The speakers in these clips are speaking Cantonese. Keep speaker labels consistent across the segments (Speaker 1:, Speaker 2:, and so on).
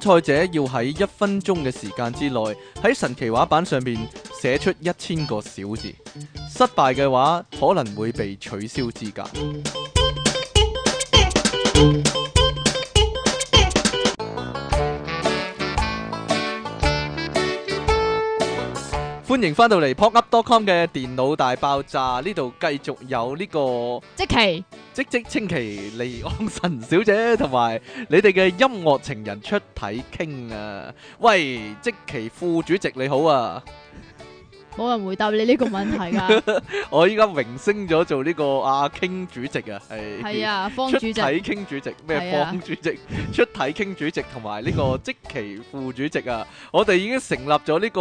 Speaker 1: 賽者要喺一分鐘嘅時間之內喺神奇畫板上面寫出一千個小字，失敗嘅話可能會被取消資格。歡迎翻到嚟 popup.com 嘅電腦大爆炸，呢度繼續有呢、個。
Speaker 2: 即期
Speaker 1: 即即清奇利安神小姐同埋你哋嘅音樂情人出體傾啊！喂，即其副主席你好啊！
Speaker 2: 冇人回答你呢個問題 㗎，
Speaker 1: 我依家榮升咗做呢個阿傾主席啊，係
Speaker 2: 係啊，方
Speaker 1: 出
Speaker 2: 主
Speaker 1: 體
Speaker 2: 席
Speaker 1: 傾主席咩
Speaker 2: 係啊
Speaker 1: 方主席、 出體傾主席同埋呢個即其副主席啊！我哋已經成立咗呢個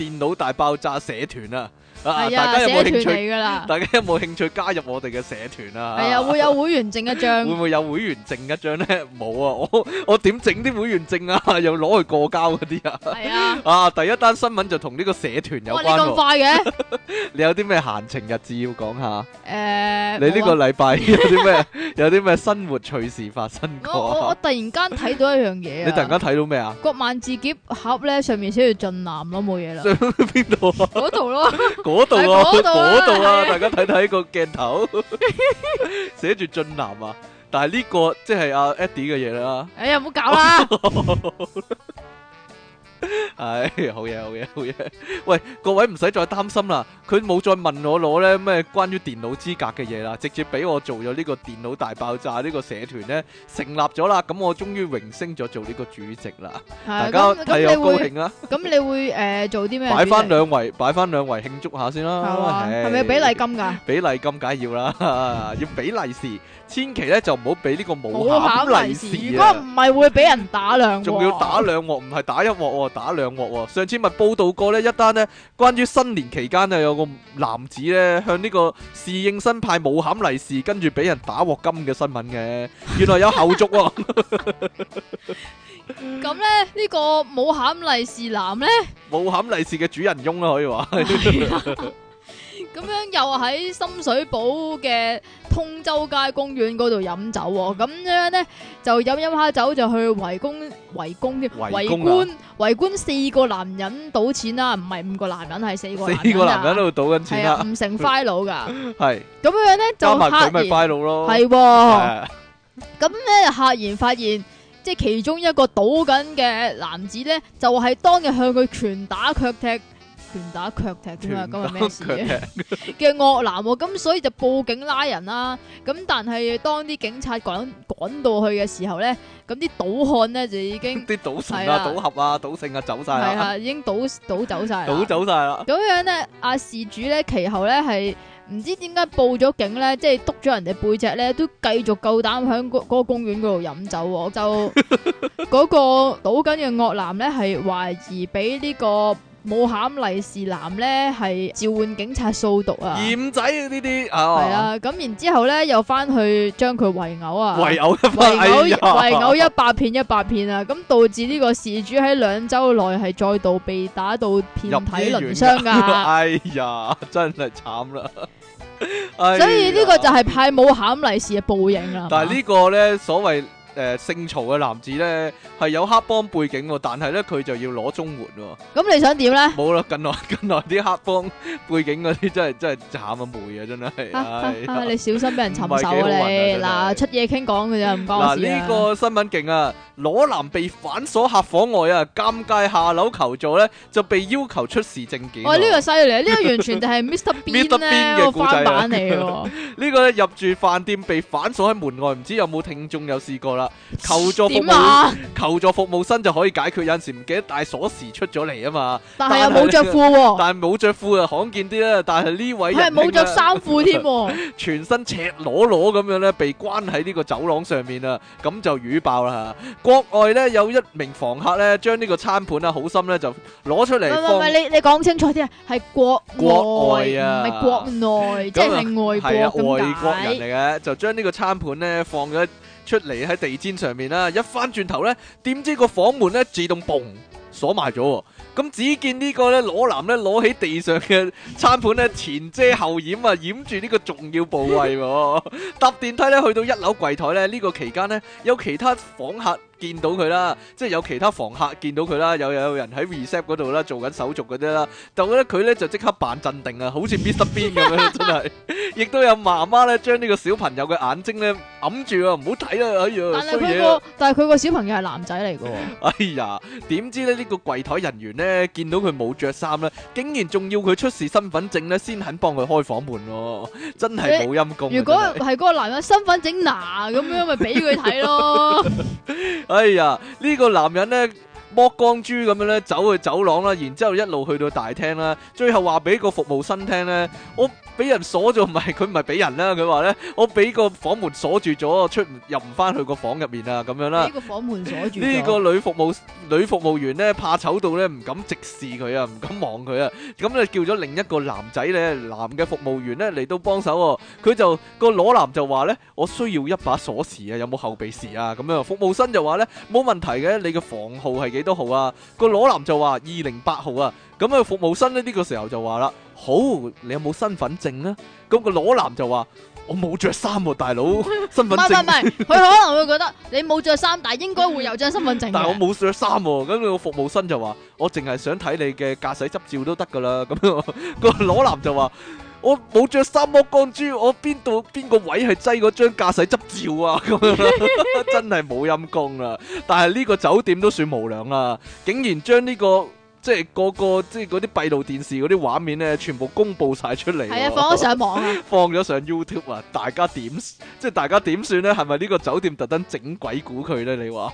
Speaker 1: 電腦大爆炸社團啊！啊，
Speaker 2: 係
Speaker 1: 大
Speaker 2: 啊，
Speaker 1: 家有
Speaker 2: 社
Speaker 1: 冇興
Speaker 2: 團嚟
Speaker 1: 趣？
Speaker 2: 㗎啦，
Speaker 1: 大家有冇興趣加入我哋嘅社團啊？
Speaker 2: 係啊，會有會員證 一張
Speaker 1: 會，唔會有會員證一張咧？ 冇啊！我我點整啲會員證啊？ 又攞去過交嗰啲啊？
Speaker 2: 係啊，
Speaker 1: 啊！第一單新聞就同呢個社團有
Speaker 2: 哇，
Speaker 1: 關
Speaker 2: 你咁
Speaker 1: 喎、
Speaker 2: 快 嘅，
Speaker 1: 你有啲咩閒情逸致要講下？
Speaker 2: 誒，
Speaker 1: 你呢
Speaker 2: 冇
Speaker 1: 個
Speaker 2: 啊
Speaker 1: 禮拜有啲咩有啲咩生活趣事發生過
Speaker 2: 我我我
Speaker 1: 啊？
Speaker 2: 突然間睇到一樣嘢 啊，
Speaker 1: 你突然間睇到咩啊？
Speaker 2: 國萬字夾盒咧上面寫住俊男咯，冇嘢啦，
Speaker 1: 邊度 啊？
Speaker 2: 嗰 度咯，
Speaker 1: 嗰度啊，
Speaker 2: 係嗰度 啊
Speaker 1: 嗰度啊！
Speaker 2: 係
Speaker 1: 大家睇睇個鏡頭， 寫住俊男啊！但係呢個即係阿 Eddie 嘅嘢啦。
Speaker 2: 哎呀，唔好搞 啦，
Speaker 1: 係好嘢，好嘢，好嘢！喂，各位唔使再擔心啦，佢冇再問我攞咧咩關於電腦資格嘅嘢啦，直接俾我做咗呢個電腦大爆炸呢個社團咧成立咗啦，咁我終於榮升咗做呢個主席啦，大
Speaker 2: 係
Speaker 1: 家
Speaker 2: 咁
Speaker 1: 替
Speaker 2: 咁你
Speaker 1: 我高
Speaker 2: 會
Speaker 1: 興啦，
Speaker 2: 咁你會誒做啲咩？
Speaker 1: 擺翻
Speaker 2: 主席
Speaker 1: 兩圍，擺翻兩圍慶祝下先
Speaker 2: 係
Speaker 1: 啦
Speaker 2: 嘛，，
Speaker 1: 唉
Speaker 2: 係咪俾禮？金㗎？
Speaker 1: 俾禮金梗係要啦， 要俾利是，千祈咧就唔好俾呢個冇
Speaker 2: 冇考
Speaker 1: 餡利
Speaker 2: 利是，
Speaker 1: 是
Speaker 2: 如果
Speaker 1: 啊！
Speaker 2: 唔係會俾人打兩鑊，
Speaker 1: 仲要打兩鑊，唔係打一鑊喎，打兩鑊喎。上次咪報道過呢一單呢，關於新年期間啊，有個男子呢向呢個侍應生派冇餡利是，跟住俾人打鑊金嘅新聞嘅，原來有後續喎、
Speaker 2: 咁咧呢個冇餡利是男 咧，
Speaker 1: 冇餡利是嘅主人翁啦，可以話
Speaker 2: 咁樣又喺深水埗嘅通州街公園嗰度飲酒喎，咁樣咧就飲飲下酒就去圍攻圍攻添，
Speaker 1: 圍
Speaker 2: 圍
Speaker 1: 攻
Speaker 2: 觀圍觀四個男人賭錢啦，唔係五個男人 係四個
Speaker 1: 四個男人
Speaker 2: 啊
Speaker 1: 喺度賭緊
Speaker 2: 係
Speaker 1: 錢
Speaker 2: 啊，
Speaker 1: 啦，
Speaker 2: 唔成 file 噶，
Speaker 1: 係
Speaker 2: 咁樣咧
Speaker 1: 加
Speaker 2: 就
Speaker 1: 埋佢咪
Speaker 2: 嚇然
Speaker 1: file 咯，
Speaker 2: 係喎。
Speaker 1: 係
Speaker 2: 咁咧赫然發現，即係其中一個賭緊嘅男子咧，就係、當日向佢拳打腳踢。拳打腳踢添啊！
Speaker 1: 拳
Speaker 2: 咁
Speaker 1: 打
Speaker 2: 係咩 事
Speaker 1: 腳
Speaker 2: 嘅
Speaker 1: 踢
Speaker 2: 嘅惡男喎，咁所以就報警拉人啦。咁但係當啲警察趕趕到去嘅時候咧，咁啲賭漢咧就已 經
Speaker 1: 啲賭神
Speaker 2: 係
Speaker 1: 啊、
Speaker 2: 啦
Speaker 1: 賭俠啊、賭聖啊走晒
Speaker 2: 係
Speaker 1: 啦，
Speaker 2: 啊，已經賭賭走晒啦。
Speaker 1: 賭走晒啦，
Speaker 2: 咁樣咧，阿事主咧，其後咧係唔知點解報咗警咧，即係督咗人哋背脊咧，都繼續夠膽喺嗰嗰個公園嗰度飲酒喎。 就嗰個賭緊嘅惡男咧，係懷疑俾呢個冇餡利是男咧係召喚警察掃毒啊。
Speaker 1: 鹽仔呢啲
Speaker 2: 係
Speaker 1: 啊，
Speaker 2: 啊，咁然之後咧又翻去將佢圍毆啊。
Speaker 1: 圍毆一番，
Speaker 2: 圍毆
Speaker 1: 哎
Speaker 2: 圍
Speaker 1: 呀
Speaker 2: 毆一百片一百片啊！咁導致呢個事主喺兩週內係再度被打到遍
Speaker 1: 入
Speaker 2: 體
Speaker 1: 醫
Speaker 2: 鱗
Speaker 1: 院
Speaker 2: 傷㗎。
Speaker 1: 哎呀，真係慘啦！哎呀
Speaker 2: 所以呢個就係派冇餡利是嘅報應啦。
Speaker 1: 但
Speaker 2: 係
Speaker 1: 係
Speaker 2: 嘛
Speaker 1: 呢個咧所謂誒姓曹嘅男子咧係有黑幫背景喎，但係咧佢就要攞綜援喎。
Speaker 2: 咁你想點咧？
Speaker 1: 冇啦，近來近來啲黑幫背景嗰啲真係真係慘啊，霉啊，真 係。 哎呀
Speaker 2: 你小心俾人尋仇
Speaker 1: 唔係幾好
Speaker 2: 啊你！
Speaker 1: 運啊
Speaker 2: 嗱，出
Speaker 1: 真
Speaker 2: 嘢傾講嘅啫，唔關我
Speaker 1: 嗱
Speaker 2: 事
Speaker 1: 呢
Speaker 2: 啊。
Speaker 1: 個新聞勁啊！裸男被反鎖客房外啊，尷尬下樓求助咧，就被要求出示證件喎。
Speaker 2: 哦，呢個犀利，呢個完全就係 Mr.
Speaker 1: Mr.
Speaker 2: Bean
Speaker 1: 邊
Speaker 2: 咧
Speaker 1: 嘅
Speaker 2: 個
Speaker 1: 故仔啊
Speaker 2: 翻版 嚟嘅喎。
Speaker 1: 呢個咧入住飯店被反鎖喺門外，唔知有冇聽眾有試過啦？求助服
Speaker 2: 點
Speaker 1: 務
Speaker 2: 啊？
Speaker 1: 求助服務生就可以解決，有陣時唔記得帶鎖匙出咗嚟啊嘛，
Speaker 2: 但係又冇着褲喎，
Speaker 1: 但係冇着褲啊，罕見啲啦。但係呢位
Speaker 2: 哦佢係
Speaker 1: 人
Speaker 2: 冇着
Speaker 1: 兄啊，
Speaker 2: 衫 褲添喎。
Speaker 1: 全身赤裸裸咁樣咧，被關喺呢個走廊上面啊，咁就語爆啦嚇。國外咧有一名房客咧，將呢個餐盤啊好心咧就攞出
Speaker 2: 唔
Speaker 1: 嚟
Speaker 2: 係唔係唔
Speaker 1: 放
Speaker 2: 係，。你你講清楚啲啊，係國
Speaker 1: 國
Speaker 2: 外
Speaker 1: 外啊
Speaker 2: 唔係國內，即係
Speaker 1: 咁啊係
Speaker 2: 外
Speaker 1: 啊，
Speaker 2: 國
Speaker 1: 外
Speaker 2: 咁
Speaker 1: 國
Speaker 2: 解。
Speaker 1: 人嚟嘅，就將呢個餐盤咧放咗出嚟喺地氈上面啦，一翻轉頭咧，點知個房門咧自動嘣鎖埋咗喎。咁只見呢個咧裸男咧攞起地上嘅餐盤咧前遮後掩啊，掩住呢個重要部 位喎。搭電梯咧去到一樓櫃台咧，呢、個期間咧有其他房客見到佢啦，即係有其他房客見到佢啦，有有人喺 recep 嗰度啦做緊手續嗰啲啦，但我覺得佢咧就即刻扮鎮定啊，好似 Mr Bean 咁 樣，真係。亦都有媽媽咧將呢個小朋友嘅眼睛咧揞住啊，唔好睇啦，哎呀，
Speaker 2: 但係
Speaker 1: 衰
Speaker 2: 佢
Speaker 1: 嘢啊！
Speaker 2: 個但係佢個小朋友係男仔嚟嘅
Speaker 1: 哎
Speaker 2: 喎。
Speaker 1: 呀，點知咧呢、個櫃台人員咧見到佢冇着衫咧，竟然仲要佢出示身份證咧先肯幫佢開房門喎、 真係冇陰功啊。
Speaker 2: 如果
Speaker 1: 真係
Speaker 2: 係嗰個男人身份整拿咁樣，咪俾佢 睇咯。
Speaker 1: 哎呀，呢、個男人咧。剝光豬咁樣咧，走去走廊啦，然之後一路去到大廳啦，最後話俾個服務生聽咧，我俾人鎖咗，唔係佢唔係俾人啦，佢話咧，我俾個房門鎖住咗，我出唔入唔翻去個房入面啊，咁樣啦
Speaker 2: 呢。個房門鎖住咗
Speaker 1: 呢個女服務女服務員咧怕醜到咧唔敢直視佢啊，唔敢望佢啊，咁咧叫咗另一個男仔咧，男嘅服務員咧嚟到幫手喎，佢就個裸男就話咧，我需要一把鎖匙啊，有冇後備匙啊？咁樣服務生就話咧冇問題嘅，你嘅房號係幾多號啊？個裸男就話二零八號啊，咁啊服務生咧呢個時候就話啦，好，你有冇身份證啊？咁個裸男就話。我冇着衫喎，大佬，身份
Speaker 2: 唔係唔係
Speaker 1: 證
Speaker 2: 唔係，佢可能會覺得你冇着衫，但係應該會有張身份證嘅。
Speaker 1: 但係我冇着衫喎，咁個服務生就話：我淨係想睇你嘅駕駛執照都得㗎啦。 咁樣個裸男就話：我冇着衫剝光豬，我邊度邊個位係擠嗰張駕駛執照啊？咁 樣啦，真係冇陰功啦。但係呢個酒店都算無良啦，竟然將呢、個即係個個即係嗰啲閉路電視嗰啲畫面咧，全部公佈晒出嚟喎。
Speaker 2: 係啊，放咗上網啊。
Speaker 1: 放咗上 YouTube 啊！大家點即係大家點算咧？係咪呢個酒店特登整鬼估佢咧？你 話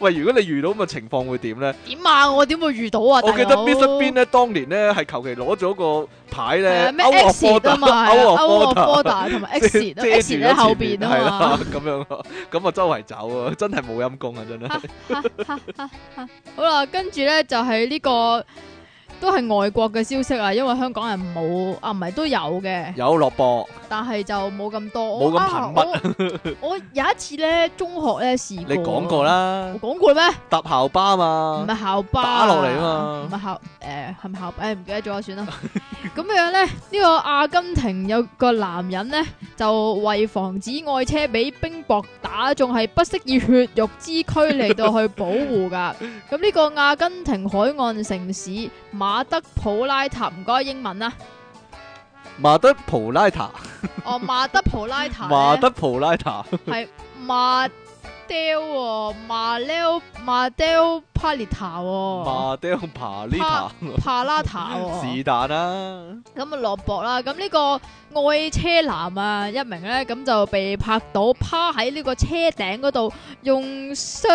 Speaker 1: 喂，如果你遇到咁嘅情況會點咧？
Speaker 2: 點啊？我點會遇到啊？
Speaker 1: 我記得
Speaker 2: 大佬
Speaker 1: Mr Bean 咧，當年咧係求其攞咗個牌
Speaker 2: 係啊
Speaker 1: 咧
Speaker 2: 咩
Speaker 1: Out of
Speaker 2: exit 啊嘛，係
Speaker 1: order，
Speaker 2: 啊
Speaker 1: Out of
Speaker 2: ，out of
Speaker 1: order，
Speaker 2: order 同埋 exit
Speaker 1: 遮
Speaker 2: 啊，exit
Speaker 1: 住咗
Speaker 2: 喺後
Speaker 1: 前
Speaker 2: 邊
Speaker 1: 係
Speaker 2: 啊嘛
Speaker 1: 啦。，咁樣咯，咁啊周圍走啊，真係冇陰功啊，真係。
Speaker 2: 好啦，跟住咧就係呢個都係外國嘅消息啊，因為香港人冇啊，唔係都有嘅，
Speaker 1: 有落波，
Speaker 2: 但係就冇咁多，
Speaker 1: 冇咁
Speaker 2: 頻密。 我我有一次咧，中學咧試過，
Speaker 1: 你講過，啦
Speaker 2: 我，講過啦咩？
Speaker 1: 搭校巴
Speaker 2: 啊唔
Speaker 1: 嘛，
Speaker 2: 係校巴
Speaker 1: 打落嚟啊嘛
Speaker 2: 唔係校誒係咪校誒唔記得咗算啦。 咁樣咧，呢個阿根廷有個男人咧，就為防止愛車俾冰雹打中，係不惜以血肉之軀嚟到去保護 噶。咁呢個阿根廷海岸城市馬德普拉塔，唔該英文啊啦，
Speaker 1: 馬德普拉塔，
Speaker 2: 哦馬德普拉塔
Speaker 1: 馬
Speaker 2: 咧
Speaker 1: 德普拉塔，
Speaker 2: 係馬。del 喎，馬 del 馬 del palita 喎，
Speaker 1: 馬德帕利塔，
Speaker 2: 帕拉塔喎。
Speaker 1: 是但啦。
Speaker 2: 咁啊落雹啦，咁呢個愛車男啊一名咧，咁就被拍到趴喺呢個車頂嗰度，用雙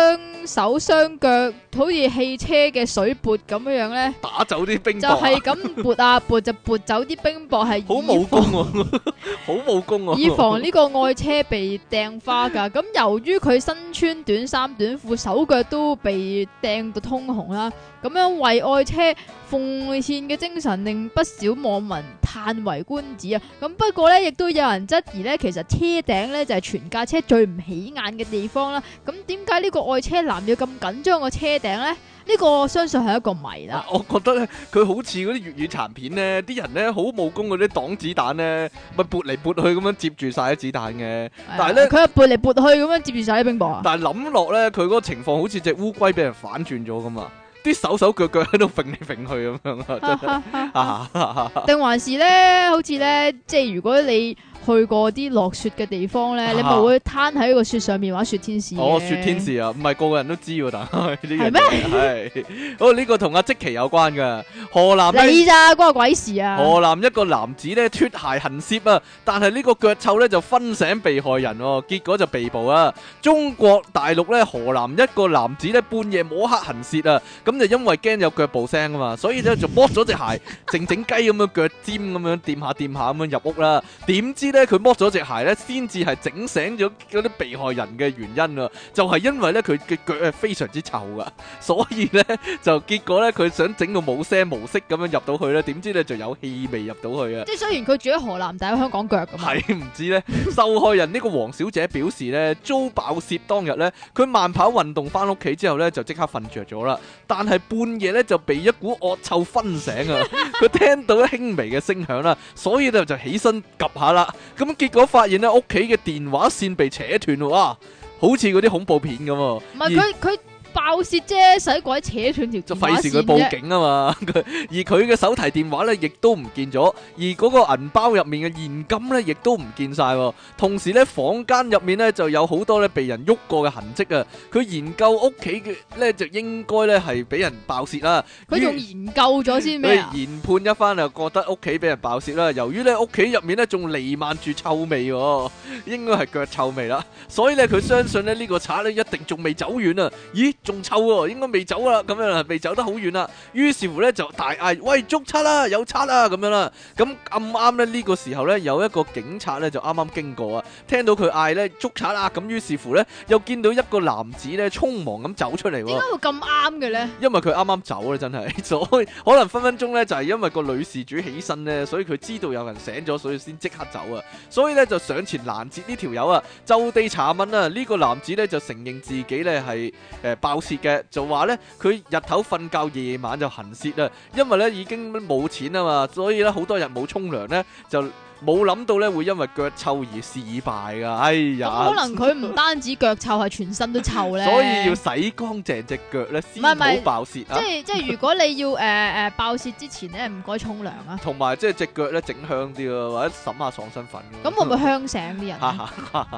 Speaker 2: 手雙腳，好似汽車嘅水撥咁樣樣咧，
Speaker 1: 打走啲冰
Speaker 2: 就
Speaker 1: 雹啊，
Speaker 2: 係咁撥啊撥就撥走啲冰雹，係
Speaker 1: 好武功喎， 好武功喎，
Speaker 2: 以防呢個愛車被掟花㗎，咁由於佢身穿短衫短褲，手腳都被掟到通紅啦，咁樣為愛車奉獻嘅精神令不少網民歎為觀止啊！咁不過呢，亦都有人質疑呢，其實車頂呢就係全架車最唔起眼嘅地方啦。咁點解呢個愛車男要咁緊張個車頂呢？呢個我相信係一個謎
Speaker 1: 啊
Speaker 2: 啦。
Speaker 1: 我覺得咧，佢好似嗰啲粵語殘片咧，啲人咧好武功嗰啲擋子彈咧，咪撥嚟撥去咁樣接住晒啲子彈嘅。啊但係呢
Speaker 2: 佢係撥嚟撥去咁樣接住晒啲冰雹啊！
Speaker 1: 但係諗落咧，佢嗰個情況好似只烏龜俾人反轉咗咁啊！啲手手腳腳喺度揈嚟揈去咁樣 啊，真係啊！
Speaker 2: 定還是咧，好似咧，即係如果你去過啲落雪嘅地方咧，
Speaker 1: 啊
Speaker 2: 你咪會攤喺個雪上面玩雪天使嘅。
Speaker 1: 哦，雪天使啊，唔係個個人都知喎，但係呢
Speaker 2: 係
Speaker 1: 個係哦，呢個同阿積淇有關㗎。河南咧
Speaker 2: 你咋關我鬼事啊？
Speaker 1: 河南一個男子咧脱鞋行竊啊，但係呢個腳臭咧就分醒被害人、喎，結果就被捕啊。中國大陸咧河南一個男子咧半夜摸黑行竊啊，咁就因為驚有腳步聲啊嘛，所以咧就剝咗隻鞋，靜靜雞咁樣腳尖咁樣掂下掂下咁樣入屋啦。點知咧佢剝咗隻鞋咧，先至係整醒咗嗰啲被害人嘅原因啊，就係、因為咧佢嘅腳係非常之臭噶，所以咧。就結果咧，佢想整到冇聲無息咁樣入到去咧，點知咧就有氣味入到 去啊！
Speaker 2: 即係雖然佢住喺河南，但係喺香港腳噶嘛。
Speaker 1: 係唔知咧，受害人呢個黃小姐表示咧，遭爆竊當日咧，佢慢跑運動翻屋企之後咧，就即刻瞓着咗啦。但係半夜咧就被一股惡臭熏醒啊！佢聽到輕微嘅聲響啦，所以咧就起身及下啦。咁結果發現咧屋企嘅電話線被扯斷喎，哇！啊好似嗰啲恐怖片咁啊，
Speaker 2: 唔係佢佢爆泄啫，使鬼扯斷條
Speaker 1: 就
Speaker 2: 電
Speaker 1: 費
Speaker 2: 話
Speaker 1: 事
Speaker 2: 線
Speaker 1: 佢報
Speaker 2: 啫。
Speaker 1: 警啊嘛。 佢而佢嘅手提電話咧，亦都唔見咗，而嗰個銀包入面嘅現金咧，亦都唔見晒喎。同時咧，房間入面咧就有好多咧被人喐過嘅痕跡啊。佢研究屋企嘅咧，就應該咧係俾人爆竊啦。
Speaker 2: 佢仲
Speaker 1: 於
Speaker 2: 研究咗先
Speaker 1: 佢
Speaker 2: 咩啊？
Speaker 1: 研判一番啊，覺得屋企俾人爆竊啦。由於咧屋企入面咧仲瀰漫住臭味喎， 應該係腳臭味啦。所以咧佢相信咧呢個賊咧一定仲未走遠啊。咦，仲臭喎，應該未走啊啦，咁樣啦，未走得好遠啦。於是乎咧就大嗌：喂，捉賊啦，有賊啦咁樣啦。咁咁啱咧呢個時候咧有一個警察咧就啱啱經過啊，聽到佢嗌咧捉賊啦，咁於是乎咧又見到一個男子咧匆忙咁走出嚟喎
Speaker 2: 點解。會咁啱嘅咧？
Speaker 1: 因為佢啱啱走咧，真係， 所以可能分分鐘咧就係因為個女事主起身咧，所以佢知道有人醒咗，所以先即刻走啊，所以咧就上前攔截呢條友啊，就地查問啊，呢、個男子咧就承認自己咧係誒爆竊嘅，就話咧佢日頭瞓覺，夜晚就行竊啊，因為咧已經冇錢啊嘛，所以咧好多日冇沖涼咧就冇諗到咧會因為腳臭而事敗噶，哎
Speaker 2: 咁
Speaker 1: 呀，
Speaker 2: 可能佢唔單止腳臭，係全身都臭咧。
Speaker 1: 所以要洗乾淨只腳咧先
Speaker 2: 唔係唔係
Speaker 1: 好爆竊啊
Speaker 2: 即。係即係，如果你要诶诶爆泄之前咧，唔該沖涼啊。
Speaker 1: 同埋即係只腳咧整香啲咯，或者揼下爽身粉
Speaker 2: 咁會
Speaker 1: 嗯
Speaker 2: 唔會香醒啲人？啊
Speaker 1: 哈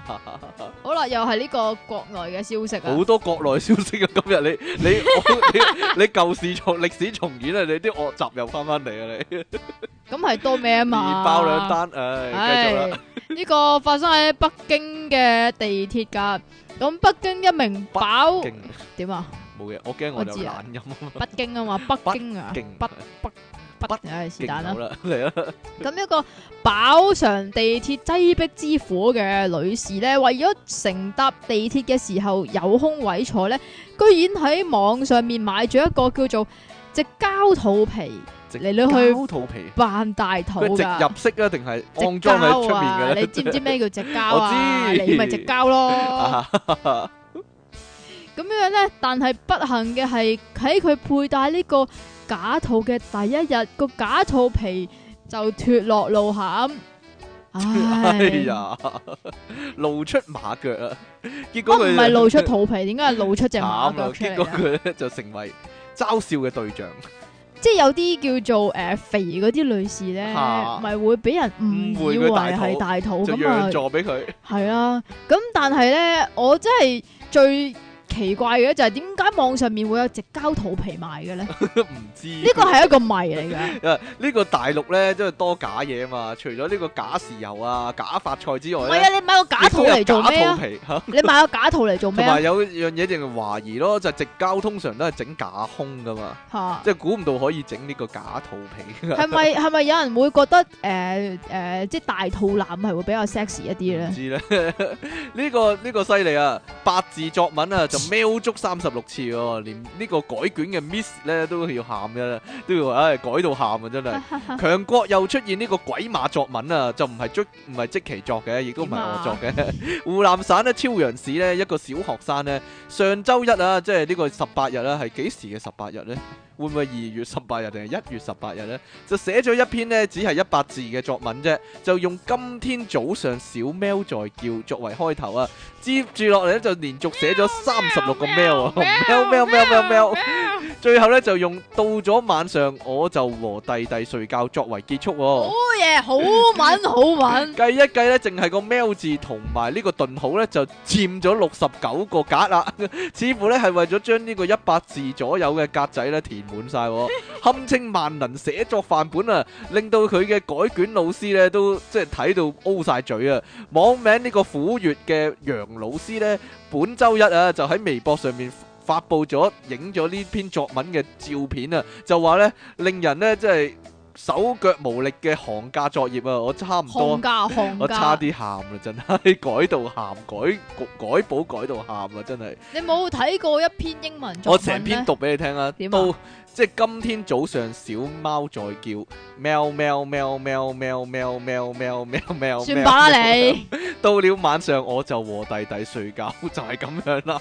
Speaker 2: 好啦，又係呢個國內嘅消息啊
Speaker 1: 好。多國內消息啊！今日你你我你你 舊事重歷史重演啊！你啲惡習又翻翻嚟啊！你
Speaker 2: 咁係多咩啊嘛？
Speaker 1: 連爆兩。單，唉，繼續啦！
Speaker 2: 呢個發生喺北京嘅地鐵㗎。咁北京一名飽
Speaker 1: 勁
Speaker 2: 點啊？
Speaker 1: 冇嘢，我驚我有
Speaker 2: 我知啊
Speaker 1: 懶音啊！
Speaker 2: 北 京啊嘛，北京啊，
Speaker 1: 勁
Speaker 2: 北北
Speaker 1: 北
Speaker 2: 唉是但
Speaker 1: 勁
Speaker 2: 啦
Speaker 1: 好。啦，嚟啦！
Speaker 2: 咁一個飽嘗地鐵擠迫之苦嘅女士咧，為咗乘搭地鐵嘅時候有空位坐咧，居然喺網上面買咗一個叫做直膠肚皮嚟到去
Speaker 1: 膠肚皮，
Speaker 2: 扮大肚
Speaker 1: 佢直入
Speaker 2: 㗎。
Speaker 1: 式啊，定係
Speaker 2: 直
Speaker 1: 安裝喺出
Speaker 2: 膠
Speaker 1: 面
Speaker 2: 啊！
Speaker 1: 嘅咧？
Speaker 2: 你知唔知咩叫直膠啊？
Speaker 1: 我知
Speaker 2: 你咪直膠咯。
Speaker 1: 啊？
Speaker 2: 咁樣咧，但係不幸嘅係喺佢佩戴呢個假套嘅第一日，個假套皮就脱落露餡。唉
Speaker 1: 哎，呀，露出馬腳啊！結
Speaker 2: 乜
Speaker 1: 果佢
Speaker 2: 哦唔係露出肚皮，點解係露出隻
Speaker 1: 慘啦
Speaker 2: 馬腳出
Speaker 1: 結
Speaker 2: 嚟
Speaker 1: 果
Speaker 2: 啊？
Speaker 1: 佢咧就成為嘲笑嘅對象，
Speaker 2: 即係有啲叫做诶肥嗰啲女士咧，
Speaker 1: 嚇
Speaker 2: 咪會俾人
Speaker 1: 誤
Speaker 2: 誤
Speaker 1: 會
Speaker 2: 以為
Speaker 1: 佢大肚
Speaker 2: 係大肚
Speaker 1: 就
Speaker 2: 咁啊
Speaker 1: 讓，座俾佢。
Speaker 2: 係啊。咁但係咧，我真係最奇怪嘅就係點解網上面會有直膠肚皮賣 嘅咧？呢
Speaker 1: 唔知
Speaker 2: 個 係一個謎嚟嘅。
Speaker 1: 個呢個大陸咧，真係多假嘢啊嘛！除咗呢個假豉油啊、假髮菜之
Speaker 2: 唔
Speaker 1: 外
Speaker 2: 係
Speaker 1: 咧，
Speaker 2: 啊，你買個假
Speaker 1: 亦
Speaker 2: 套
Speaker 1: 都有
Speaker 2: 嚟做
Speaker 1: 假
Speaker 2: 咩
Speaker 1: 肚
Speaker 2: 啊？
Speaker 1: 皮 嚇。
Speaker 2: 你買個假套嚟做咩
Speaker 1: 同
Speaker 2: 啊
Speaker 1: 埋？有樣嘢令人懷疑咯，就係直交通常都係整假胸噶嘛，
Speaker 2: 吓，
Speaker 1: 即係估唔到可以整呢個假肚皮。
Speaker 2: 係咪係咪有人會覺得诶诶，即系大肚腩係會比較 sexy 一啲
Speaker 1: 唔
Speaker 2: 咧？
Speaker 1: 知咧， 呢、個呢、個犀利啊！八字作文啊，就喵足三十六次喎，連呢個改卷嘅 Miss 咧都要喊嘅啦，都要唉、改到喊啊！真係 強國又出現呢個鬼馬作文啊，就唔係即唔係即其作嘅，亦都唔係我作嘅。
Speaker 2: 啊
Speaker 1: 湖南省咧超陽市咧一個小學生咧，上週一啊，即係呢個十八日啦，係幾時嘅十八日咧？會唔會二月十八日定係一月十八日咧？就寫咗一篇咧，只係一百字嘅作文啫。就用今天早上小喵在叫作為開頭啊，接住落嚟咧就連續寫咗三十六個喵啊，喵喵喵喵喵，最後咧就用到咗晚上我就和弟弟睡覺作為結束
Speaker 2: 好
Speaker 1: 喎。
Speaker 2: 嘢，好文，好文。
Speaker 1: 計一計咧，淨係個喵字同埋呢個頓號咧，就佔咗六十九個格啦。 似乎咧係為咗將呢個一百字左右嘅格仔咧填滿晒喎，堪稱萬能寫作範本啊！令到佢嘅改卷老師咧都即係睇到 O 晒嘴啊！網名呢個虎月嘅楊老師咧，本周一啊就喺微博上面。發布咗影咗呢篇作文嘅照片啊，就話咧令人咧即係手腳無力嘅寒假作業啊，我差唔多
Speaker 2: 行家，行
Speaker 1: 我差
Speaker 2: 家，
Speaker 1: 啲喊啦，真係改到喊，改改補改到喊啊，真係！
Speaker 2: 你冇睇過一篇英文作
Speaker 1: 我
Speaker 2: 文
Speaker 1: 成篇
Speaker 2: 咩？
Speaker 1: 讀俾你聽啊，
Speaker 2: 點啊
Speaker 1: 到即係今天早上小貓在叫，喵喵喵喵喵喵喵喵喵喵，
Speaker 2: 算吧啦
Speaker 1: 喵
Speaker 2: 你，
Speaker 1: 到了晚上我就和弟弟睡覺，就係咁樣啦。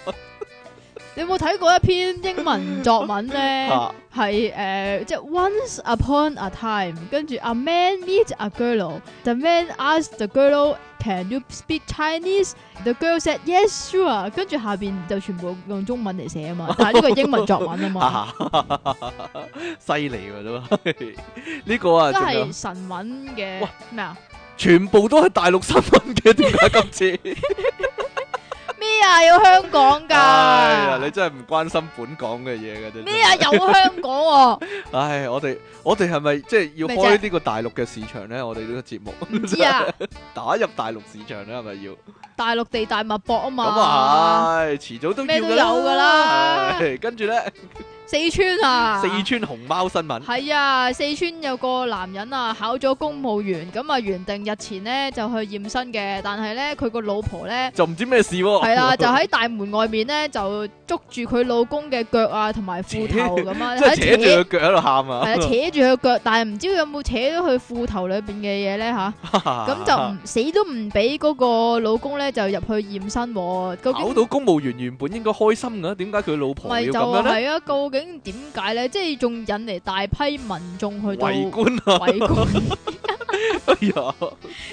Speaker 2: 你有冇睇過一篇英文作 文咧？
Speaker 1: 啊
Speaker 2: 係诶，即系 Once upon a time，跟住 a man meets a girl，the man asked the girl can you speak Chinese？the girl said yes sure，跟住下边就全部用中文嚟寫 啊嘛，但係呢個係英文作文啊嘛，
Speaker 1: 啊，犀利喎都係，呢個啊，
Speaker 2: 都
Speaker 1: 仲有
Speaker 2: 係神文嘅
Speaker 1: 哇
Speaker 2: 咩啊？
Speaker 1: 全部都係大陸新聞嘅，點解今次？
Speaker 2: 咩啊？有香港
Speaker 1: 哎呀，你
Speaker 2: 㗎？
Speaker 1: 真係唔關心本港嘅嘢嘅啫。
Speaker 2: 咩啊？有香港 喎？
Speaker 1: 唉，我哋我哋係咪即係要
Speaker 2: 咩啫
Speaker 1: 開呢個大陸嘅市場咧？我哋呢個節目
Speaker 2: 唔知啊，
Speaker 1: 打入大陸市場咧，係咪要？
Speaker 2: 大陸地大物博啊
Speaker 1: 咁
Speaker 2: 嘛，
Speaker 1: 啊係，遲早都要
Speaker 2: 咩都
Speaker 1: 㗎
Speaker 2: 有㗎啦
Speaker 1: 唉跟住咧，
Speaker 2: 四川啊，
Speaker 1: 四川熊貓新聞。
Speaker 2: 系啊，四川有個男人啊，考咗公務員，咁啊原定日前呢就去驗身嘅，但係呢，佢個老婆呢，
Speaker 1: 就唔知咩事喎。
Speaker 2: 係啦，就喺大門外面呢，就捉住佢老公嘅腳啊，同埋褲頭咁 啊，
Speaker 1: 即係扯
Speaker 2: 係
Speaker 1: 住佢腳喺度喊
Speaker 2: 係啦，扯
Speaker 1: 啊。
Speaker 2: 住佢腳，但係唔知有冇扯到佢褲頭裏边嘅嘢呢？吓、咁就唔死都唔俾嗰個老公呢，就入去驗身、喎。究
Speaker 1: 考
Speaker 2: 竟
Speaker 1: 到公務員原本應該開心噶，點解佢老婆
Speaker 2: 咪
Speaker 1: 要
Speaker 2: 就
Speaker 1: 咁樣咧？
Speaker 2: 係啊？究竟點解呢？即係仲引嚟大批民眾去到
Speaker 1: 圍
Speaker 2: 围
Speaker 1: 觀啊！
Speaker 2: 觀。
Speaker 1: 哎呀，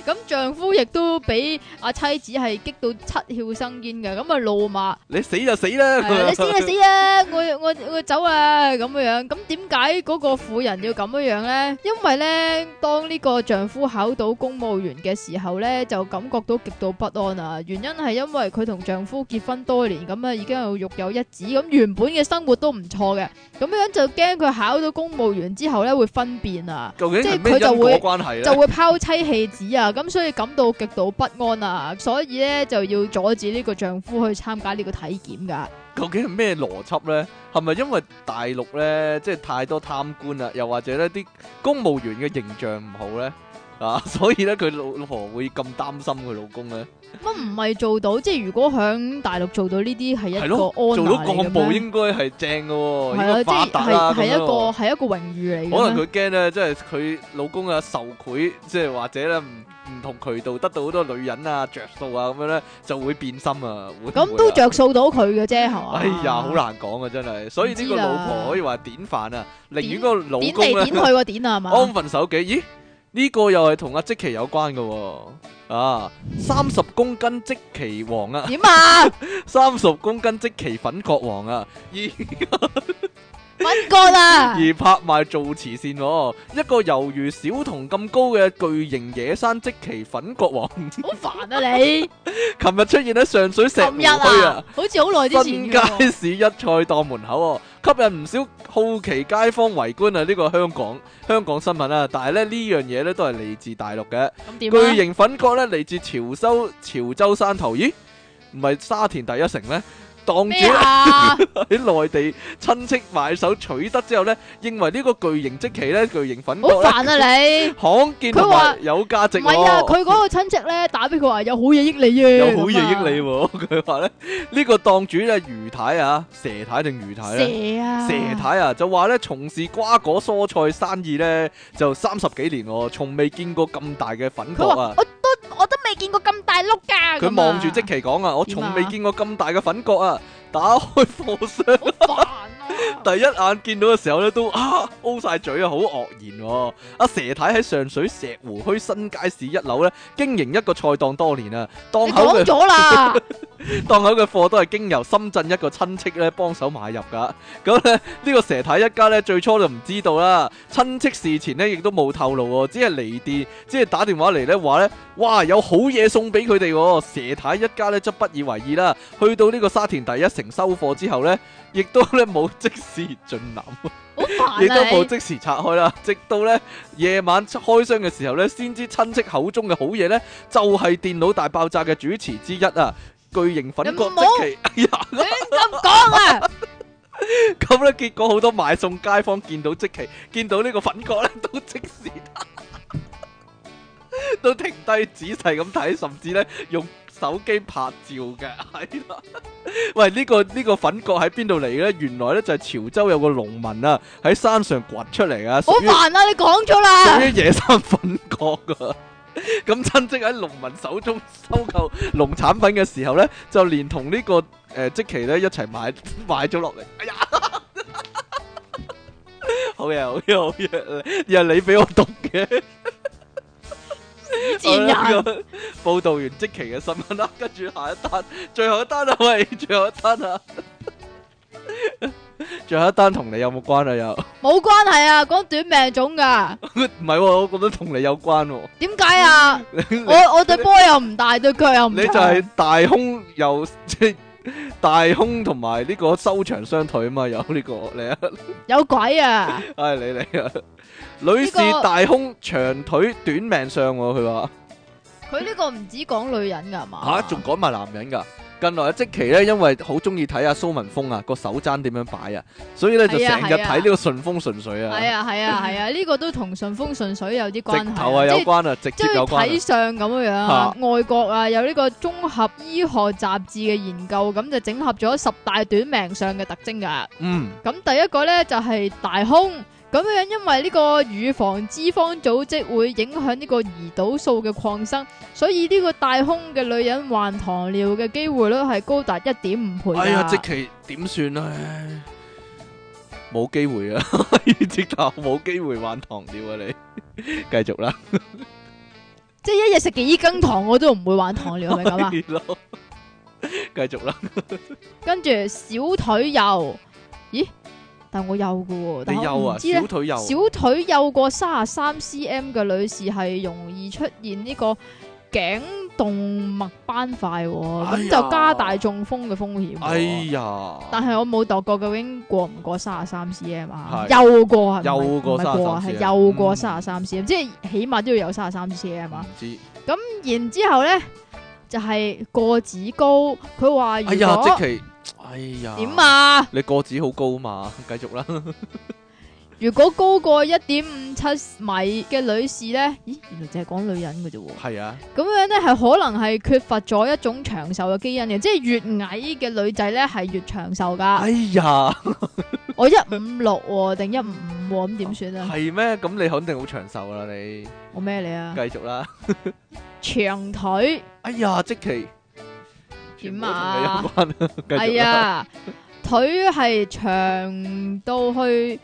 Speaker 2: 咁丈夫亦都俾阿妻子係激到七竅生煙嘅，咁啊怒罵：
Speaker 1: 你死就死啦！
Speaker 2: 係啊你死 啊死啊！我我我走啊！咁樣樣，咁點解嗰個婦人要咁樣樣咧？因為咧，當呢個丈夫考到公務員嘅時候咧，就感覺到極度不安啊！原因係因為佢同丈夫結婚多年，咁啊已經有育有一子，咁原本嘅生活都唔錯嘅，咁樣就驚佢考到公務員之後咧會分辨啊！
Speaker 1: 究竟
Speaker 2: 即
Speaker 1: 係
Speaker 2: 係
Speaker 1: 咩
Speaker 2: 佢就
Speaker 1: 因果
Speaker 2: 會
Speaker 1: 關係
Speaker 2: 就
Speaker 1: 咧？
Speaker 2: 會拋妻棄子啊，咁所以感到極度不安啊，所以咧就要阻止呢個丈夫去參加呢個體檢噶。
Speaker 1: 究竟係咩邏輯咧？係咪因為大陸咧，即係太多貪官啦，又或者咧啲公務員嘅形象唔好咧？ 啊，所以咧佢老老婆會咁擔心佢老公咧，
Speaker 2: 乜唔係做到？即係如果喺大陸做到呢啲係
Speaker 1: 係
Speaker 2: 一個
Speaker 1: 咯，做到
Speaker 2: 安娜
Speaker 1: 幹
Speaker 2: 嚟
Speaker 1: 部
Speaker 2: 嘅咩？
Speaker 1: 應該係正嘅喎，應
Speaker 2: 係啊，
Speaker 1: 該
Speaker 2: 即
Speaker 1: 發
Speaker 2: 係
Speaker 1: 達啦
Speaker 2: 係係一
Speaker 1: 咁樣喎
Speaker 2: 個係一個榮譽嚟
Speaker 1: 可
Speaker 2: 嘅
Speaker 1: 能佢
Speaker 2: 咩。
Speaker 1: 驚咧，即係佢老公啊受賄，即係或者咧唔唔同渠道得到好多女人啊着數啊咁樣咧，就會變心啊。會唔會啊
Speaker 2: 咁都。着數到佢嘅啫，係嘛？
Speaker 1: 哎呀，好難講啊，真係。所以呢個
Speaker 2: 唔知啦
Speaker 1: 老婆可以話典範啊，寧願個老
Speaker 2: 點
Speaker 1: 公
Speaker 2: 嚟點去
Speaker 1: 咧
Speaker 2: 個點啊，係
Speaker 1: 安
Speaker 2: 嘛？
Speaker 1: 分守己。咦？呢個又係同阿積淇有關嘅喎。啊，三十公斤積淇王啊，
Speaker 2: 點啊？
Speaker 1: 三十公斤積淇粉國王啊，而
Speaker 2: 揾過啦！
Speaker 1: 而拍賣做慈善、喎，一個猶如小童咁高嘅巨型野生即奇粉國王，
Speaker 2: 好煩啊你！
Speaker 1: 琴日出現喺上水石湖
Speaker 2: 琴日
Speaker 1: 墟啊
Speaker 2: 啊，，好似好耐之前
Speaker 1: 新
Speaker 2: 㗎喎
Speaker 1: 街市一菜檔門口、喎，吸引唔少好奇街坊圍觀啊！呢、個香港香港新聞啊，但係咧呢樣嘢咧都係嚟自大陸嘅。
Speaker 2: 咁點
Speaker 1: 巨
Speaker 2: 啊？
Speaker 1: 型粉角咧嚟自潮州潮州山頭，咦？唔係沙田第一城咩？檔
Speaker 2: 咩
Speaker 1: 主
Speaker 2: 啊？
Speaker 1: 喺內地親戚買手取得之後咧，認為呢個巨型即奇咧巨型粉
Speaker 2: 好
Speaker 1: 角咧。
Speaker 2: 煩啊你！
Speaker 1: 罕見同埋有價值
Speaker 2: 唔係啊，
Speaker 1: 喎，
Speaker 2: 佢嗰個親戚咧打俾佢話有好嘢益你啊，
Speaker 1: 有好嘢益你
Speaker 2: 咁
Speaker 1: 喎。 佢話咧呢個檔主咧魚太啊，蛇太定魚
Speaker 2: 啊
Speaker 1: 太咧？
Speaker 2: 蛇啊，
Speaker 1: 蛇太啊，就話咧從事瓜果蔬菜生意咧就三十幾年喎，從未見過咁大嘅粉角
Speaker 2: 佢話
Speaker 1: 啊！
Speaker 2: 我都我都未見過咁大碌㗎，
Speaker 1: 佢
Speaker 2: 咁啊
Speaker 1: 望住即奇講啊，我從未見過咁大嘅粉角啊！打開貨箱。
Speaker 2: 好煩 啊！
Speaker 1: 第一眼見到嘅時候咧，都啊 O 晒嘴啊，好愕然喎、阿蛇太喺上水石湖墟新街市一樓咧，經營一個菜檔多年啊，檔
Speaker 2: 你
Speaker 1: 口
Speaker 2: 講
Speaker 1: 嘅
Speaker 2: 咗啦，
Speaker 1: 檔口嘅貨都係經由深圳一個親戚咧幫手買入㗎。咁咧呢個蛇太一家咧最初就唔知道啦，親戚事前咧亦都冇透露喎，只係嚟電，只係打電話嚟咧話咧，哇有好嘢送俾佢哋喎。蛇太一家咧則不以為意啦，去到呢個沙田第一城收貨之後咧，亦都咧冇即時進攬。
Speaker 2: 好
Speaker 1: 亦
Speaker 2: 煩
Speaker 1: 都
Speaker 2: 啊
Speaker 1: 冇
Speaker 2: 你！
Speaker 1: 即時拆開啦， 直到咧夜晚開箱嘅時候咧，先知親戚口中嘅好嘢咧，就係、電腦大爆炸嘅主持之一啊！巨型粉角
Speaker 2: 你唔好
Speaker 1: 即奇， 哎呀，
Speaker 2: 亂咁講啊！
Speaker 1: 咁咧結果好多買餸街坊見到即奇，見到呢個粉角咧，都即時 都停低仔細咁睇，甚至咧用手機拍照嘅， 係啦。喂，呢、個呢、個粉角喺邊度嚟嘅咧？原來咧就係潮州有個農民啊，喺山上掘出嚟啊，
Speaker 2: 好
Speaker 1: 屬於
Speaker 2: 煩啊！你講咗
Speaker 1: 屬
Speaker 2: 啦，
Speaker 1: 於野生粉角噶，咁親戚喺農民手中收購農產品嘅時候咧，就連同呢、個誒、呃即期咧一齊買 買咗落嚟。哎呀！ 好嘢，好嘢，好嘢！又係你俾我讀嘅。
Speaker 2: 賤人，
Speaker 1: 人。報導完即期嘅新聞啦， 跟住下一單，最後一單啊，喂， 最後一單啊，最後一單同你有冇關啊？又
Speaker 2: 冇關係啊，講短命種噶，
Speaker 1: 唔係喎，我覺得同你有關喎。
Speaker 2: 點解啊？
Speaker 1: 你
Speaker 2: 我我對波又唔大，對腳又 唔
Speaker 1: 你就
Speaker 2: 長
Speaker 1: 係大胸又 即係大胸同埋呢個修長雙腿啊嘛，有呢、個你啊，
Speaker 2: 有鬼啊！
Speaker 1: 唉你你啊，女士
Speaker 2: 呢個
Speaker 1: 大胸長腿短命相喎、佢話。
Speaker 2: 佢呢個唔止講女人噶係嘛？
Speaker 1: 吓，仲講埋男人噶。近來啊，即期咧，因為好中意睇阿蘇文峰啊個手踭點樣擺啊，所以咧就
Speaker 2: 係啊
Speaker 1: 成日
Speaker 2: 係啊
Speaker 1: 睇呢個順風順水
Speaker 2: 係
Speaker 1: 啊，
Speaker 2: 啊係啊係啊，呢個都同順風順水有啲關
Speaker 1: 直
Speaker 2: 係
Speaker 1: 頭啊
Speaker 2: 啊，
Speaker 1: 有
Speaker 2: 即係
Speaker 1: 關啊，直
Speaker 2: 即
Speaker 1: 接
Speaker 2: 係
Speaker 1: 有
Speaker 2: 好似睇
Speaker 1: 關
Speaker 2: 相咁樣樣啊。外國啊有呢個綜合醫學雜誌嘅研究，咁就整合咗十大短命相嘅特徵㗎。
Speaker 1: 啊。嗯，
Speaker 2: 咁第一個咧就係大胸，咁樣因為呢個乳房脂肪組織會影響呢個胰島素嘅擴生，所以呢個大胸嘅女人患糖尿嘅機會率係高達一點五 倍㗎。
Speaker 1: 哎呀，即期點算咧？冇機會啊， 直頭冇機會玩糖尿啊！你 繼續啦，
Speaker 2: 即係一日食幾羹糖我都唔會患糖尿，係咪咁 啊？
Speaker 1: 係咯，繼續啦，
Speaker 2: 跟住小腿幼，咦？但我幼嘅喎，但
Speaker 1: 你
Speaker 2: 係
Speaker 1: 幼
Speaker 2: 我唔
Speaker 1: 啊，
Speaker 2: 知咧
Speaker 1: 小。腿幼，
Speaker 2: 小腿幼過三十三 cm 嘅女士係容易出現呢個頸動脈斑塊、喎，咁、
Speaker 1: 哎呀
Speaker 2: 就加大中風嘅風險喎、
Speaker 1: 哎呀，
Speaker 2: 但係我冇度過究竟過唔過三十三 cm 啊？
Speaker 1: 係
Speaker 2: 幼過係咪
Speaker 1: 幼過
Speaker 2: 唔係過啊？
Speaker 1: 33
Speaker 2: 係
Speaker 1: cm
Speaker 2: 幼過
Speaker 1: 嗯
Speaker 2: 三十三 cm，即係起碼都要有三十三 cm 啊
Speaker 1: 唔！知，
Speaker 2: 咁然之後咧就係、個子高，佢話如
Speaker 1: 哎呀，
Speaker 2: 果
Speaker 1: 即期，哎呀，
Speaker 2: 點？啊？
Speaker 1: 你個子好高嘛，繼續 啦。
Speaker 2: 如果高過一點五七米嘅女士呢，咦，原來淨係講女人嘅啫喎。
Speaker 1: 係啊，
Speaker 2: 咁樣呢，係可能係缺乏咗一種長壽嘅基因嘅，即係越矮嘅女仔呢係越長壽噶。
Speaker 1: 哎呀，
Speaker 2: 我一五六定一五五咁點算啊？
Speaker 1: 係咩？咁你肯定好長壽啦，你
Speaker 2: 我咩你啊
Speaker 1: 繼？續啦。
Speaker 2: 長腿
Speaker 1: 哎呀，即期
Speaker 2: 點
Speaker 1: 全
Speaker 2: 啊？
Speaker 1: 部同你有關，繼
Speaker 2: 係
Speaker 1: 續啦。
Speaker 2: 啊，腿係長到去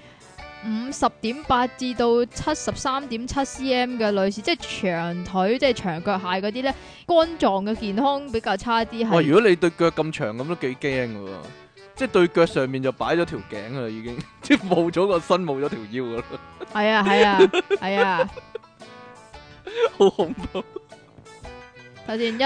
Speaker 2: 五十點八至到七十三點七 cm 嘅女士，即係長腿，即係長腳蟹嗰啲咧，肝臟嘅健康比較差啲，
Speaker 1: 哇！
Speaker 2: 係
Speaker 1: 如果你對腳咁長咁都幾驚嘅喎，即係對腳上面就擺咗條頸啦，已經 即係冇咗個身，冇咗條腰噶啦，
Speaker 2: 係啊係啊係啊，
Speaker 1: 好恐怖！
Speaker 2: 首先一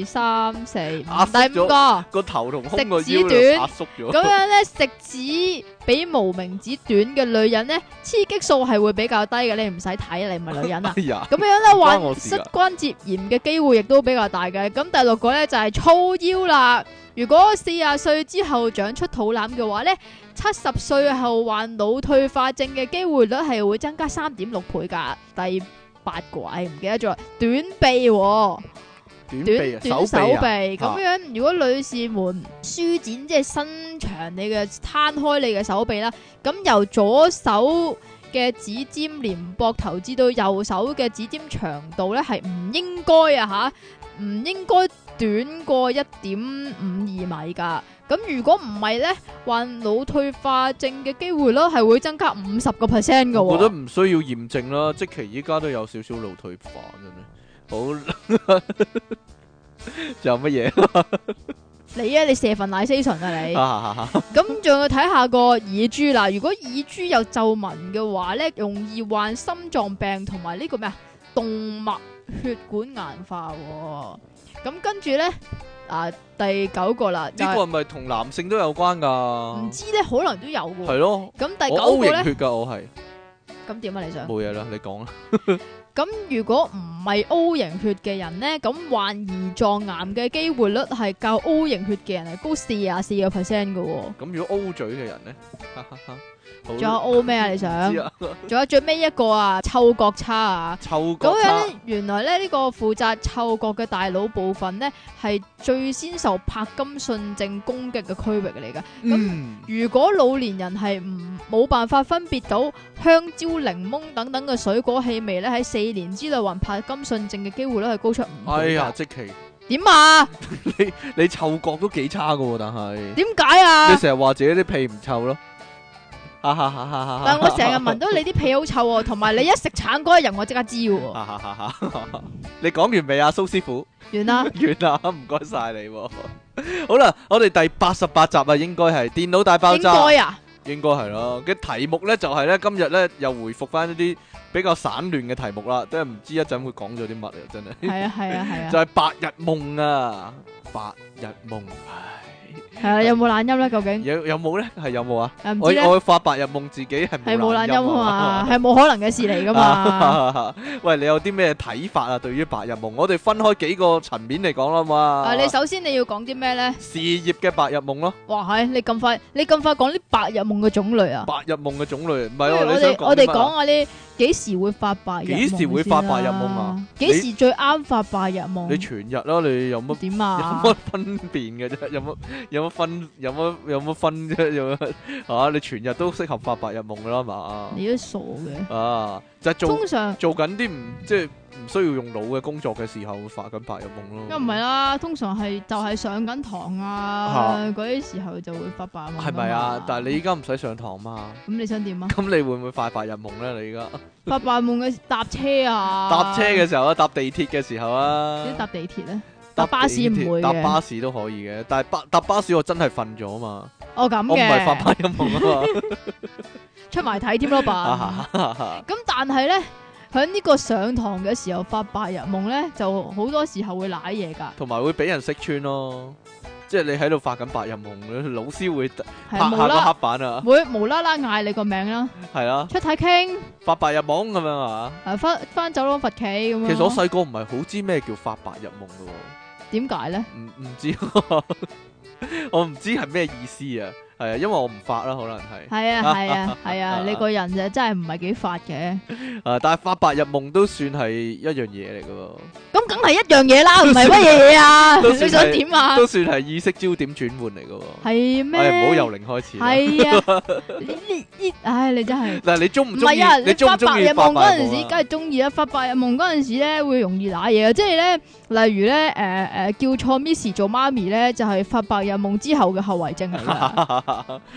Speaker 2: 二三四
Speaker 1: 壓
Speaker 2: 五，
Speaker 1: 縮咗
Speaker 2: 第五個。
Speaker 1: 個頭同胸個
Speaker 2: 食指
Speaker 1: 腰就
Speaker 2: 短
Speaker 1: 壓縮咗，
Speaker 2: 咁樣咧，食指比無名指短嘅女人咧，雌激素係會比較低嘅，你唔使睇，你唔係女人 啊
Speaker 1: 哎。呀，
Speaker 2: 咁樣咧，
Speaker 1: 關
Speaker 2: 患
Speaker 1: 我事啊
Speaker 2: 膝
Speaker 1: 㗎
Speaker 2: 關節炎嘅機會亦都比較大嘅。咁第六個咧就係、粗腰啦。如果四十歲之後長出肚腩嘅話咧，七十歲後患腦退化症嘅機會率係會增加三點六倍㗎。第八個，唉唔記得咗啦，短臂、喎。
Speaker 1: 短
Speaker 2: 短
Speaker 1: 臂啊，
Speaker 2: 短手
Speaker 1: 手臂啊，
Speaker 2: 臂咁樣，如果女士們舒展，即係伸長你嘅攤開你嘅手臂啦，咁由左手嘅指尖連膊頭至到右手嘅指尖長度咧，係唔應該啊吓，唔應該短過一點五二米噶。咁如果唔係咧，患腦退化症嘅機會率係會增加五十個 percent 噶。
Speaker 1: 我覺得唔需要驗證啦，即其依家都有少少腦退化真係。好， 仲有乜嘢
Speaker 2: 你啊，你射份奶 station 啊 你。
Speaker 1: 啊？
Speaker 2: 咁仲要睇下個耳珠啦，如果耳珠有皺紋嘅話咧，容易患心臟病同埋呢個咩啊動脈血管硬化、喎。咁跟住咧啊第九個啦，就
Speaker 1: 呢
Speaker 2: 係
Speaker 1: 個係咪同男性都有關噶？
Speaker 2: 唔知咧可能都有
Speaker 1: 係
Speaker 2: 嘅喎。
Speaker 1: 咯，
Speaker 2: 咁第
Speaker 1: 我
Speaker 2: 九
Speaker 1: O
Speaker 2: 個
Speaker 1: 型
Speaker 2: 咧，
Speaker 1: 血噶，我係
Speaker 2: 咁點啊？你想？
Speaker 1: 冇嘢啦，你講啦。
Speaker 2: 咁如果唔係 O 型血嘅人咧，咁患胰臟癌嘅機會率係較 O 型血嘅人係高四啊四個 percent 嘅喎。
Speaker 1: 咁如果 O 嘴嘅人咧，哈哈哈好
Speaker 2: 仲有 O 咩啊？ 你想
Speaker 1: 知？啊，
Speaker 2: 仲有最尾一個啊，嗅覺差啊！
Speaker 1: 嗅
Speaker 2: 咁
Speaker 1: 覺
Speaker 2: 樣
Speaker 1: 差
Speaker 2: 咧，原來咧呢、個負責嗅覺嘅大腦部分咧，係最先受柏金遜症攻擊嘅區域嚟㗎。
Speaker 1: 嗯
Speaker 2: 如果老年人係唔冇辦法分別到香蕉、檸檬等等嘅水果氣味咧，喺四年之內患柏金遜症嘅機會率係高出五
Speaker 1: 哎
Speaker 2: 倍㗎。
Speaker 1: 呀，即奇，
Speaker 2: 點啊？
Speaker 1: 你嗅覺都幾差噶喎，但係
Speaker 2: 點解啊
Speaker 1: 你？成日話自己啲屁唔臭咯，哈哈哈哈哈哈！
Speaker 2: 但我成日聞到你啲屁好臭喎，同埋你一食橙嗰一日我即刻知喎。
Speaker 1: 哈哈哈哈哈哈，你講完未啊，蘇師傅？
Speaker 2: 完啦，
Speaker 1: 完啦，唔該晒你喎。好啦，我哋第八十八集啊，應該係電腦大爆
Speaker 2: 應
Speaker 1: 炸。
Speaker 2: 該啊，
Speaker 1: 應該係咯。嘅題目呢就係、呢，今日呢又回復翻一啲比較散亂嘅題目啦，真係唔知一陣會講咗啲乜啊！真係
Speaker 2: 係啊，係啊，係啊
Speaker 1: 就。係白日夢啊，白日夢，唉，
Speaker 2: 系啦，啊有冇懶音咧？究竟
Speaker 1: 有有冇呢？係有冇啊？
Speaker 2: 誒唔
Speaker 1: 我
Speaker 2: 知咧，
Speaker 1: 我發白日夢自己係
Speaker 2: 係冇懶
Speaker 1: 懶
Speaker 2: 音 啊嘛，係冇可能嘅事嚟
Speaker 1: À.
Speaker 2: 噶嘛。
Speaker 1: 嘛。喂，你有啲咩睇法啊？對於白日夢，我哋分開幾個層面嚟講啦嘛。
Speaker 2: 啊，你首先你要講啲咩咧？
Speaker 1: 事業嘅白日夢咯，
Speaker 2: 哇，係你咁快，你咁快講啲白日夢嘅種類啊？
Speaker 1: 白日夢嘅種類，唔
Speaker 2: 不
Speaker 1: 係
Speaker 2: 如
Speaker 1: 喎
Speaker 2: 我
Speaker 1: 你想
Speaker 2: 哋我哋
Speaker 1: 講啲乜啊
Speaker 2: 講下呢幾時會發白日夢？
Speaker 1: 幾時會發白日夢啊？
Speaker 2: 幾時最啱發白日
Speaker 1: 你
Speaker 2: 夢？
Speaker 1: 全日咯，你有乜？
Speaker 2: 點
Speaker 1: 有
Speaker 2: 啊？
Speaker 1: 乜分辨嘅啫？有乜有乜分有乜有乜 分啫？有乜啊？你全日都適合發白日夢噶啦嘛？
Speaker 2: 你都傻嘅。
Speaker 1: 啊，就係做
Speaker 2: 通常
Speaker 1: 做緊啲唔即係唔需要用腦嘅工作嘅時候，會發緊白日夢咯。
Speaker 2: 又唔係啊啦，通常係就係上緊堂啊
Speaker 1: 嚇
Speaker 2: 嗰啲時候就會發白日夢㗎嘛。
Speaker 1: 係咪啊？但係你依家唔使上堂嘛？
Speaker 2: 咁你想點啊？
Speaker 1: 咁你會唔會發白日夢咧？你而家
Speaker 2: 發白日夢嘅搭車啊？
Speaker 1: 搭車嘅時候啊，搭地鐵嘅時候啊
Speaker 2: 點，搭地鐵咧？搭巴士
Speaker 1: 地鐵
Speaker 2: 唔會嘅
Speaker 1: 搭巴士都可以嘅，但係巴搭巴士我真係瞓咗嘛，
Speaker 2: 哦咁
Speaker 1: 我唔係發
Speaker 2: 嘅，
Speaker 1: 白日夢啊
Speaker 2: 出埋睇添 咯吧。
Speaker 1: 嘛。
Speaker 2: 咁但係咧，喺呢個上堂嘅時候發白日夢咧，就好多時候會舐嘢㗎，
Speaker 1: 同埋會俾人識穿咯。即係你喺度發緊白日夢，老師會拍下
Speaker 2: 係無
Speaker 1: 個黑
Speaker 2: 啦
Speaker 1: 板啊，
Speaker 2: 會無啦啦嗌你個名啦，
Speaker 1: 係啦，
Speaker 2: 出體傾，
Speaker 1: 發白日夢咁樣啊。
Speaker 2: 誒翻翻走廊罰企咁樣咯。
Speaker 1: 其實我細個唔係好知咩叫發白日夢嘅
Speaker 2: 點 解咧？
Speaker 1: 喎，唔 唔知，我唔知係咩意思啊。係啊，因為我唔發啦，可能係。
Speaker 2: 係啊係啊係啊！你個人就真係唔係幾發嘅，
Speaker 1: 啊，但係發白日夢都算係一樣嘢嚟嘅喎，
Speaker 2: 咁梗係一樣嘢啦，唔係乜嘢嘢啊？
Speaker 1: 都算
Speaker 2: 你想點啊？
Speaker 1: 都算係意識焦點轉換嚟嘅喎。
Speaker 2: 係咩？
Speaker 1: 唉唔好由零開始啦。
Speaker 2: 係啊！呢呢呢，唉，你真係〜
Speaker 1: 嗱，你中唔
Speaker 2: 唔
Speaker 1: 中意
Speaker 2: 係啊，？
Speaker 1: 你
Speaker 2: 你
Speaker 1: 中唔
Speaker 2: 發
Speaker 1: 中
Speaker 2: 白
Speaker 1: 意
Speaker 2: 日夢
Speaker 1: 發
Speaker 2: 嗰
Speaker 1: 白日
Speaker 2: 陣時，
Speaker 1: 夢
Speaker 2: 梗
Speaker 1: 啊？
Speaker 2: 係中意啦。發白日夢嗰陣時咧，會容易揦嘢啊。即係咧，例如咧，誒、誒、叫錯 Miss 做媽咪咧，就係、發白日夢之後嘅後遺症嚟 㗎
Speaker 1: 啊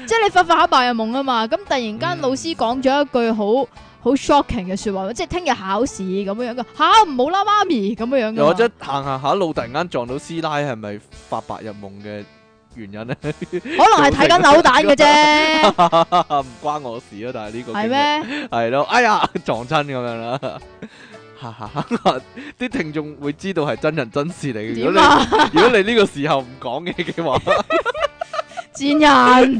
Speaker 2: 即係你發發下白日夢啊嘛，咁突然間
Speaker 1: 嗯
Speaker 2: 老師講咗一句好好 shocking 嘅説話，即係聽日考試咁樣樣嘅吓，唔好啦媽咪咁樣樣㗎
Speaker 1: 又
Speaker 2: 嘛
Speaker 1: 或者行行下路，突然間撞到師奶，係咪發白日夢嘅原因咧？
Speaker 2: 可能係睇緊扭蛋嘅 啫，
Speaker 1: 唔關我事啊，但係呢個
Speaker 2: 係？咩？
Speaker 1: 係咯，哎呀， 撞親咁樣啦。 哈哈哈啲聽眾會知道係真人真事嚟嘅。如
Speaker 2: 點
Speaker 1: 果你
Speaker 2: 啊，
Speaker 1: 如果你呢個時候唔講嘢嘅 話，
Speaker 2: 賤人！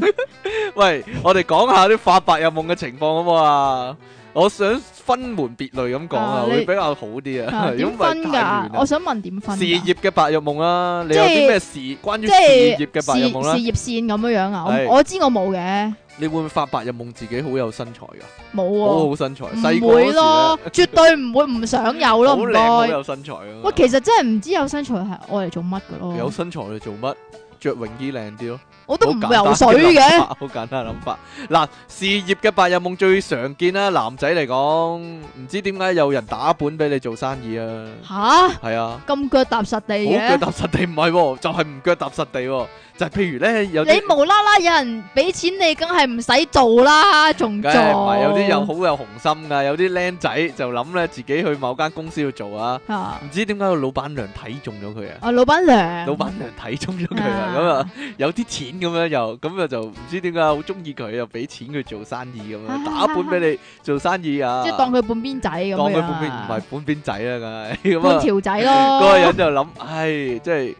Speaker 1: 喂，我哋講下啲發白日夢嘅情況好唔好啊？我想分門別類咁講啊，
Speaker 2: 啊
Speaker 1: 會
Speaker 2: 你
Speaker 1: 比較好啲啊
Speaker 2: 啊。
Speaker 1: 如
Speaker 2: 點
Speaker 1: 果唔
Speaker 2: 分
Speaker 1: 係太
Speaker 2: 㗎
Speaker 1: 亂？
Speaker 2: 我
Speaker 1: 啊
Speaker 2: 想問點分
Speaker 1: 事
Speaker 2: 㗎？
Speaker 1: 業嘅白日夢啊，你有
Speaker 2: 即
Speaker 1: 啲
Speaker 2: 係
Speaker 1: 咩事關於
Speaker 2: 即係
Speaker 1: 事業嘅白日夢
Speaker 2: 事
Speaker 1: 咧？
Speaker 2: 業線咁樣樣啊！
Speaker 1: 係
Speaker 2: 我我知我冇嘅，
Speaker 1: 你會唔會發白日夢自己好有身材噶？好
Speaker 2: 冇
Speaker 1: 好身材，
Speaker 2: 喎，
Speaker 1: 細個
Speaker 2: 唔
Speaker 1: 嗰
Speaker 2: 會
Speaker 1: 時
Speaker 2: 咯
Speaker 1: 咧，
Speaker 2: 絕對唔會唔想有咯，
Speaker 1: 好
Speaker 2: 唔
Speaker 1: 靚好
Speaker 2: 該。
Speaker 1: 有身材啊！
Speaker 2: 喂，其實真係唔知有身材係愛嚟做乜嘅
Speaker 1: 有
Speaker 2: 咯，
Speaker 1: 身材你做乜？着泳衣靚啲咯，
Speaker 2: 我都唔
Speaker 1: 好簡單
Speaker 2: 游
Speaker 1: 嘅
Speaker 2: 水
Speaker 1: 諗
Speaker 2: 嘅，
Speaker 1: 法好簡單諗法。嗱，事業嘅白日夢最常見啦，男仔嚟講，唔知點解有人打本俾你做生意啊？
Speaker 2: 吓
Speaker 1: 係啊，
Speaker 2: 咁腳踏實地
Speaker 1: 好腳
Speaker 2: 嘅，
Speaker 1: 踏實地唔係喎，就係唔腳踏實地喎，就係譬如咧有啲
Speaker 2: 你。無啦啦有人俾錢你，梗係唔使做啦，仲做
Speaker 1: 梗係唔係有啲有好有雄心噶，有啲僆仔就諗咧自己去某間公司度做啊，
Speaker 2: 啊
Speaker 1: 唔知點解個老闆娘睇中咗佢啊，
Speaker 2: 啊老闆娘，
Speaker 1: 老闆娘睇中咗佢啊，咁啊有啲錢咁樣又，咁啊就唔知點解好中意佢，又俾錢佢做生意咁樣，打本俾你做生意啊，
Speaker 2: 啊即係當佢半邊仔咁樣
Speaker 1: 當佢
Speaker 2: 啊
Speaker 1: 半邊唔係半邊仔啦，梗係咁
Speaker 2: 半
Speaker 1: 啊，
Speaker 2: 條仔
Speaker 1: 嗰個
Speaker 2: 咯，
Speaker 1: 人就諗，唉，即係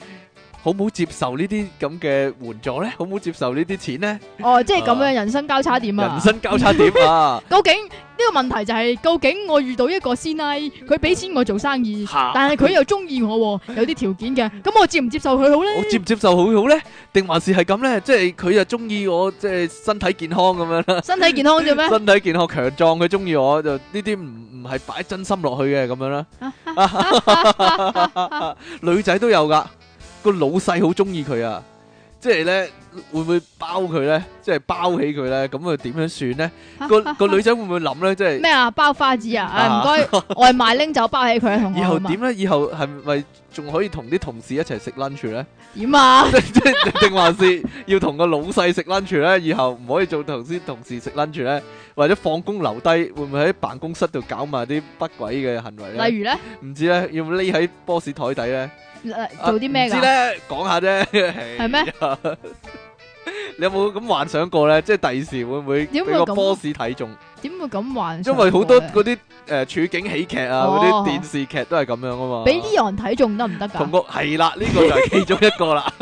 Speaker 1: 好唔好接受呢啲咁嘅援助咧？好唔好接受呢啲錢咧？
Speaker 2: 哦，即係咁
Speaker 1: 啊
Speaker 2: 樣人生交叉點啊！
Speaker 1: 人生交叉點 啊！
Speaker 2: 究竟呢個問題就係究竟我遇到一個師奶，佢俾錢我做生意，
Speaker 1: 嚇
Speaker 2: 但係佢又中意我喎，有啲條 件嘅，咁我接唔接受佢好咧？
Speaker 1: 我接唔接受好好咧？定還是係咁咧？即係佢又中意我，即係身體健康咁樣啦。
Speaker 2: 身體健康 啫咩？
Speaker 1: 身體健康強壯，佢中意我就呢啲唔唔係擺真心落去嘅咁樣 啦。女仔都有噶，個老細好中意佢啊，即係咧會唔會包佢咧？即係包起佢咧？咁佢點樣算咧？個個女仔會唔會諗咧？即係
Speaker 2: 咩啊？包花子 啊？唉，唔該，外賣拎走包起佢啊，同
Speaker 1: 以
Speaker 2: 我
Speaker 1: 後
Speaker 2: 啊嘛
Speaker 1: 點咧？以後係咪仲可以同啲同事一齊食 lunch 咧？
Speaker 2: 點啊？
Speaker 1: 即即定還是要同個老細食 lunch 咧？以後唔可以做同事同事食 lunch 咧，或者放工留低，會唔會喺辦公室度搞埋啲不軌嘅行為咧？
Speaker 2: 例如咧，
Speaker 1: 唔知咧，要匿喺 boss 台底咧？
Speaker 2: 呃
Speaker 1: 啊
Speaker 2: 做啲咩
Speaker 1: 唔知
Speaker 2: 㗎？
Speaker 1: 咧，講下啫。係
Speaker 2: 係咩？
Speaker 1: 你有冇咁幻想過咧？即係第時會唔會俾
Speaker 2: 點會
Speaker 1: 個
Speaker 2: 咁啊
Speaker 1: boss 睇中？
Speaker 2: 點會咁幻想啊
Speaker 1: 因
Speaker 2: 過咧？
Speaker 1: 為好多嗰啲誒處境喜劇啊，嗰
Speaker 2: 哦
Speaker 1: 啲電視劇都係咁樣啊嘛。
Speaker 2: 俾 Leon 睇中得唔得
Speaker 1: 同
Speaker 2: 㗎？
Speaker 1: 個係啦，呢、個就 係其中一個啦。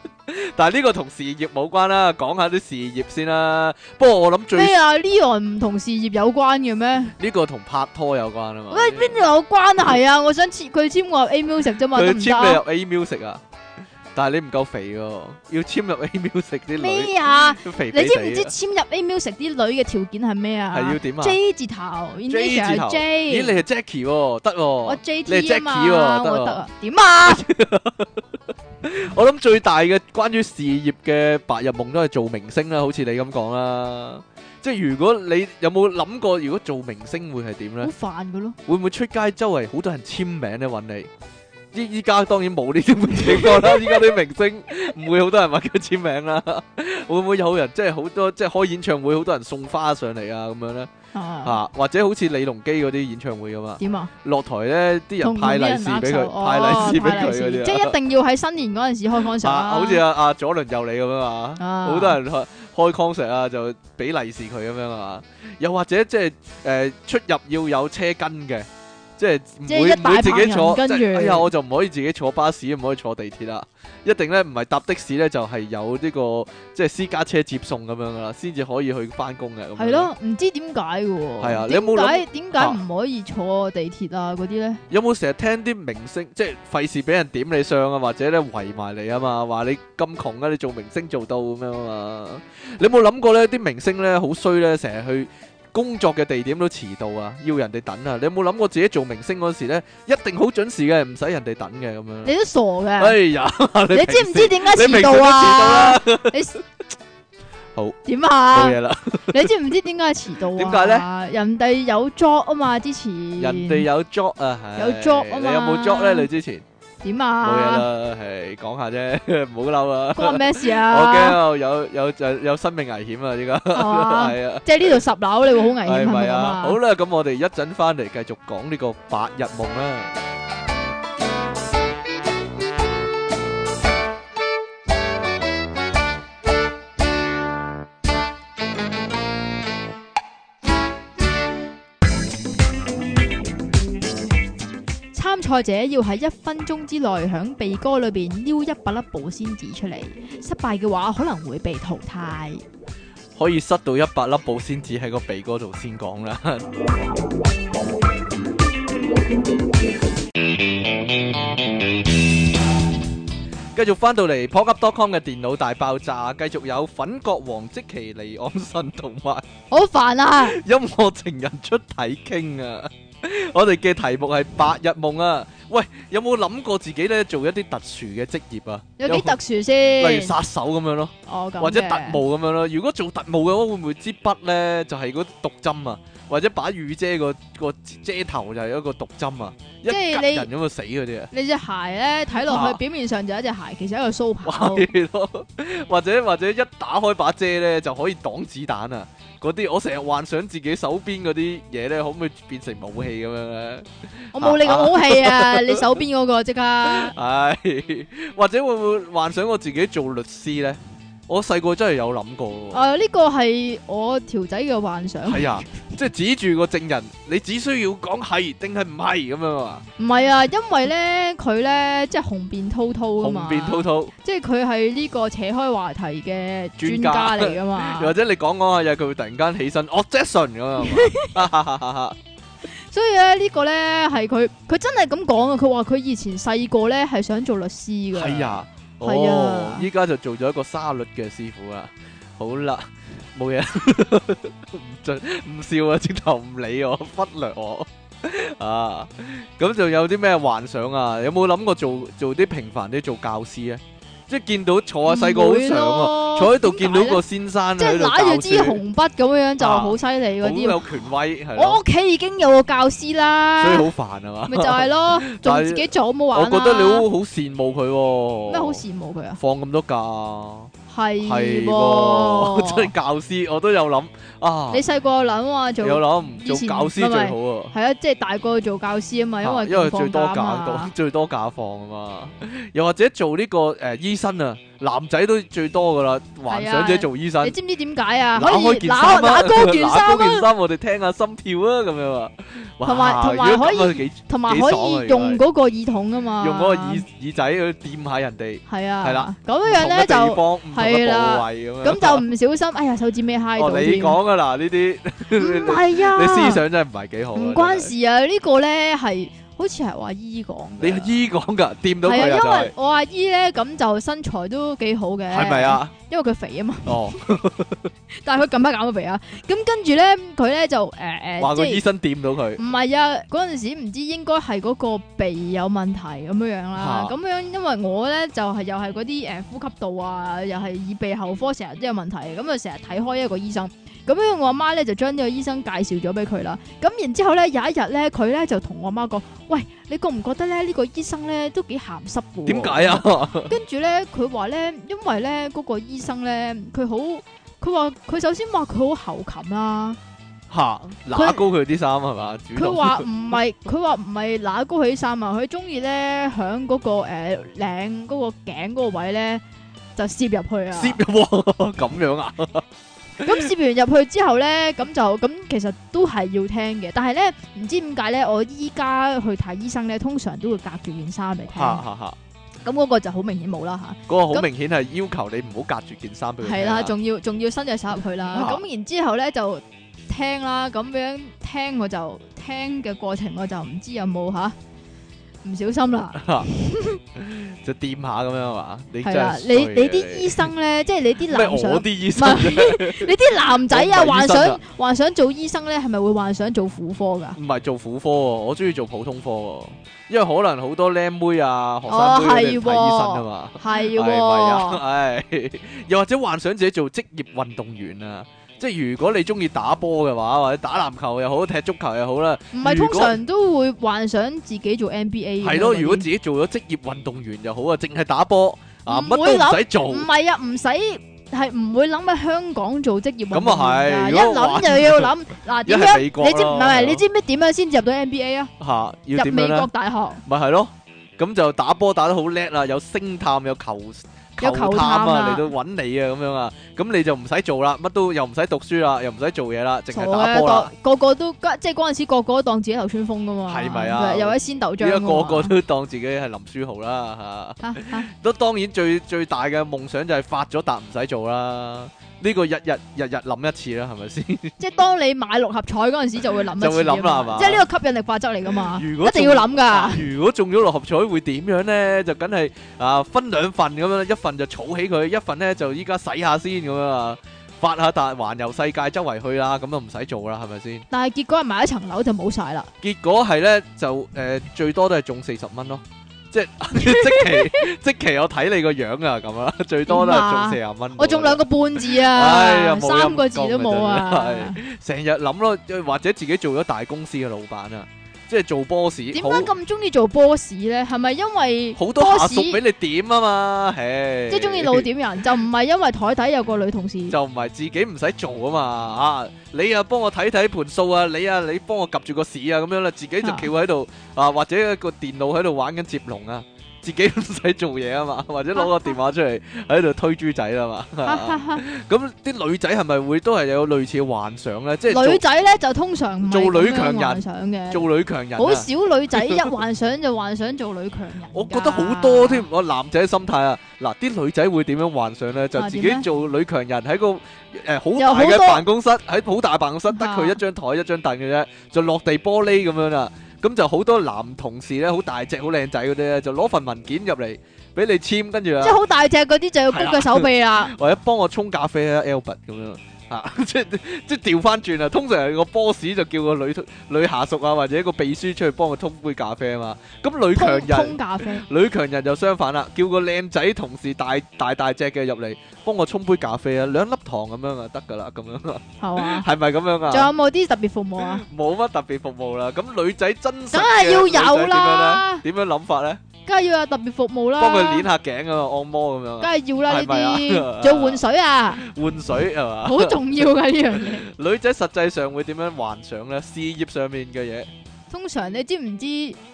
Speaker 1: 但係呢個同事業冇關啦，講下啲事業先啦。不過我諗最
Speaker 2: 咩啊？Leon 唔同事業有關嘅咩？
Speaker 1: 呢個同拍拖有關啊嘛。
Speaker 2: 喂，邊度有關係啊？我想簽佢簽我入 A Music 啫嘛，得
Speaker 1: 佢
Speaker 2: 唔得
Speaker 1: 簽你
Speaker 2: 啊？
Speaker 1: 入 A Music 啊？但係你唔夠肥喎，要簽入 A Music 啲女
Speaker 2: 咩啊？
Speaker 1: 肥肥
Speaker 2: 你
Speaker 1: 地
Speaker 2: 知唔知
Speaker 1: 啊
Speaker 2: 簽入 A Music 啲女嘅條件係咩啊？
Speaker 1: 係要點啊
Speaker 2: J 字頭 i n d
Speaker 1: J
Speaker 2: i
Speaker 1: 字頭
Speaker 2: J，
Speaker 1: 咦，你係 Jackie 喎，得
Speaker 2: 我
Speaker 1: 喎。
Speaker 2: J
Speaker 1: 你
Speaker 2: T
Speaker 1: 係
Speaker 2: 啊
Speaker 1: Jackie 喎
Speaker 2: 嘛，
Speaker 1: 得
Speaker 2: 我
Speaker 1: 喎
Speaker 2: 得啊？點 啊？
Speaker 1: 我諗最大嘅關於事業嘅白日夢都係做明星啦，好似你咁講啦。即係如果你有冇諗過，如果做明星會係點
Speaker 2: 好
Speaker 1: 咧？
Speaker 2: 煩噶咯，
Speaker 1: 會唔會出街周圍好多人簽名咧揾你？依依家當然冇呢啲情況 啦，依家啲明星唔會好多人揾佢簽名啦。會唔會有人即係好多即係開演唱會，好多人送花上嚟啊咁樣咧？
Speaker 2: 啊
Speaker 1: 啊，或者好似李龍基嗰啲演唱會咁啊，
Speaker 2: 點啊？
Speaker 1: 落台咧啲人
Speaker 2: 同
Speaker 1: 派
Speaker 2: 啲
Speaker 1: 利
Speaker 2: 人
Speaker 1: 是俾
Speaker 2: 握
Speaker 1: 佢
Speaker 2: 手，
Speaker 1: 派
Speaker 2: 哦
Speaker 1: 利是俾
Speaker 2: 派利
Speaker 1: 佢嗰
Speaker 2: 即
Speaker 1: 啲
Speaker 2: 係
Speaker 1: 啊
Speaker 2: 一定要喺新年嗰陣時開 concert
Speaker 1: 啊，
Speaker 2: 啊
Speaker 1: 好似啊啊左麟右李咁樣啊。
Speaker 2: 啊
Speaker 1: 好多人開開 concert 啊，就俾利是佢咁樣啊，又或者即係誒出入要有車跟嘅，即係唔
Speaker 2: 即係
Speaker 1: 會
Speaker 2: 一
Speaker 1: 唔
Speaker 2: 大
Speaker 1: 會自己
Speaker 2: 棚
Speaker 1: 坐，
Speaker 2: 人跟
Speaker 1: 即係
Speaker 2: 住
Speaker 1: 哎呀我就唔可以自己坐巴士，唔可以坐地鐵啦，一定咧唔係搭的士咧就係有呢個即係私家車接送咁樣噶啦，先至可以去翻工嘅。咁樣
Speaker 2: 係，咯，唔知點解嘅喎？
Speaker 1: 係啊你有冇諗啊
Speaker 2: 點解點解唔可以坐地鐵啊？嗰啲咧，
Speaker 1: 有冇成日聽啲明星即係費事俾人點你相啊，或者咧圍埋你啊嘛，話你咁窮啊，你做明星做到咁樣啊嘛？你有冇諗過咧？啲明星咧好衰咧，成日去工作嘅地點都遲到啊，要人哋等啊！你有冇諗過自己做明星嗰時咧，一定好準時嘅，唔使人哋等嘅咁樣？
Speaker 2: 你都傻嘅
Speaker 1: 哎。呀，
Speaker 2: 你
Speaker 1: 平
Speaker 2: 知唔
Speaker 1: 時
Speaker 2: 知點解
Speaker 1: 你平
Speaker 2: 遲
Speaker 1: 時都
Speaker 2: 到啊
Speaker 1: 遲？
Speaker 2: 你
Speaker 1: 好
Speaker 2: 點
Speaker 1: 到啦，
Speaker 2: 啊
Speaker 1: 冇？嘢啦。
Speaker 2: 你知唔知點解遲到啊？
Speaker 1: 點解
Speaker 2: 咧？人哋有 job 啊嘛，之前
Speaker 1: 人哋有 job 啊，係
Speaker 2: 有 job 啊
Speaker 1: 你有冇
Speaker 2: 嘛
Speaker 1: job 咧？你之前
Speaker 2: 點
Speaker 1: 冇嘢
Speaker 2: 啊？
Speaker 1: 啦，係講下啫， 唔好嬲啊！
Speaker 2: 關我咩事
Speaker 1: 我驚
Speaker 2: 啊？
Speaker 1: 啊有有有有生命危險啊！依家
Speaker 2: 係嘛
Speaker 1: 係啊，
Speaker 2: 即係呢度十樓，你會好危
Speaker 1: 係
Speaker 2: 險係咪
Speaker 1: 咪
Speaker 2: 咁
Speaker 1: 啊？
Speaker 2: 啊？
Speaker 1: 好啦，咁我哋一陣翻嚟繼續講呢個白日夢啦。
Speaker 2: 參賽者要喺一分鐘之內響鼻哥裏邊撩一百粒保鮮紙出嚟，失敗嘅話可能會被淘汰。
Speaker 1: 可以塞到一百粒保鮮紙喺個鼻哥度先講啦。繼續翻到嚟 p o c u p c o m 嘅電腦大爆炸，繼續有粉國王即其尼昂信同埋。
Speaker 2: 好 煩啊！
Speaker 1: 音樂情人出體傾啊！ 我哋嘅題目係白日夢啊！喂，有冇諗過自己咧做一啲特殊嘅職業啊？
Speaker 2: 有幾特殊
Speaker 1: 例如
Speaker 2: 先？
Speaker 1: 殺手咁樣咯，
Speaker 2: 哦，咁
Speaker 1: 或者
Speaker 2: 嘅
Speaker 1: 特務咁樣咯。如果做特務嘅話，會唔會支筆咧就係嗰毒針啊？或者把雨遮個個遮頭就係一個毒針啊？一
Speaker 2: 即係
Speaker 1: 拮
Speaker 2: 你
Speaker 1: 人咁啊死嗰啲啊！
Speaker 2: 你隻鞋咧睇落
Speaker 1: 啊
Speaker 2: 去表面上就係一隻鞋，其實係一個鬚刨。
Speaker 1: 係咯， 或者或者一打開把遮咧就可以擋子彈啊！嗰啲我成日幻想自己手邊嗰啲嘢咧，可唔可以變成武器咁樣咧？
Speaker 2: 我冇你咁好氣啊！你手邊嗰個即刻。
Speaker 1: 唉，或者會唔會幻想我自己做律師呢？我細個真係有諗過喎。
Speaker 2: 啊，呢個係我條仔嘅幻想，
Speaker 1: 係啊，即係指住個證人，你只需要講係定係唔係咁樣啊，
Speaker 2: 唔係啊，因為咧佢咧即係紅遍滔滔噶嘛，
Speaker 1: 紅遍滔滔。
Speaker 2: 即係佢係呢個扯開話題嘅
Speaker 1: 專
Speaker 2: 專家
Speaker 1: 家
Speaker 2: 嚟 噶
Speaker 1: 又或
Speaker 2: 嘛，
Speaker 1: 者你講講下嘢，佢會突然間起身 objection 咁 樣啊嘛，
Speaker 2: 所以咧呢個咧係佢佢真係咁講啊，佢話佢以前細個咧係想做律師噶，
Speaker 1: 係啊，
Speaker 2: 係
Speaker 1: 哦
Speaker 2: 啊，
Speaker 1: 依家就做咗一個沙律嘅師傅啦。好啦，冇嘢， 唔准唔笑啊，直頭唔理我， 忽略我啊。咁就有啲咩幻想啊？有冇諗過做做啲平凡啲做教師啊？即係見到坐下細個好想啊，
Speaker 2: 啊
Speaker 1: 坐喺度見到個先生啊
Speaker 2: 即係
Speaker 1: 喺度
Speaker 2: 揦住
Speaker 1: 教
Speaker 2: 支
Speaker 1: 書，啊
Speaker 2: 紅筆咁樣就好犀利嗰
Speaker 1: 好
Speaker 2: 啲。
Speaker 1: 有權威係
Speaker 2: 我
Speaker 1: 咯，
Speaker 2: 屋企已經有個教師啦
Speaker 1: 所，以好煩啊係嘛。
Speaker 2: 咪就 係咯，仲自己做冇玩
Speaker 1: 我
Speaker 2: 啦。
Speaker 1: 覺得你好好羨慕佢喎，
Speaker 2: 咩好羨慕佢啊？
Speaker 1: 放咁多假，
Speaker 2: 係
Speaker 1: 係
Speaker 2: 喎
Speaker 1: 喎， 真係教師我都有諗啊
Speaker 2: 你，細個諗話做
Speaker 1: 有諗
Speaker 2: 以
Speaker 1: 做
Speaker 2: 前
Speaker 1: 教師最好啊，
Speaker 2: 係啊，即係大個做教師啊嘛，因
Speaker 1: 啊
Speaker 2: 為
Speaker 1: 因為
Speaker 2: 為
Speaker 1: 最多假
Speaker 2: 嘛
Speaker 1: 多，，最多假放啊嘛，又或者做呢個誒醫生啊，男仔都最多噶啦，幻想自己做醫
Speaker 2: 你
Speaker 1: 生。
Speaker 2: 知唔知點 解啊？可
Speaker 1: 揦開
Speaker 2: 以
Speaker 1: 件衫
Speaker 2: 拿
Speaker 1: 啊，
Speaker 2: 拿高件
Speaker 1: 揦
Speaker 2: 衫
Speaker 1: 高件
Speaker 2: 啊，
Speaker 1: 衫，我哋聽下心跳啊，咁樣啊，哇
Speaker 2: 同埋同埋
Speaker 1: 如果
Speaker 2: 可以
Speaker 1: 咁啊幾
Speaker 2: 同埋
Speaker 1: 幾
Speaker 2: 可
Speaker 1: 爽啊
Speaker 2: 以用嗰個耳筒啊嘛，
Speaker 1: 用嗰個耳耳仔去掂下人哋，
Speaker 2: 係啊，
Speaker 1: 係啦，
Speaker 2: 咁樣樣
Speaker 1: 唔同嘅地
Speaker 2: 咧就
Speaker 1: 方唔同嘅
Speaker 2: 係啦
Speaker 1: 部位咁樣。
Speaker 2: 咁就唔小心，哎呀手指尾揩到
Speaker 1: 哦，你
Speaker 2: 添，
Speaker 1: 講噶啦，呢啲
Speaker 2: 唔係啊，
Speaker 1: 你思想真係唔係幾好。
Speaker 2: 唔關。事啊！呢個咧係好似係我阿姨講嘅，
Speaker 1: 你係醫講噶，掂到佢
Speaker 2: 係
Speaker 1: 啊
Speaker 2: 啊，因
Speaker 1: 就
Speaker 2: 為
Speaker 1: 係，
Speaker 2: 我阿姨咧咁就身材都幾好嘅，
Speaker 1: 係咪？啊？
Speaker 2: 因為佢肥啊嘛，
Speaker 1: 哦，
Speaker 2: 但係佢近排減咗肥啊。咁跟住咧，佢咧就誒
Speaker 1: 話
Speaker 2: 誒，
Speaker 1: 個醫
Speaker 2: 即係
Speaker 1: 生掂到佢，
Speaker 2: 唔係啊？嗰陣時唔知應該係嗰個鼻有問題咁樣樣啦。
Speaker 1: 嚇
Speaker 2: 咁樣因為我咧就係又係嗰啲誒呼吸道啊，又係耳鼻喉科成日都有問題，咁啊成日睇開一個醫生。咁樣我阿媽咧就將呢個醫生介紹咗俾佢啦。咁然之後咧有一日咧，佢咧就同我阿媽講：，喂，你覺唔覺得咧呢個醫生咧都幾鹹濕嘅？
Speaker 1: 點解？啊？
Speaker 2: 跟住咧，佢話咧，因為咧嗰、個醫生咧，佢好，佢話佢首先話佢好喉擒啦，
Speaker 1: 吓，揦呃高佢啲衫係嘛？主
Speaker 2: 佢
Speaker 1: 動
Speaker 2: 話唔係，佢話唔係揦高起衫啊，佢中意咧響嗰個誒領嗰個頸嗰個位咧就攝入去啊，嗯
Speaker 1: 攝入喎 咁樣啊？
Speaker 2: 咁攝完入去之後咧，咁就咁其實都係要聽嘅，但係咧唔知點解咧，我依家去睇醫生咧，通常都會隔住件衫嚟聽，
Speaker 1: 吓吓吓！
Speaker 2: 咁嗰個就好明顯冇啦吓。
Speaker 1: 嗰個好
Speaker 2: 咁
Speaker 1: 明顯係要求你唔好隔住件衫俾佢
Speaker 2: 係
Speaker 1: 睇
Speaker 2: 啦，仲要仲要伸隻手入去啦。
Speaker 1: 啊
Speaker 2: 咁、然之後咧就聽啦，咁樣聽我就聽嘅過程我就唔知有冇吓唔小心啦。
Speaker 1: 就掂下咁樣啊嘛？你真
Speaker 2: 係啦
Speaker 1: 係，衰
Speaker 2: 你
Speaker 1: 啊
Speaker 2: 你啲 醫生咧，即係你啲
Speaker 1: 咩
Speaker 2: 男想
Speaker 1: 我，啲醫生啫
Speaker 2: 你啲男仔啊，
Speaker 1: 我唔係醫
Speaker 2: 幻
Speaker 1: 生
Speaker 2: 想
Speaker 1: 啊
Speaker 2: 幻想做醫生咧，係咪會幻想做婦 科 噶？
Speaker 1: 唔係做婦科喎，我中意做普通科喎，因為可能好多靚妹啊、學
Speaker 2: 哦
Speaker 1: 生妹佢哋唔睇醫生啊
Speaker 2: 係
Speaker 1: 嘛。
Speaker 2: 係
Speaker 1: 係咪
Speaker 2: 喎，
Speaker 1: 啊？ 唉，又或者幻想自己做職業運動員啊！即係如果你中意打波嘅話，或者打籃球又好，踢足球又好啦，
Speaker 2: 唔係
Speaker 1: 如
Speaker 2: 通
Speaker 1: 果
Speaker 2: 常都會幻想自啊己做 NBA 咁
Speaker 1: 係咯。
Speaker 2: 樣嗰
Speaker 1: 如果
Speaker 2: 啲
Speaker 1: 自己做咗職業運動員就好啊，淨係打波啊，
Speaker 2: 唔
Speaker 1: 乜
Speaker 2: 會
Speaker 1: 都唔
Speaker 2: 諗
Speaker 1: 使做
Speaker 2: 唔。係啊，唔使係唔會諗喺香港做職業運
Speaker 1: 咁啊係
Speaker 2: 動員㗎
Speaker 1: 如
Speaker 2: 一
Speaker 1: 果玩
Speaker 2: 諗就 要諗嗱
Speaker 1: 一
Speaker 2: 點
Speaker 1: 係
Speaker 2: 樣？
Speaker 1: 美國
Speaker 2: 你知唔
Speaker 1: 咯
Speaker 2: 係咪？
Speaker 1: 係咯
Speaker 2: 你知唔知點樣先入到 NBA 啊？
Speaker 1: 吓，要
Speaker 2: 入
Speaker 1: 點
Speaker 2: 美
Speaker 1: 樣
Speaker 2: 國
Speaker 1: 咧？
Speaker 2: 大學
Speaker 1: 咪係咯，咁就打波打得好叻啦，有星探有球
Speaker 2: 有球探啊
Speaker 1: 啊嚟到揾你啊咁樣啊，咁你就唔使做啦，乜都又唔使讀書啦，又唔使做嘢啦，淨
Speaker 2: 傻
Speaker 1: 係打
Speaker 2: 嘅，
Speaker 1: 波啦
Speaker 2: 啊個。個個都即係嗰陣時個個都當自己流川風噶嘛，
Speaker 1: 係咪啊
Speaker 2: 又喺仙豆
Speaker 1: 而
Speaker 2: 漿
Speaker 1: 家
Speaker 2: 㗎嘛
Speaker 1: 個個都當自己係林書豪啦吓。
Speaker 2: 嚇嚇
Speaker 1: 都當然最最大嘅夢想就係發咗達唔使做啦，呢、個日日日日諗一次啦，係咪先？
Speaker 2: 即係當你買六合彩嗰陣時就會諗一次
Speaker 1: 就會諗啦
Speaker 2: 啊
Speaker 1: 係嘛
Speaker 2: 即係呢個吸引力法則嚟噶嘛，
Speaker 1: 如果
Speaker 2: 一定要諗㗎。
Speaker 1: 啊如果中咗六合彩會點樣呢？就梗係啊分兩份咁樣，一份就儲起佢，一份呢就依家使下先咁樣啊，發下達環遊世界周圍去啦，咁就唔使做啦，係咪先？
Speaker 2: 但係結果係買一層樓就冇晒啦，
Speaker 1: 結果係呢，就誒、呃最多都係中四十蚊咯。即 即期即期，我睇你個樣啊咁啊，最多都係中四
Speaker 2: 點
Speaker 1: 十蚊。
Speaker 2: 我中兩個半字
Speaker 1: 哎呀
Speaker 2: 啊，
Speaker 1: 冇
Speaker 2: 三個字都冇
Speaker 1: 陰功啊真
Speaker 2: 啊
Speaker 1: 係。成日諗咯，或者自己做咗大公司嘅老闆啊，即係做 boss，
Speaker 2: 點解
Speaker 1: 好
Speaker 2: 咁中意做 boss 咧？係咪因為
Speaker 1: 好多下
Speaker 2: boss
Speaker 1: 屬俾你點啊嘛，唉，
Speaker 2: 即係中意老，點人，就唔係因為台底有個女同事，
Speaker 1: 就唔係自己唔使做啊嘛，啊，你啊幫我睇睇盤數啊，你啊你幫我及住個市啊咁樣啦，自己就
Speaker 2: 啊
Speaker 1: 企喺度啊，或者個電腦喺度玩緊接龍啊，自己唔使做嘢啊嘛， 或者攞個電話出嚟喺度推豬仔啦 嘛。咁啲女仔係咪會都係有類似嘅幻想咧？即係
Speaker 2: 女仔咧就通常唔係
Speaker 1: 做女
Speaker 2: 咁樣
Speaker 1: 強人
Speaker 2: 幻想嘅，
Speaker 1: 做做女強人啊
Speaker 2: 好少女仔一幻想就幻想做女強人㗎。
Speaker 1: 我覺得好多添，我男仔心態啊，嗱啲女仔會點樣幻想咧？就
Speaker 2: 啊
Speaker 1: 自己
Speaker 2: 點呢
Speaker 1: 做女強人喺個誒
Speaker 2: 有
Speaker 1: 好大
Speaker 2: 好
Speaker 1: 嘅
Speaker 2: 多
Speaker 1: 辦公室，喺好大辦公室得
Speaker 2: 啊
Speaker 1: 佢一張台一張凳嘅啫，就落地玻璃咁樣啦。咁就好多男同事咧，好大隻好靚仔嗰啲咧，就攞份文件入嚟俾你簽，跟住啊
Speaker 2: 即係。好大隻嗰啲就要谷
Speaker 1: 係啦，
Speaker 2: 嘅手臂啦
Speaker 1: 或者幫我沖咖啡啊，Albert 咁樣啊， 即即調翻轉啊，通常係個 boss 就叫個女女下屬啊，或者個秘書出去幫佢沖杯咖啡啊嘛。咁女強
Speaker 2: 通通
Speaker 1: 人
Speaker 2: 咖啡。
Speaker 1: 女強人就相反啦，叫個靚仔同事大大大隻嘅入嚟幫我沖杯咖啡啊，兩粒糖咁樣啊得噶啦，咁樣啊，
Speaker 2: 係 嘛？
Speaker 1: 係咪咁樣
Speaker 2: 仲有
Speaker 1: 啊？
Speaker 2: 冇啲特別服務啊？
Speaker 1: 冇乜特別服務啦。咁女仔真實
Speaker 2: 梗
Speaker 1: 嘅
Speaker 2: 係要
Speaker 1: 女仔
Speaker 2: 有啦
Speaker 1: 點樣咧？點樣諗法咧？
Speaker 2: 梗係要有特別服務啦，
Speaker 1: 幫佢捏下頸啊，按摩咁樣
Speaker 2: 梗
Speaker 1: 啊，
Speaker 2: 係要啦呢
Speaker 1: 係咪啊
Speaker 2: 啲，仲要換水啊，
Speaker 1: 換水係嘛？
Speaker 2: 好重要嘅呢樣嘢。
Speaker 1: 女仔實際上會點樣幻想咧？事業上面嘅嘢，
Speaker 2: 通常你知唔知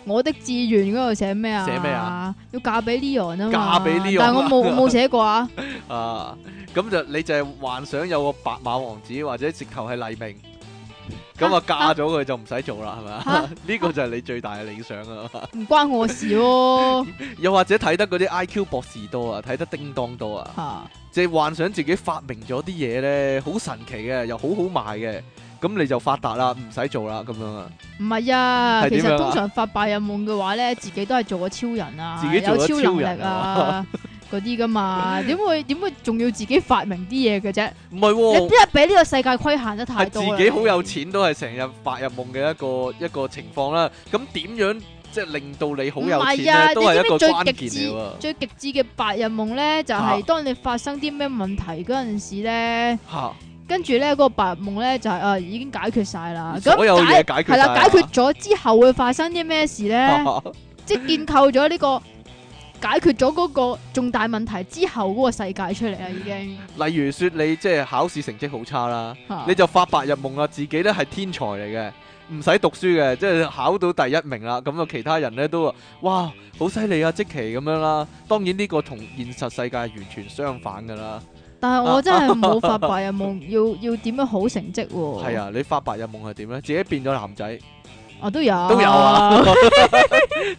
Speaker 2: 我的志願嗰度寫咩啊？
Speaker 1: 寫咩啊？
Speaker 2: 要嫁俾 Leon 啊嘛
Speaker 1: 嫁俾 Leon
Speaker 2: 但係我 冇冇寫過啊。
Speaker 1: 啊，咁就你就係幻想有個白馬王子或者直頭係黎明，咁啊嫁咗佢就唔使做啦，係咪啊
Speaker 2: 啊？
Speaker 1: 呢個就係你最大嘅理想啊！
Speaker 2: 唔關我事 喎、
Speaker 1: 又或者睇得嗰啲 IQ 博士多啊，睇得叮當多啊，
Speaker 2: 啊，
Speaker 1: 即係幻想自己發明咗啲嘢咧，好神奇嘅，又好好賣嘅，咁你就發達啦，唔使做啦，咁樣啊，
Speaker 2: 唔係啊，
Speaker 1: 係
Speaker 2: 其
Speaker 1: 點樣啊
Speaker 2: 實通常發白日夢嘅話咧，自己都係做過超人啊，
Speaker 1: 自己做咗
Speaker 2: 有超能
Speaker 1: 超
Speaker 2: 力
Speaker 1: 人
Speaker 2: 啊
Speaker 1: 啊
Speaker 2: 嗰啲噶嘛，點會點會仲要自己發明啲嘢嘅啫？
Speaker 1: 唔係
Speaker 2: 你
Speaker 1: 喎。
Speaker 2: 邊啊係俾呢個世界規限得太
Speaker 1: 哦係
Speaker 2: 多
Speaker 1: 自
Speaker 2: 啦
Speaker 1: 己好有錢都係成日白日夢嘅一個一個情況啦。咁點樣即係令到你好有錢
Speaker 2: 唔係啊
Speaker 1: 咧，都係一個
Speaker 2: 你知唔知最
Speaker 1: 關
Speaker 2: 極
Speaker 1: 鍵
Speaker 2: 致
Speaker 1: 嚟喎。
Speaker 2: 最極致嘅白日夢咧，就係、
Speaker 1: 啊
Speaker 2: 當你發生啲咩問題嗰陣時咧，
Speaker 1: 嚇，
Speaker 2: 跟住咧嗰個白日夢咧就係、啊已經解決晒啦。咁
Speaker 1: 嗯所有嘢
Speaker 2: 解
Speaker 1: 解決
Speaker 2: 係啦，
Speaker 1: 晒
Speaker 2: 解決咗之後會發生啲咩事咧？
Speaker 1: 啊
Speaker 2: 即係建構咗呢、個解決咗嗰個重大問題之後嗰個世界出嚟啦，已經。
Speaker 1: 例如說你即係考試成績好差啦，
Speaker 2: 嚇
Speaker 1: 你就發白日夢啦，自己咧係天才嚟嘅。唔使讀書嘅，即係考到第一名啦。咁啊，其他人咧都話：哇，好犀利啊，即奇咁樣啦。當然呢個同現實世界完全相反㗎啦。
Speaker 2: 但
Speaker 1: 啊
Speaker 2: 係我真係冇發白日夢，要要點樣好成績喎？
Speaker 1: 係，啊，你發白日夢係點咧？自己變咗男仔。
Speaker 2: 我都有
Speaker 1: 都有啊！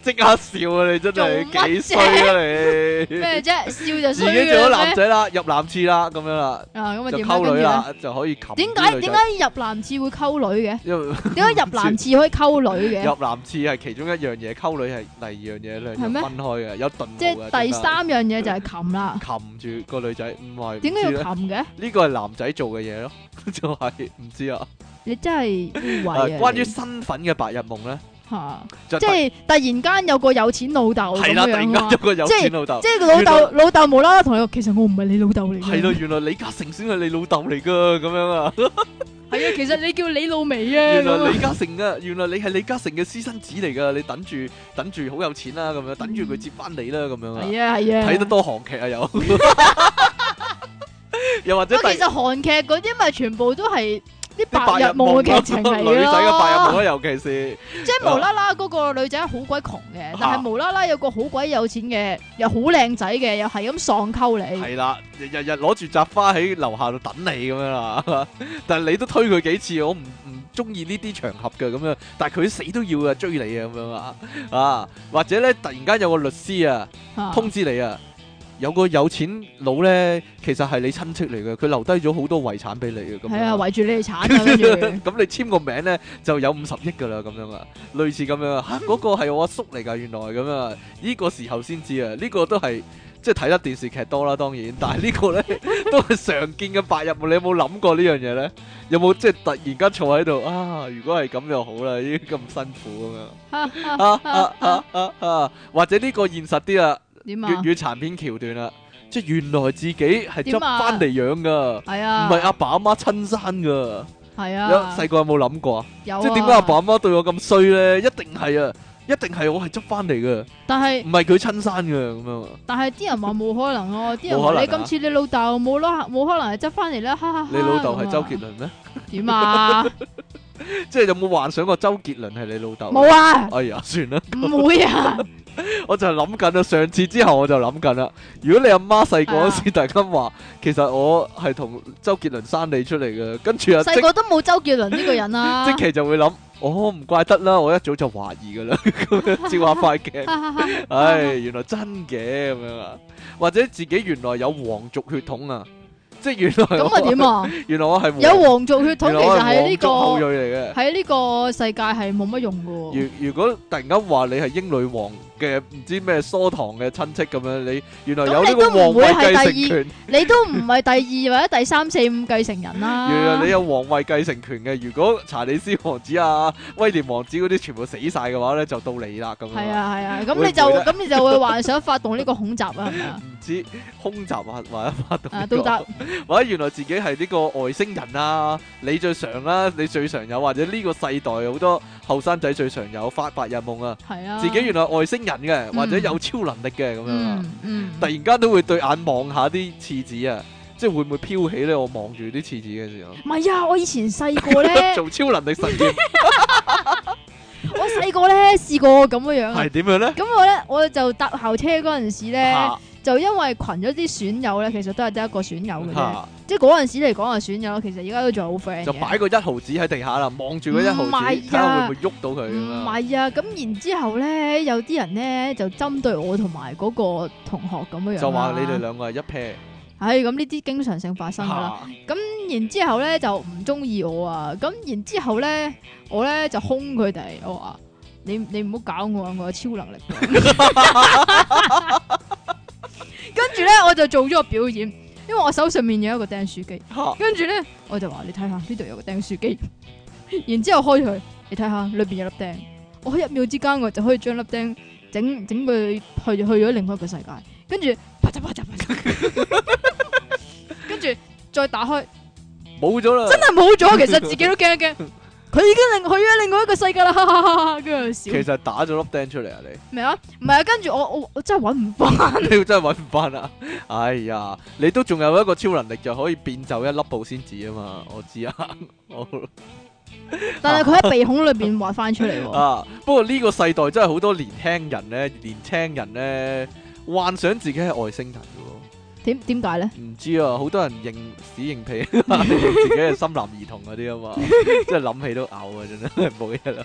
Speaker 1: 即刻笑啊！你真
Speaker 2: 做
Speaker 1: 係
Speaker 2: 乜啫
Speaker 1: 幾衰啊你！
Speaker 2: 咩啫？笑就
Speaker 1: 自
Speaker 2: 衰
Speaker 1: 己做咗
Speaker 2: 㗎啦
Speaker 1: 男
Speaker 2: 咩
Speaker 1: 仔啦，入男廁啦，咁樣啦，
Speaker 2: 啊，咁啊
Speaker 1: 就
Speaker 2: 點
Speaker 1: 溝
Speaker 2: 啊？跟
Speaker 1: 女
Speaker 2: 住咧，
Speaker 1: 啦，就可以擒
Speaker 2: 點
Speaker 1: 啲
Speaker 2: 解啊
Speaker 1: 女
Speaker 2: 點
Speaker 1: 仔？
Speaker 2: 解入男廁會溝 女嘅？
Speaker 1: 因為
Speaker 2: 點解入男廁可以溝女嘅？
Speaker 1: 入男廁係其中一樣嘢，溝女係第二樣嘢，兩
Speaker 2: 係
Speaker 1: 樣
Speaker 2: 咩
Speaker 1: 分開嘅，有頓
Speaker 2: 即係第三樣嘢就係擒啦。
Speaker 1: 擒住個女仔，唔啊係
Speaker 2: 哦點
Speaker 1: 點
Speaker 2: 解
Speaker 1: 解
Speaker 2: 要擒嘅？
Speaker 1: 呢個係男仔做嘅嘢咯， 就係唔知啊。
Speaker 2: 你真係污
Speaker 1: 啊
Speaker 2: 衊啊！
Speaker 1: 關於
Speaker 2: 你
Speaker 1: 身份嘅白日夢咧，
Speaker 2: 嚇，
Speaker 1: 就
Speaker 2: 即係突然間有個有錢老豆咁
Speaker 1: 係啦，突然
Speaker 2: 樣
Speaker 1: 間
Speaker 2: 啊
Speaker 1: 有個有錢老豆
Speaker 2: 即。係個老豆老豆無啦啦同你講，其實我唔係你老豆嚟嘅。
Speaker 1: 係咯，原來李嘉誠先係你老豆嚟噶，咁樣 啊。
Speaker 2: 係啊，其實你叫李老味啊。
Speaker 1: 原
Speaker 2: 咁
Speaker 1: 來
Speaker 2: 啊
Speaker 1: 李嘉誠啊，原來你係李嘉誠嘅私生子嚟噶，你等住等住好有錢啦、咁樣等住佢接翻你啦，咁樣啊，
Speaker 2: 嗯係啊係啊。
Speaker 1: 睇得。多韓劇啊 又，又或者
Speaker 2: 不過其
Speaker 1: 第
Speaker 2: 實韓劇嗰啲咪全部都係啲白
Speaker 1: 啲
Speaker 2: 日夢嘅劇情嚟
Speaker 1: 啊 女仔嘅白日夢
Speaker 2: 咯。
Speaker 1: 啦，尤其是
Speaker 2: 即係無啦啦嗰個女仔好鬼窮嘅，但
Speaker 1: 嚇
Speaker 2: 係無啦啦有個好鬼有錢嘅，又好靚仔嘅，又係咁喪溝你。
Speaker 1: 係啦，日日日攞住扎花喺樓下度等你咁樣啦， 但係你都推佢幾次，我唔唔中意呢啲場合嘅咁樣，但係佢死都要啊追你啊咁樣啊啊，或者咧突然間有個律師啊。
Speaker 2: 嚇
Speaker 1: 通知你啊，有個有錢佬咧，其實係你親戚嚟嘅，佢留低咗好多遺產俾你嘅，咁
Speaker 2: 係啊，
Speaker 1: 樣啊。
Speaker 2: 圍住你哋 鏟啊，跟住
Speaker 1: 咁你簽個名咧就有五十億噶啦，咁樣啊，類似咁樣啊，嚇嗰個係我阿叔嚟㗎，原來咁樣啊，呢個時候先知啊，呢個都係即係睇得電視劇多啦，當然，但係呢個 咧都係常見嘅白日夢，你有冇諗過呢樣嘢咧？有冇即係突然間坐喺度啊？如果係咁就好啦，已經咁辛苦咁樣啊啊啊啊啊！或者呢個現實啲啊。
Speaker 2: 點
Speaker 1: 粵
Speaker 2: 啊？
Speaker 1: 語殘片橋段啦，即係原來自己係執
Speaker 2: 點啊
Speaker 1: 翻嚟養噶，
Speaker 2: 係
Speaker 1: 唔
Speaker 2: 啊，
Speaker 1: 係阿爸阿媽親生噶。
Speaker 2: 係
Speaker 1: 有
Speaker 2: 啊，
Speaker 1: 細個有冇諗過啊？
Speaker 2: Ờ. 有
Speaker 1: 即
Speaker 2: 啊
Speaker 1: 係點解阿爸阿？媽對我咁衰咧？一定係啊，一定係我係執翻嚟噶，
Speaker 2: 但係
Speaker 1: 唔係佢親生噶咁樣啊。
Speaker 2: 但係啲人話冇可能咯，啲人
Speaker 1: 冇可能
Speaker 2: 話你
Speaker 1: 啊
Speaker 2: 今次你老豆冇啦，冇可能係執翻嚟啦，哈哈哈
Speaker 1: 你老豆
Speaker 2: 咁
Speaker 1: 係
Speaker 2: 啊
Speaker 1: 周杰倫咩？
Speaker 2: 點啊？
Speaker 1: 即係有冇幻想過周杰倫係你老豆？
Speaker 2: 冇啊，
Speaker 1: 哎呀，算啦，
Speaker 2: 唔會啊，
Speaker 1: 我就係諗緊啦，上次之後我就諗緊啦。如果你阿媽細個嗰時，突然間話其實我係同周杰倫生你出嚟嘅，跟住阿即
Speaker 2: 細個都冇周杰倫呢個人啊啦。
Speaker 1: 即期就會諗，哦唔怪得啦，我一早就懷疑噶啦，咁樣照下塊鏡。 唉，原來真嘅咁樣啊，或者自己原來有皇族血統啊，即係原來
Speaker 2: 咁
Speaker 1: 我
Speaker 2: 啊點啊？
Speaker 1: 原來我係
Speaker 2: 有
Speaker 1: 皇
Speaker 2: 皇族血統
Speaker 1: 原來
Speaker 2: 其
Speaker 1: 我
Speaker 2: 實
Speaker 1: 係
Speaker 2: 喺呢
Speaker 1: 皇族後裔
Speaker 2: 個
Speaker 1: 嚟嘅。
Speaker 2: 喺呢個世界係冇乜用噶。
Speaker 1: 如如果突然間話你係英女王嘅唔知咩疏堂嘅親戚咁樣，你原來有呢個皇位繼承權，
Speaker 2: 你都唔係第二或者第三四五繼承人啦。
Speaker 1: 原來你有皇位繼承權嘅。如果查理斯王子啊、威廉王子嗰啲全部死晒嘅話咧，就到你啦咁樣。
Speaker 2: 係，啊係啊，
Speaker 1: 會唔
Speaker 2: 咁
Speaker 1: 會
Speaker 2: 你就
Speaker 1: 咧
Speaker 2: 咁你就會幻想發動呢個恐襲啊，係咪啊？
Speaker 1: 唔知空襲啊，或者發動呢個、
Speaker 2: 啊都得，
Speaker 1: 或者原來自己係呢個外星人啊，你最常啦、你最常有，或者呢個世代好多後生仔最常有發白日夢啊，
Speaker 2: 係啊。
Speaker 1: 自己原來外星人嘅，
Speaker 2: 嗯
Speaker 1: 或者有超能力嘅咁樣啊。
Speaker 2: 嗯嗯，
Speaker 1: 突然間都會對眼望下啲廁紙啊，即係會唔會飄起咧？我望住啲廁紙嘅時候，
Speaker 2: 唔係啊！我以前細 個咧，
Speaker 1: 做超能力 實驗
Speaker 2: 我細個咧試過咁樣樣啊
Speaker 1: 係。點樣咧？
Speaker 2: 咁我咧我就搭校車嗰陣時咧，
Speaker 1: 嚇
Speaker 2: 就因為群咗啲損友咧，其實都係得一個損友嘅啫。
Speaker 1: 嚇
Speaker 2: 即係嗰陣時嚟講係啊損友，其實而家都仲係好 friend
Speaker 1: 就
Speaker 2: 嘅。
Speaker 1: 擺個一毫子喺地下啦，望住個一毫子，
Speaker 2: 唔係啊
Speaker 1: 睇下會唔會喐到佢咁
Speaker 2: 唔
Speaker 1: 樣。
Speaker 2: 係啊，咁然之後咧，有啲人咧就針對我同埋嗰個同學咁樣樣
Speaker 1: 就話
Speaker 2: 話
Speaker 1: 你哋兩個係一 pair
Speaker 2: 唉，咁呢啲經常性發生噶啦。
Speaker 1: 嚇
Speaker 2: 咁然之後咧就唔中意我啊，咁然之後咧我咧就兇佢哋，我話你你唔好搞我啊，我有超能力㗎。跟住咧我就做咗個表演，因為我手上面有一個釘書機，
Speaker 1: 嚇
Speaker 2: 跟住咧我就話你睇下呢度有個釘書機，然之後開咗佢，你睇下裏邊有粒釘，我喺一秒之間我就可以將粒釘整整佢去去咗另外一個世界，跟住啪嚓啪嚓啪嚓，跟住再打開。
Speaker 1: 冇咗啦。
Speaker 2: 真係冇咗，其實自己都驚一 驚。佢已經另去咗另外一個世界啦，哈哈哈哈！跟住
Speaker 1: 其
Speaker 2: 笑
Speaker 1: 實打咗粒釘出嚟啊！你。
Speaker 2: 咩啊？唔係啊，跟住我我我真係揾唔翻。
Speaker 1: 你真係揾唔翻啦！哎呀，你都仲有一個超能力就可以變就一粒布先紙啊嘛！我知啊，
Speaker 2: 嗯
Speaker 1: 好
Speaker 2: 但係佢喺鼻孔裏邊挖翻出嚟喎。
Speaker 1: 啊，不過呢個世代真係好多年輕人咧，年輕人咧幻想自己係外星人嘅
Speaker 2: 點點解咧？
Speaker 1: 喎，唔知啊，好多人認屎認屁， 自己係森林兒童嗰啲啊嘛，即係諗起都嘔啊！真係冇嘢啦，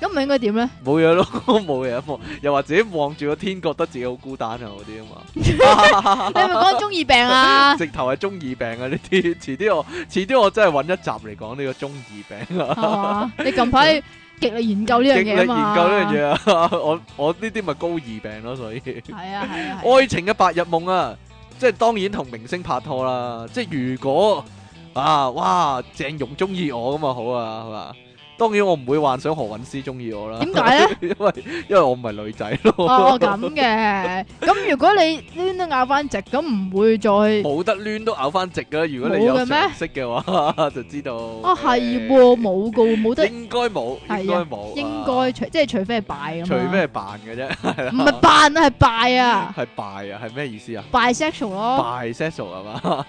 Speaker 2: 咁唔應該 點咧？
Speaker 1: 冇嘢咯，冇嘢啊！又或者望住個天，覺得自己好孤單啊嗰啲啊嘛。
Speaker 2: 你係咪講中二病 啊？
Speaker 1: 直頭係中二病啊！呢啲 遲啲我遲啲我真係揾一集嚟講呢個中二病啊！
Speaker 2: 係嘛？你近排極力研究呢樣
Speaker 1: 極力
Speaker 2: 嘢啊
Speaker 1: 研究
Speaker 2: 嘛？
Speaker 1: 呢樣嘢啊！ 我我呢啲咪高二病咯，所以
Speaker 2: 係啊係啊係 啊。
Speaker 1: 愛情嘅白日夢啊，即係當然同明星拍拖啦。即係如果啊，哇，鄭融中意我咁啊好啊，係嘛？當然我唔會幻想何韻詩中意我啦。
Speaker 2: 點解咧？
Speaker 1: 因為 因為我唔係女仔 咯，
Speaker 2: 哦咁嘅。咁如果你攣都咬翻直，咁唔會 再
Speaker 1: 冇得攣都咬翻直噶。如果你有
Speaker 2: 冇嘅咩
Speaker 1: 常識嘅話， 就知道
Speaker 2: 啊係喎，冇噶喎，冇 得
Speaker 1: 應該冇，
Speaker 2: 係啊
Speaker 1: 應該冇，
Speaker 2: 應
Speaker 1: 啊
Speaker 2: 該除即係除非係拜咁啊。
Speaker 1: 除非係扮嘅啫，
Speaker 2: 唔係扮啊，係拜啊
Speaker 1: 係敗啊，係咩意思啊？
Speaker 2: ，bisexual 咯，
Speaker 1: 敗 sexual 係嘛？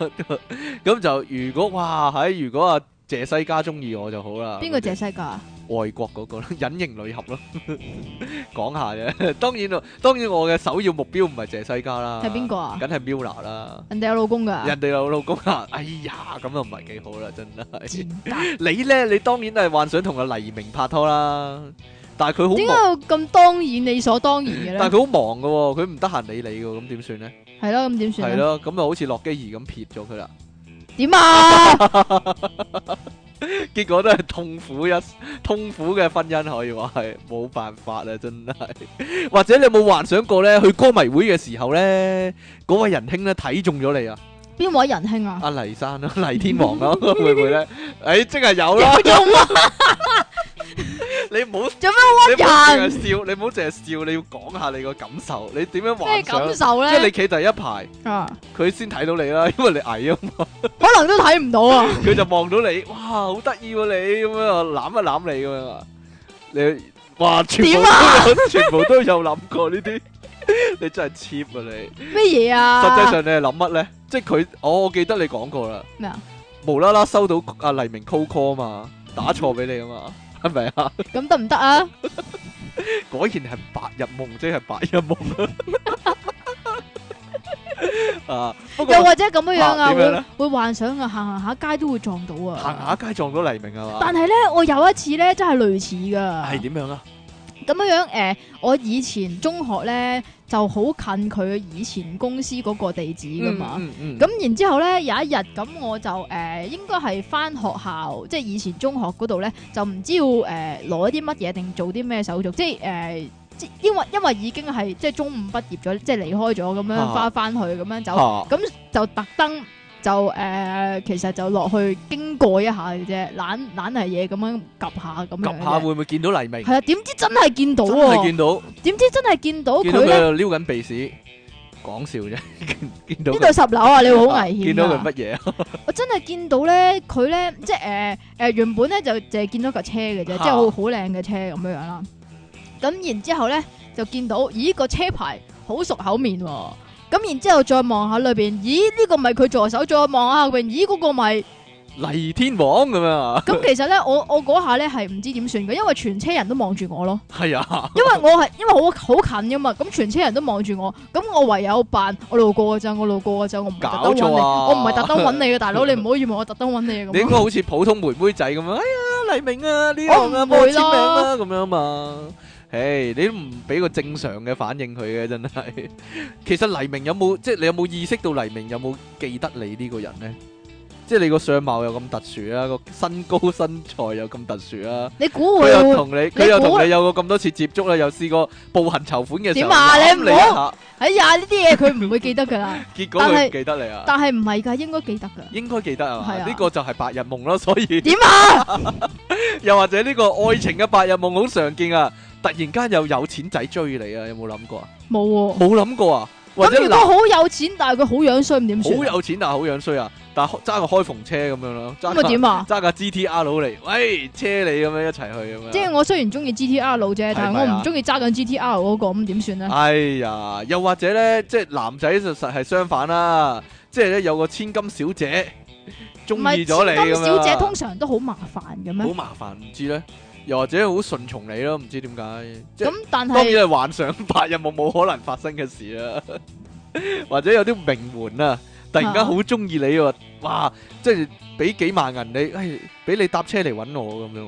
Speaker 1: 咁就如果哇喺如果阿謝西嘉中意我就好啦。
Speaker 2: 邊個謝西啊噶？
Speaker 1: 外國嗰個啦， 隱形女俠咯，講下啫。 當然啦，當然我嘅首要目標唔係謝西嘉啦，
Speaker 2: 係邊個？啊？
Speaker 1: 梗係 Mila 啦。
Speaker 2: 人哋有老公噶，
Speaker 1: 人哋有老公啊！哎呀，咁又唔係幾 好啦，真係。
Speaker 2: 賤格
Speaker 1: 你咧，你當然係幻想同阿黎明拍拖啦，但係佢好
Speaker 2: 點解
Speaker 1: 忙
Speaker 2: 要咁當然理所當然嘅咧？
Speaker 1: 但係佢好忙噶喎，佢唔得閒理你噶，咁點算咧？
Speaker 2: 係咯，咁點
Speaker 1: 係
Speaker 2: 算啊？
Speaker 1: 咯，咁就好似洛基兒咁撇咗佢啦，
Speaker 2: 點啊？
Speaker 1: 結果都係痛苦一痛苦嘅婚姻，可以話係冇辦法啦，真係。 或者你有冇幻想過咧？去歌迷會嘅時候咧，嗰位仁兄咧睇中咗你啊，
Speaker 2: 邊位仁兄啊？
Speaker 1: 阿黎生啊，黎天王啊， 會唔會 咧？誒，即係 有啦，
Speaker 2: 有用啊！
Speaker 1: 你唔好 你
Speaker 2: 做
Speaker 1: 唔好
Speaker 2: 乜屈
Speaker 1: 淨係
Speaker 2: 人？
Speaker 1: 笑，你唔好淨係笑，你要講下你個感受，你點樣
Speaker 2: 咩
Speaker 1: 幻想
Speaker 2: 感？受
Speaker 1: 即係你
Speaker 2: 咧？
Speaker 1: 企第一排，
Speaker 2: 啊，
Speaker 1: 佢先睇到你啦，因為你矮啊嘛。
Speaker 2: 可能都睇唔到 啊！
Speaker 1: 佢就望到你，哇，好得意喎你咁樣啊，攬一攬你咁樣啊，你哇，全部都
Speaker 2: 點
Speaker 1: 有，全部都有諗過呢啲，你真係 cheap 啊你！
Speaker 2: 咩
Speaker 1: 實
Speaker 2: 嘢
Speaker 1: 際
Speaker 2: 啊？
Speaker 1: 上你係諗乜咧？即係佢，我我記得你講過啦，
Speaker 2: 咩啊？
Speaker 1: 無啦啦收到阿黎明 call call 啊嘛，打錯俾你啊嘛，係咪啊？
Speaker 2: 咁得唔得啊？
Speaker 1: 果然係白日夢，即係白日 夢啊！不過
Speaker 2: 又或者咁樣樣啊，
Speaker 1: 啊點樣咧
Speaker 2: 會會幻想啊，行行下街都會撞到啊。
Speaker 1: 行下街撞到黎明啊嘛，
Speaker 2: 但係咧，我有一次咧，真係類似噶。
Speaker 1: 係點樣啊？
Speaker 2: 咁樣樣誒、呃我以前中學咧就好近佢以前公司嗰個地址噶嘛。
Speaker 1: 嗯嗯，
Speaker 2: 咁然之後咧有一日咁我就誒、呃、應該係翻學校，即係以前中學嗰度咧就唔知要誒攞啲乜嘢定做啲咩手續，即係誒、呃即因為因為已經係即係中五畢業咗，即係離開咗咁樣
Speaker 1: 啊
Speaker 2: 翻翻去咁樣走，
Speaker 1: 嚇
Speaker 2: 咁就特登就誒、呃其實就落去經過一下嘅啫，懶懶係嘢咁樣及下咁樣
Speaker 1: 及下
Speaker 2: 嘅啫。
Speaker 1: 會唔會見到黎明？
Speaker 2: 係啊，點知真係見到
Speaker 1: 真係
Speaker 2: 喎！
Speaker 1: 見到，
Speaker 2: 點知真係見到
Speaker 1: 見到
Speaker 2: 佢
Speaker 1: 佢
Speaker 2: 咧？
Speaker 1: 喺度撩緊鼻屎，講笑 啫，見見到
Speaker 2: 呢
Speaker 1: 佢
Speaker 2: 度十樓啊，你會好危
Speaker 1: 見
Speaker 2: 險
Speaker 1: 到
Speaker 2: 啊
Speaker 1: 佢！乜 嘢啊？
Speaker 2: 我真係見到咧，佢咧即係誒誒原本咧就淨係見到架車嘅啫，即係好好靚嘅車咁樣樣啦。咁然之後咧就見到，咦個車牌好熟口面喎、咁然之後再望下裏邊，咦呢、個咪佢助手，再望下後邊，咦嗰、個 咪
Speaker 1: 黎天王咁樣啊？
Speaker 2: 咁。其實咧，我我嗰下咧係唔知點算嘅，因為全車人都望住我 咯。
Speaker 1: 係啊，
Speaker 2: 因為我係因為好好近噶嘛，咁全車人都望住我，咁我唯有扮我路過嘅咋，我路過嘅咋，我唔係特登揾
Speaker 1: 搞
Speaker 2: 你，
Speaker 1: 錯啊
Speaker 2: 我唔係特登揾你嘅大佬，你唔好以為我特登揾你
Speaker 1: 你
Speaker 2: 嘅
Speaker 1: 應
Speaker 2: 咁啊
Speaker 1: 該
Speaker 2: 咯。
Speaker 1: 好似普通妹妹仔咁樣，哎呀，黎明啊，呢行
Speaker 2: 我
Speaker 1: 啊，
Speaker 2: 唔
Speaker 1: 幫我
Speaker 2: 會
Speaker 1: 簽名啦，
Speaker 2: 啦
Speaker 1: 咁樣嘛。唉，你都唔俾個正常嘅反應佢嘅，真 係。其實黎明有冇即係你有冇意識到黎明有冇記得你呢個人呢？即係你個相貌又咁特殊啊，個身高身材又咁特殊啊，
Speaker 2: 你估
Speaker 1: 佢
Speaker 2: 會
Speaker 1: 又
Speaker 2: 會
Speaker 1: 同你佢又
Speaker 2: 你估啊
Speaker 1: 同你有過咁多次接觸啦，又試過步行籌款嘅時候
Speaker 2: 點啊
Speaker 1: 攬
Speaker 2: 你唔
Speaker 1: 你一下，
Speaker 2: 哎呀呢啲嘢佢唔會記得噶 啦，
Speaker 1: 結果
Speaker 2: 但
Speaker 1: 佢
Speaker 2: 係
Speaker 1: 唔記得你啊。
Speaker 2: 但係唔係㗎，應該記得 㗎。
Speaker 1: 應該記得啊嘛，
Speaker 2: 係啊
Speaker 1: 呢個就係白日夢咯，所 以
Speaker 2: 點啊？
Speaker 1: 又或者呢個愛情嘅白日夢好常見啊！突然間又有錢仔追你啊，有冇諗過啊？
Speaker 2: 冇喎。
Speaker 1: 冇諗過啊！或
Speaker 2: 哦咁
Speaker 1: 者
Speaker 2: 如果
Speaker 1: 男
Speaker 2: 好有錢，但係佢好樣衰，咁點算
Speaker 1: 好
Speaker 2: 啊？
Speaker 1: 有錢但係好樣衰啊，但係揸個開篷車咁樣咯，揸
Speaker 2: 咁啊
Speaker 1: 架
Speaker 2: 點啊？
Speaker 1: 揸架 GTR 佬嚟，喂車你咁樣一齊去咁
Speaker 2: 即係
Speaker 1: 樣。
Speaker 2: 我雖然中意 GTR 佬啫，但係
Speaker 1: 係咪
Speaker 2: 我
Speaker 1: 啊
Speaker 2: 唔中意揸緊 GTR 嗰個，咁點算啊咧？
Speaker 1: 哎呀，又或者咧，即係男仔就實係相反啦，即係咧有個千金小姐中
Speaker 2: 唔
Speaker 1: 意
Speaker 2: 係
Speaker 1: 咗你
Speaker 2: 千金
Speaker 1: 咁
Speaker 2: 小姐
Speaker 1: 樣啊
Speaker 2: 通常都好麻煩嘅
Speaker 1: 好
Speaker 2: 咩？
Speaker 1: 麻煩，唔知咧，又或者好順從你咯，唔知點解。即係
Speaker 2: 咁但
Speaker 1: 當
Speaker 2: 係。
Speaker 1: 然係幻想白日夢冇可能發生嘅事啦，或者有啲名 媛啊，突然間好中意你喎，哇！即係俾幾萬銀你，唉，俾你搭車嚟揾我咁樣，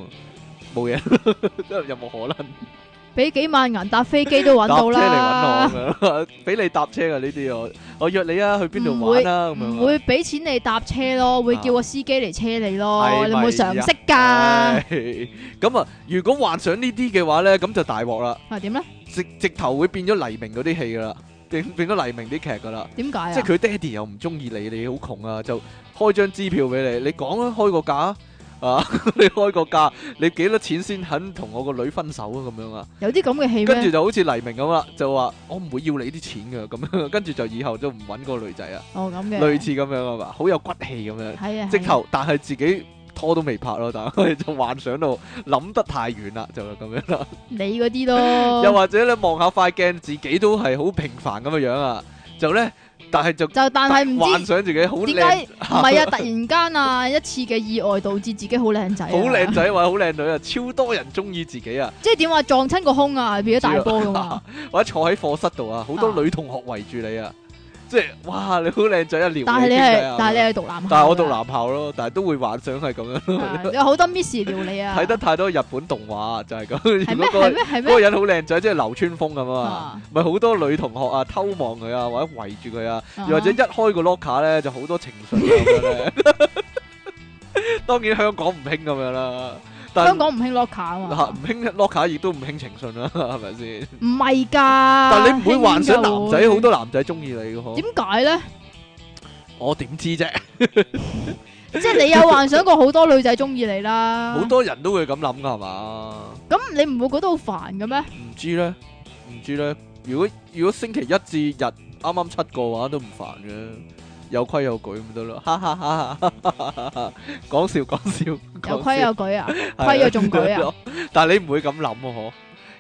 Speaker 1: 冇嘢， 真係有冇可能
Speaker 2: 俾幾萬銀搭飛機都揾
Speaker 1: 搭
Speaker 2: 到啦，
Speaker 1: 車嚟揾 我咁樣？俾你搭車啊呢啲我，我約你啊去邊度
Speaker 2: 唔
Speaker 1: 玩
Speaker 2: 會
Speaker 1: 啊咁
Speaker 2: 唔
Speaker 1: 樣啊。
Speaker 2: 會俾錢你搭車咯，會叫個司機嚟車你咯，
Speaker 1: 係
Speaker 2: 你有
Speaker 1: 咪
Speaker 2: 冇常識
Speaker 1: 唉
Speaker 2: 㗎？
Speaker 1: 咁啊，如果幻想呢啲嘅話呢，咁就大鑊啦，
Speaker 2: 係啊點咧？
Speaker 1: 直直頭會變咗黎明嗰啲戲噶啦，變變咗黎明啲劇噶啦。
Speaker 2: 點解
Speaker 1: 即係
Speaker 2: 啊？
Speaker 1: 佢爹哋又唔中意你，你好窮啊，就開張支票俾你，你講啊，開個價啊 啊，你開個價，你幾多錢先肯同我個女分手啊？咁樣啊，
Speaker 2: 有啲咁嘅戲
Speaker 1: 跟住
Speaker 2: 咩？
Speaker 1: 就好似黎明咁啦，就話我唔會要你啲錢噶，咁 樣，跟住就以後都唔揾個女仔啊，
Speaker 2: 哦咁嘅，
Speaker 1: 類似咁樣啊嘛，好有骨氣咁樣，
Speaker 2: 係啊，
Speaker 1: 直
Speaker 2: 係啊
Speaker 1: 頭但係自己拖都未拍咯，但係就幻想到諗得太遠啦，就係咁樣啦。
Speaker 2: 你嗰啲
Speaker 1: 又
Speaker 2: 咯，
Speaker 1: 或者咧望下塊鏡，自己都係好平凡咁嘅樣啊，就咧，但係就
Speaker 2: 就但係唔
Speaker 1: 幻
Speaker 2: 知
Speaker 1: 想自己好靚
Speaker 2: 點解。唔係啊！突然間啊，一次嘅意外導致自己好靚仔啊，
Speaker 1: 好靚仔或者好靚女啊，超多人中意自己啊，
Speaker 2: 即係點話撞親個胸啊，變咗大波咁啊！
Speaker 1: 或者坐喺課室度啊，好多
Speaker 2: 啊
Speaker 1: 女同學圍住你啊，即係哇你好靚仔啊，撩
Speaker 2: 但係你
Speaker 1: 傾偈啊
Speaker 2: 係，但係你係讀男校㗎，
Speaker 1: 但係我讀男校咯，但係都會幻想係咁樣咯，
Speaker 2: 啊，有好多 miss 撩你啊！
Speaker 1: 睇得太多日本動畫就係咁。
Speaker 2: 係
Speaker 1: 如
Speaker 2: 咩？
Speaker 1: 果
Speaker 2: 係
Speaker 1: 嗰
Speaker 2: 咩？係
Speaker 1: 個嗰個
Speaker 2: 咩？
Speaker 1: 人好靚仔，即係流川楓咁啊
Speaker 2: 啊
Speaker 1: 嘛，咪好多女同學啊偷望佢啊，或者圍住佢啊，又或
Speaker 2: 啊
Speaker 1: 者一開個 locker 咧就好多情緒啊咁樣咧。 當然香港唔興咁樣啦，但係
Speaker 2: 香港唔興 locker 啊嘛
Speaker 1: 吓。唔興 locker 亦都唔興情信啦， 係咪先？
Speaker 2: 唔係㗎，
Speaker 1: 但
Speaker 2: 但
Speaker 1: 你唔會幻想男仔好多男仔中意你嘅嗬？
Speaker 2: 點解咧？
Speaker 1: 我點知啫？
Speaker 2: 即係你有幻想過好多女仔中意你啦。
Speaker 1: 好多人都會咁諗噶係嘛？
Speaker 2: 咁你唔會覺得好煩嘅咩？
Speaker 1: 唔知咧，唔知咧。如果如果星期一至日啱啱七個嘅話，都唔煩嘅，有規有矩咁得咯。哈哈哈哈哈哈哈！講笑講笑，
Speaker 2: 有
Speaker 1: 講
Speaker 2: 規
Speaker 1: 笑
Speaker 2: 有矩啊！
Speaker 1: 係
Speaker 2: 規有仲矩啊！
Speaker 1: 但係你唔會咁諗啊嗬？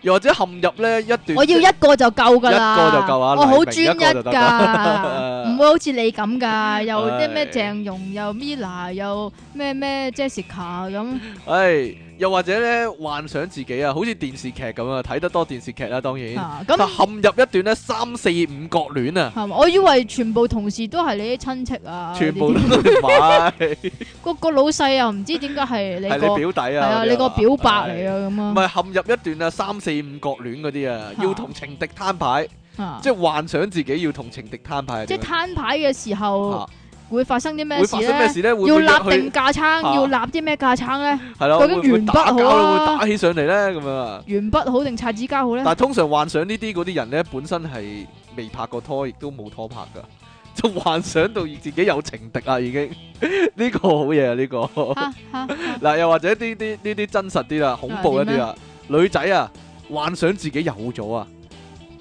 Speaker 1: 又或者陷入咧一段
Speaker 2: 我要一個就夠㗎啦，
Speaker 1: 一個就夠啊
Speaker 2: 我好
Speaker 1: 黎
Speaker 2: 專
Speaker 1: 明
Speaker 2: 一
Speaker 1: 一個就得
Speaker 2: 㗎， 唔會好似你咁㗎，又
Speaker 1: 唉
Speaker 2: 啲咩鄭融又 Mila 又咩咩 Jessica 咁，
Speaker 1: 唉，又或者咧幻想自己啊，好似電視劇咁啊，睇得多電視劇啦，當然，
Speaker 2: 啊
Speaker 1: 但
Speaker 2: 咁
Speaker 1: 陷入一段咧三四五角戀啊，
Speaker 2: 係嘛？我以為全部同事都係你啲親戚啊，
Speaker 1: 全部都
Speaker 2: 呢啲
Speaker 1: 唔係，
Speaker 2: 個個老細又唔知點解係 你
Speaker 1: 係
Speaker 2: 個
Speaker 1: 你表弟
Speaker 2: 係
Speaker 1: 啊，
Speaker 2: 啊，
Speaker 1: 嗰啲
Speaker 2: 你個表伯嚟
Speaker 1: 係
Speaker 2: 啊咁
Speaker 1: 唔
Speaker 2: 啊
Speaker 1: 係陷入一段啊三四五角戀嗰啲啊，
Speaker 2: 嚇
Speaker 1: 要同情敵攤牌，
Speaker 2: 啊，
Speaker 1: 即係幻想自己要同情敵攤牌係
Speaker 2: 即
Speaker 1: 點
Speaker 2: 係
Speaker 1: 樣，
Speaker 2: 攤牌嘅時候
Speaker 1: 嚇
Speaker 2: 會發生啲咩
Speaker 1: 啊會
Speaker 2: 事
Speaker 1: 發生咩
Speaker 2: 咧？
Speaker 1: 事咧？會唔
Speaker 2: 要
Speaker 1: 會約去
Speaker 2: 立
Speaker 1: 啊
Speaker 2: 定架撐，
Speaker 1: 嚇
Speaker 2: 要立啲咩架撐咧？
Speaker 1: 係咯，
Speaker 2: 究
Speaker 1: 會
Speaker 2: 竟
Speaker 1: 唔會
Speaker 2: 原
Speaker 1: 打
Speaker 2: 北好
Speaker 1: 交咯
Speaker 2: 啊
Speaker 1: 會打起上嚟咧咁樣啊？
Speaker 2: 鉛筆好定擦紙膠好咧？
Speaker 1: 但係通常幻想呢啲嗰啲人咧，本身係未拍過拖，亦都冇拖拍噶， 就幻想到自己有情敵啊啦，已經 呢個好嘢啊！呢、個
Speaker 2: 嚇啊嚇嚇
Speaker 1: 嗱，又或者啲啲呢啲真實啲啦，恐怖一啲啦，女仔啊，幻想自己有咗啊，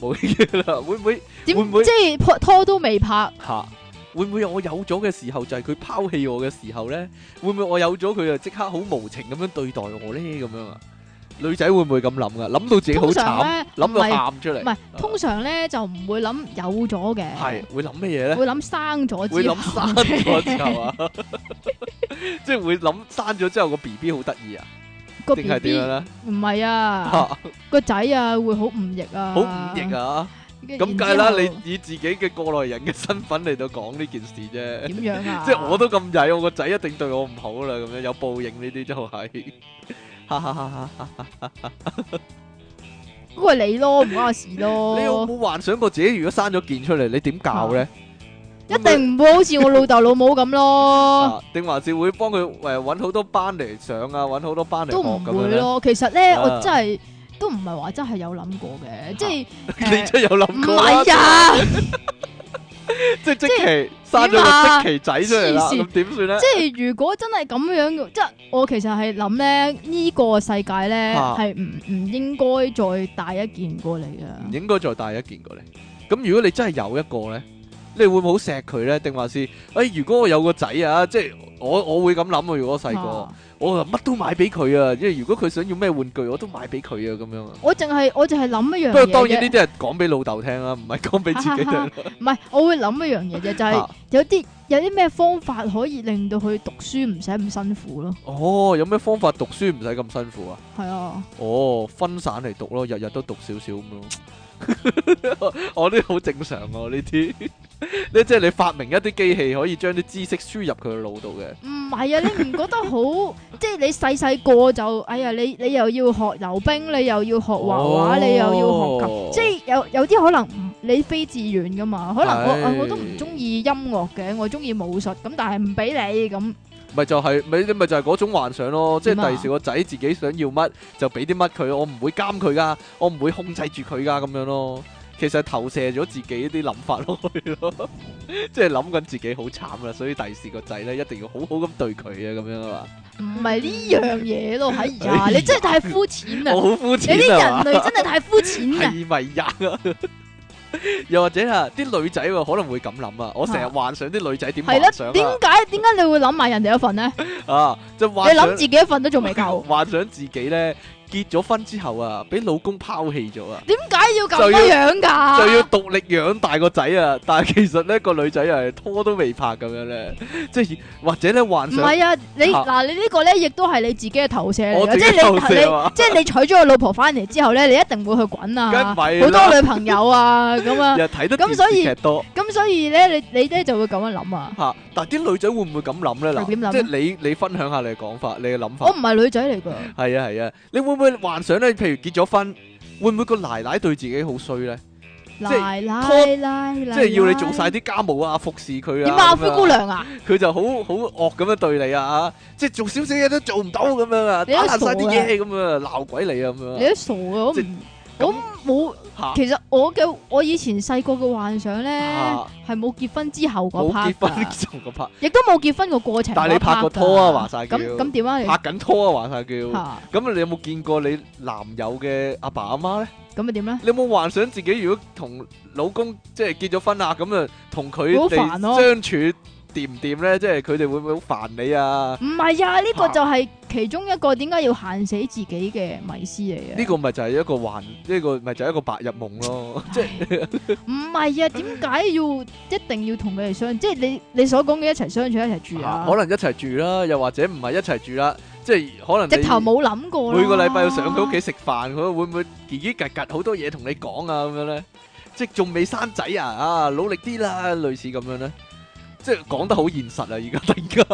Speaker 1: 冇嘢啦，會唔會
Speaker 2: 點
Speaker 1: 會唔會
Speaker 2: 即係拖拖都未拍？
Speaker 1: 吓、會唔會我有咗嘅時候就係佢拋棄我嘅時候咧？會唔會我有咗佢就即刻好無情咁樣對待我咧？咁樣啊？女仔會唔會咁諗噶？諗到自己好
Speaker 2: 通常
Speaker 1: 慘，
Speaker 2: 咧，
Speaker 1: 諗到
Speaker 2: 唔係
Speaker 1: 喊出嚟
Speaker 2: 唔。係，
Speaker 1: 啊
Speaker 2: 通常咧就唔會諗有咗嘅，
Speaker 1: 係會諗咩嘢咧？
Speaker 2: 會諗生咗
Speaker 1: 會
Speaker 2: 之
Speaker 1: 諗
Speaker 2: 後
Speaker 1: 生
Speaker 2: 嘅
Speaker 1: 咗 之 後啊，即係會諗生咗之後個 B B 好得意啊，
Speaker 2: 個
Speaker 1: 定
Speaker 2: B
Speaker 1: 係
Speaker 2: B
Speaker 1: 點樣咧？
Speaker 2: 唔係啊，
Speaker 1: 嚇
Speaker 2: 個仔啊會好忤逆啊，
Speaker 1: 好忤逆！啊！咁梗係啦，你以自己嘅過來人嘅身份嚟到講呢件事啫。
Speaker 2: 你點樣啊？
Speaker 1: 即係我都咁曳，我個仔一定對我唔好啦，咁樣有報應呢啲都 係。哈哈哈哈！
Speaker 2: 嗰個係你咯，唔關我事
Speaker 1: 你有
Speaker 2: 咯，
Speaker 1: 冇幻想過自己如果生咗件出嚟，你點教咧？
Speaker 2: 一定唔會好似我老豆老母咁咯，
Speaker 1: 啊定還是會幫佢誒揾好多班嚟上啊，揾好多班嚟
Speaker 2: 都
Speaker 1: 學
Speaker 2: 唔
Speaker 1: 咁樣
Speaker 2: 會
Speaker 1: 咧？
Speaker 2: 咯。其實咧，
Speaker 1: 啊
Speaker 2: 我真係都唔係話真係有諗過嘅，即係
Speaker 1: 啊 你
Speaker 2: 誒
Speaker 1: 真係有
Speaker 2: 唔
Speaker 1: 諗過啦
Speaker 2: 係啊。
Speaker 1: 即係即
Speaker 2: 係
Speaker 1: 期生咗
Speaker 2: 點
Speaker 1: 個
Speaker 2: 啊
Speaker 1: 即期仔出嚟啦，
Speaker 2: 黐線
Speaker 1: 咁點算咧？
Speaker 2: 即係如果真係咁樣嘅，即係我其實係諗咧，呢、個世界咧
Speaker 1: 啊
Speaker 2: 係唔唔應該再帶一件過嚟啊
Speaker 1: 唔
Speaker 2: 嘅。
Speaker 1: 應該再帶一件過嚟。咁如果你真係有一個咧，你會唔會好錫佢咧？定還是誒、哎如果我有個仔啊，即係我我會咁諗啊。如果我細個，
Speaker 2: 啊
Speaker 1: 我就乜都買俾佢啊。因為如果佢想要咩玩具，我都買俾佢啊。咁樣啊。
Speaker 2: 我淨係我淨係諗一
Speaker 1: 不
Speaker 2: 樣嘢
Speaker 1: 過
Speaker 2: 啫。
Speaker 1: 當然呢啲係講俾老豆聽啦，啊唔係 講俾自己聽啊啦。
Speaker 2: 唔係，我會諗一樣嘢啫，就係、
Speaker 1: 啊
Speaker 2: 有啲有啲咩方法可以令到佢讀書唔使咁辛苦咯。
Speaker 1: 哦，有咩方法讀書唔使咁辛苦啊？
Speaker 2: 係啊，
Speaker 1: 哦，分散嚟讀咯，日日都讀少少咁咯。 我呢啲好正常喎，呢啲 呢即係你發明一啲機器，可以將啲知識輸入佢嘅腦度嘅。
Speaker 2: 唔係啊，你唔覺得好？ 即係你細細個就，哎呀，你你又要學溜冰，你又要學畫畫，
Speaker 1: 嗯哦
Speaker 2: 你又要學琴。即係有有啲可能唔你非自願噶嘛，可能我
Speaker 1: 係
Speaker 2: 啊我都唔中意音樂嘅，我中意武術咁，但係唔俾你咁，
Speaker 1: 咪就係咪你咪就係嗰種幻想咯，即係
Speaker 2: 點啊
Speaker 1: 第時個仔自己想要乜就俾啲乜佢，我唔會監佢噶，我唔會控制住佢噶咁樣咯。其實係投射咗自己啲諗法落去咯， 即係諗緊自己好慘啦，所以第時個仔咧一定要好好咁對佢啊，咁樣啊
Speaker 2: 唔係呢樣嘢咯，哎呀，
Speaker 1: 哎呀
Speaker 2: 你真係太膚淺
Speaker 1: 嘛，我好
Speaker 2: 啦！
Speaker 1: 膚
Speaker 2: 你啲
Speaker 1: 淺啊嘛。
Speaker 2: 人類真係太膚淺 啊啦！
Speaker 1: 係咪呀？又或者啊，啲女仔喎可能會咁諗啊，我成日
Speaker 2: 啊
Speaker 1: 幻想啲女仔點
Speaker 2: 係
Speaker 1: 幻
Speaker 2: 啦，
Speaker 1: 想
Speaker 2: 點
Speaker 1: 啊
Speaker 2: 解點解你會諗埋人哋一 份呢？
Speaker 1: 啊，就
Speaker 2: 你
Speaker 1: 幻想，
Speaker 2: 諗自己一份都仲未夠
Speaker 1: 幻想自己咧結咗婚之後啊，俾老公拋棄咗啊，
Speaker 2: 點解要咁
Speaker 1: 就要
Speaker 2: 樣㗎？
Speaker 1: 就要獨力養大個仔啊，但係其實咧個女仔又係拖都未拍咁樣咧，即係或者咧幻
Speaker 2: 唔
Speaker 1: 想
Speaker 2: 係啊，你
Speaker 1: 啊
Speaker 2: 嗱你呢個咧，亦都係你自己嘅投射嚟
Speaker 1: 我
Speaker 2: 嘅，
Speaker 1: 自
Speaker 2: 即
Speaker 1: 己
Speaker 2: 係
Speaker 1: 投
Speaker 2: 你
Speaker 1: 射
Speaker 2: 你
Speaker 1: 啊，
Speaker 2: 即係你娶咗個老婆翻嚟之後咧，你一定會去滾
Speaker 1: 梗
Speaker 2: 啊，
Speaker 1: 唔係啦
Speaker 2: 好多女朋友啊咁啊
Speaker 1: 又。睇得
Speaker 2: 咁所
Speaker 1: 電視
Speaker 2: 以
Speaker 1: 劇多。
Speaker 2: 咁所以咧，你你咧就會咁樣諗啊。
Speaker 1: 吓，但係啲女仔會唔會咁諗咧？
Speaker 2: 係點諗
Speaker 1: 嗱，
Speaker 2: 啊
Speaker 1: 即係你你分享下你嘅講法，你嘅諗法
Speaker 2: 我。唔係女仔嚟噶，
Speaker 1: 系啊系啊，你會唔會幻想咧？譬如結咗婚，會唔會個奶奶對自己好衰咧？係
Speaker 2: 奶
Speaker 1: 拖
Speaker 2: 奶奶奶，
Speaker 1: 即係要你做晒啲家務啊，服侍佢啊。
Speaker 2: 點
Speaker 1: 咁樣
Speaker 2: 啊，灰姑娘啊，
Speaker 1: 佢就好好惡咁樣對你啊，即係做少少嘢都做唔到咁樣啊，
Speaker 2: 你都
Speaker 1: 打爛晒啲
Speaker 2: 傻嘅
Speaker 1: 嘢咁啊，鬧鬼你啊咁
Speaker 2: 你
Speaker 1: 樣
Speaker 2: 都傻嘅，我
Speaker 1: 即
Speaker 2: 唔
Speaker 1: 咁
Speaker 2: 我冇。
Speaker 1: 吓。
Speaker 2: 其實我嘅我以前細個嘅幻想咧
Speaker 1: 啊，
Speaker 2: 係冇結婚之後嗰
Speaker 1: 冇
Speaker 2: part，
Speaker 1: 結 婚
Speaker 2: 㗎
Speaker 1: 就咁拍，
Speaker 2: 亦都冇結婚個過程嗰 part 㗎。
Speaker 1: 但係你拍過拖啊，話晒叫。
Speaker 2: 咁咁點啊？你
Speaker 1: 拍緊拖啊，話晒叫。
Speaker 2: 嚇
Speaker 1: 咁你有冇見過你男友嘅阿爸阿媽咧？
Speaker 2: 咁啊點咧？
Speaker 1: 你有冇幻想自己如果同老公即係結咗婚啊，咁啊同佢
Speaker 2: 好
Speaker 1: 哋
Speaker 2: 煩啊咯
Speaker 1: 相處掂唔掂咧？即係佢哋會唔會好煩你啊？
Speaker 2: 唔係啊，呢個
Speaker 1: 嚇
Speaker 2: 就係其中一個點解要限死自己嘅迷思嚟嘅。
Speaker 1: 呢個咪就係一個幻，呢個咪就係一個白日夢咯。即係
Speaker 2: 唔係啊，點解要一定要同佢哋相？即係你你所講嘅一齊相處一齊住啊？
Speaker 1: 可能一齊住啦，又或者唔係一齊住啦，即係可能
Speaker 2: 直
Speaker 1: 你
Speaker 2: 頭冇諗過啦
Speaker 1: 每個禮拜要上佢屋企食飯，佢會唔會叽叽格格好多嘢同你講啊咁樣咧？即係仲未生仔啊，啊努力啲啦，類似咁樣咧，即係講得好現實啊！而家突 然間，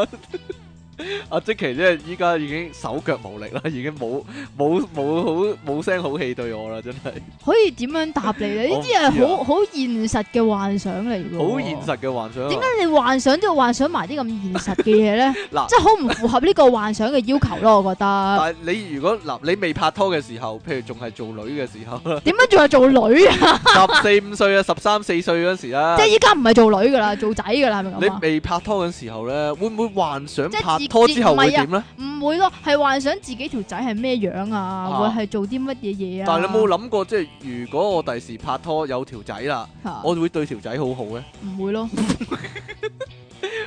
Speaker 1: 阿即奇咧依家已經手腳無力啦，已經冇冇冇好冇聲好氣對我啦，真係
Speaker 2: 可以點樣答 你咧？呢啲
Speaker 1: 我唔知
Speaker 2: 係
Speaker 1: 啊
Speaker 2: 好好現實嘅幻想嚟嘅，
Speaker 1: 好現。實嘅幻想啊。
Speaker 2: 點解你幻想都要幻想埋啲咁現實嘅嘢咧？
Speaker 1: 嗱
Speaker 2: 即係好唔符合呢個幻想嘅要求咯，我覺得。
Speaker 1: 但係你如果嗱，你未拍拖嘅時候，譬如仲係做女嘅時候啦，
Speaker 2: 點解仲係做 女啊？
Speaker 1: 十四五歲啊，十三四歲嗰時啦
Speaker 2: 即，係依家唔係做女噶啦，做仔噶啦，係咪
Speaker 1: 你
Speaker 2: 咁啊？
Speaker 1: 未拍拖嘅時候咧，會唔會幻想
Speaker 2: 即係
Speaker 1: 拍
Speaker 2: 自
Speaker 1: 拖
Speaker 2: 自
Speaker 1: 之後
Speaker 2: 唔
Speaker 1: 會
Speaker 2: 係啊
Speaker 1: 點咧？
Speaker 2: 唔會咯，係幻想自己條仔係咩樣啊，
Speaker 1: 啊
Speaker 2: 會係做啲乜嘢嘢啊？
Speaker 1: 但係你有冇諗過，即係如果我第時拍拖有條仔啦，
Speaker 2: 嚇
Speaker 1: 我會對條仔好好咧。
Speaker 2: 唔會咯，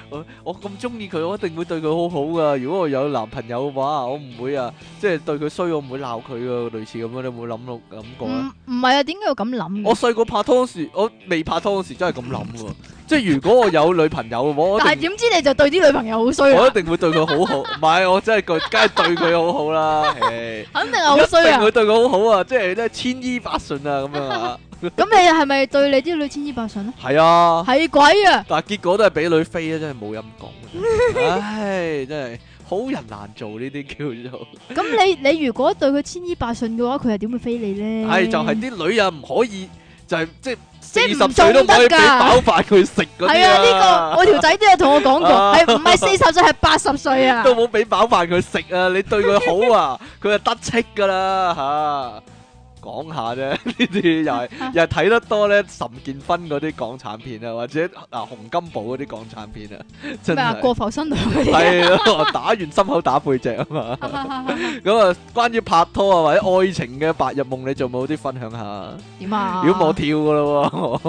Speaker 1: 我我咁中意佢，我一定會對佢好好噶。如果我有男朋友嘅話，我唔會啊，即係對佢衰，我唔會鬧佢噶。類似咁樣，你有冇諗到諗過咧？
Speaker 2: 唔唔係啊？點解要咁諗
Speaker 1: 我
Speaker 2: 嘅？
Speaker 1: 細個拍拖嗰時，我未拍拖嗰時真係咁諗喎。即係如果我有女朋友嘅話，我
Speaker 2: 但
Speaker 1: 一
Speaker 2: 係
Speaker 1: 定
Speaker 2: 點知你就對啲女朋友好衰啊
Speaker 1: 我
Speaker 2: 啦
Speaker 1: 一，定會對佢好 好。唔係，我真係個梗係對佢好好啦。唉
Speaker 2: 肯定係好
Speaker 1: 一
Speaker 2: 衰
Speaker 1: 定
Speaker 2: 啊！
Speaker 1: 會對佢好好啊，即係咧千依百順啊咁樣啊。
Speaker 2: 咁你係咪對你啲女千依百順咧？
Speaker 1: 係啊。
Speaker 2: 係鬼啊！
Speaker 1: 但係結果都係俾女飛啊，真係冇陰功啊。真係唉，真係好人難做呢啲叫做，
Speaker 2: 咁 你你如果對佢千依百順嘅話，佢係點會飛你咧？
Speaker 1: 係就係啲女啊唔可以就係即係四
Speaker 2: 嗯即係唔
Speaker 1: 十歲都唔可以俾
Speaker 2: 中得㗎
Speaker 1: 飽飯佢食嗰啲
Speaker 2: 係啊！呢個我條仔都有同我講過，
Speaker 1: 啊
Speaker 2: 係唔係四十歲係八十歲 啊？
Speaker 1: 都冇俾飽飯佢食啊！你對佢好啊，佢就得戚㗎啦吓。講下啫，呢啲又係又係睇得多咧，岑建勳嗰啲港產片啊，或者啊洪金寶嗰啲港產片啊， 真
Speaker 2: 咩啊？
Speaker 1: 係
Speaker 2: 過浮新娘嗰啲
Speaker 1: 係咯，打完心口打背脊啊嘛。
Speaker 2: 啊
Speaker 1: 咁啊，關於拍拖啊或者愛情嘅白日夢，你仲有冇啲分享下啊？
Speaker 2: 點啊？
Speaker 1: 如果冇跳噶咯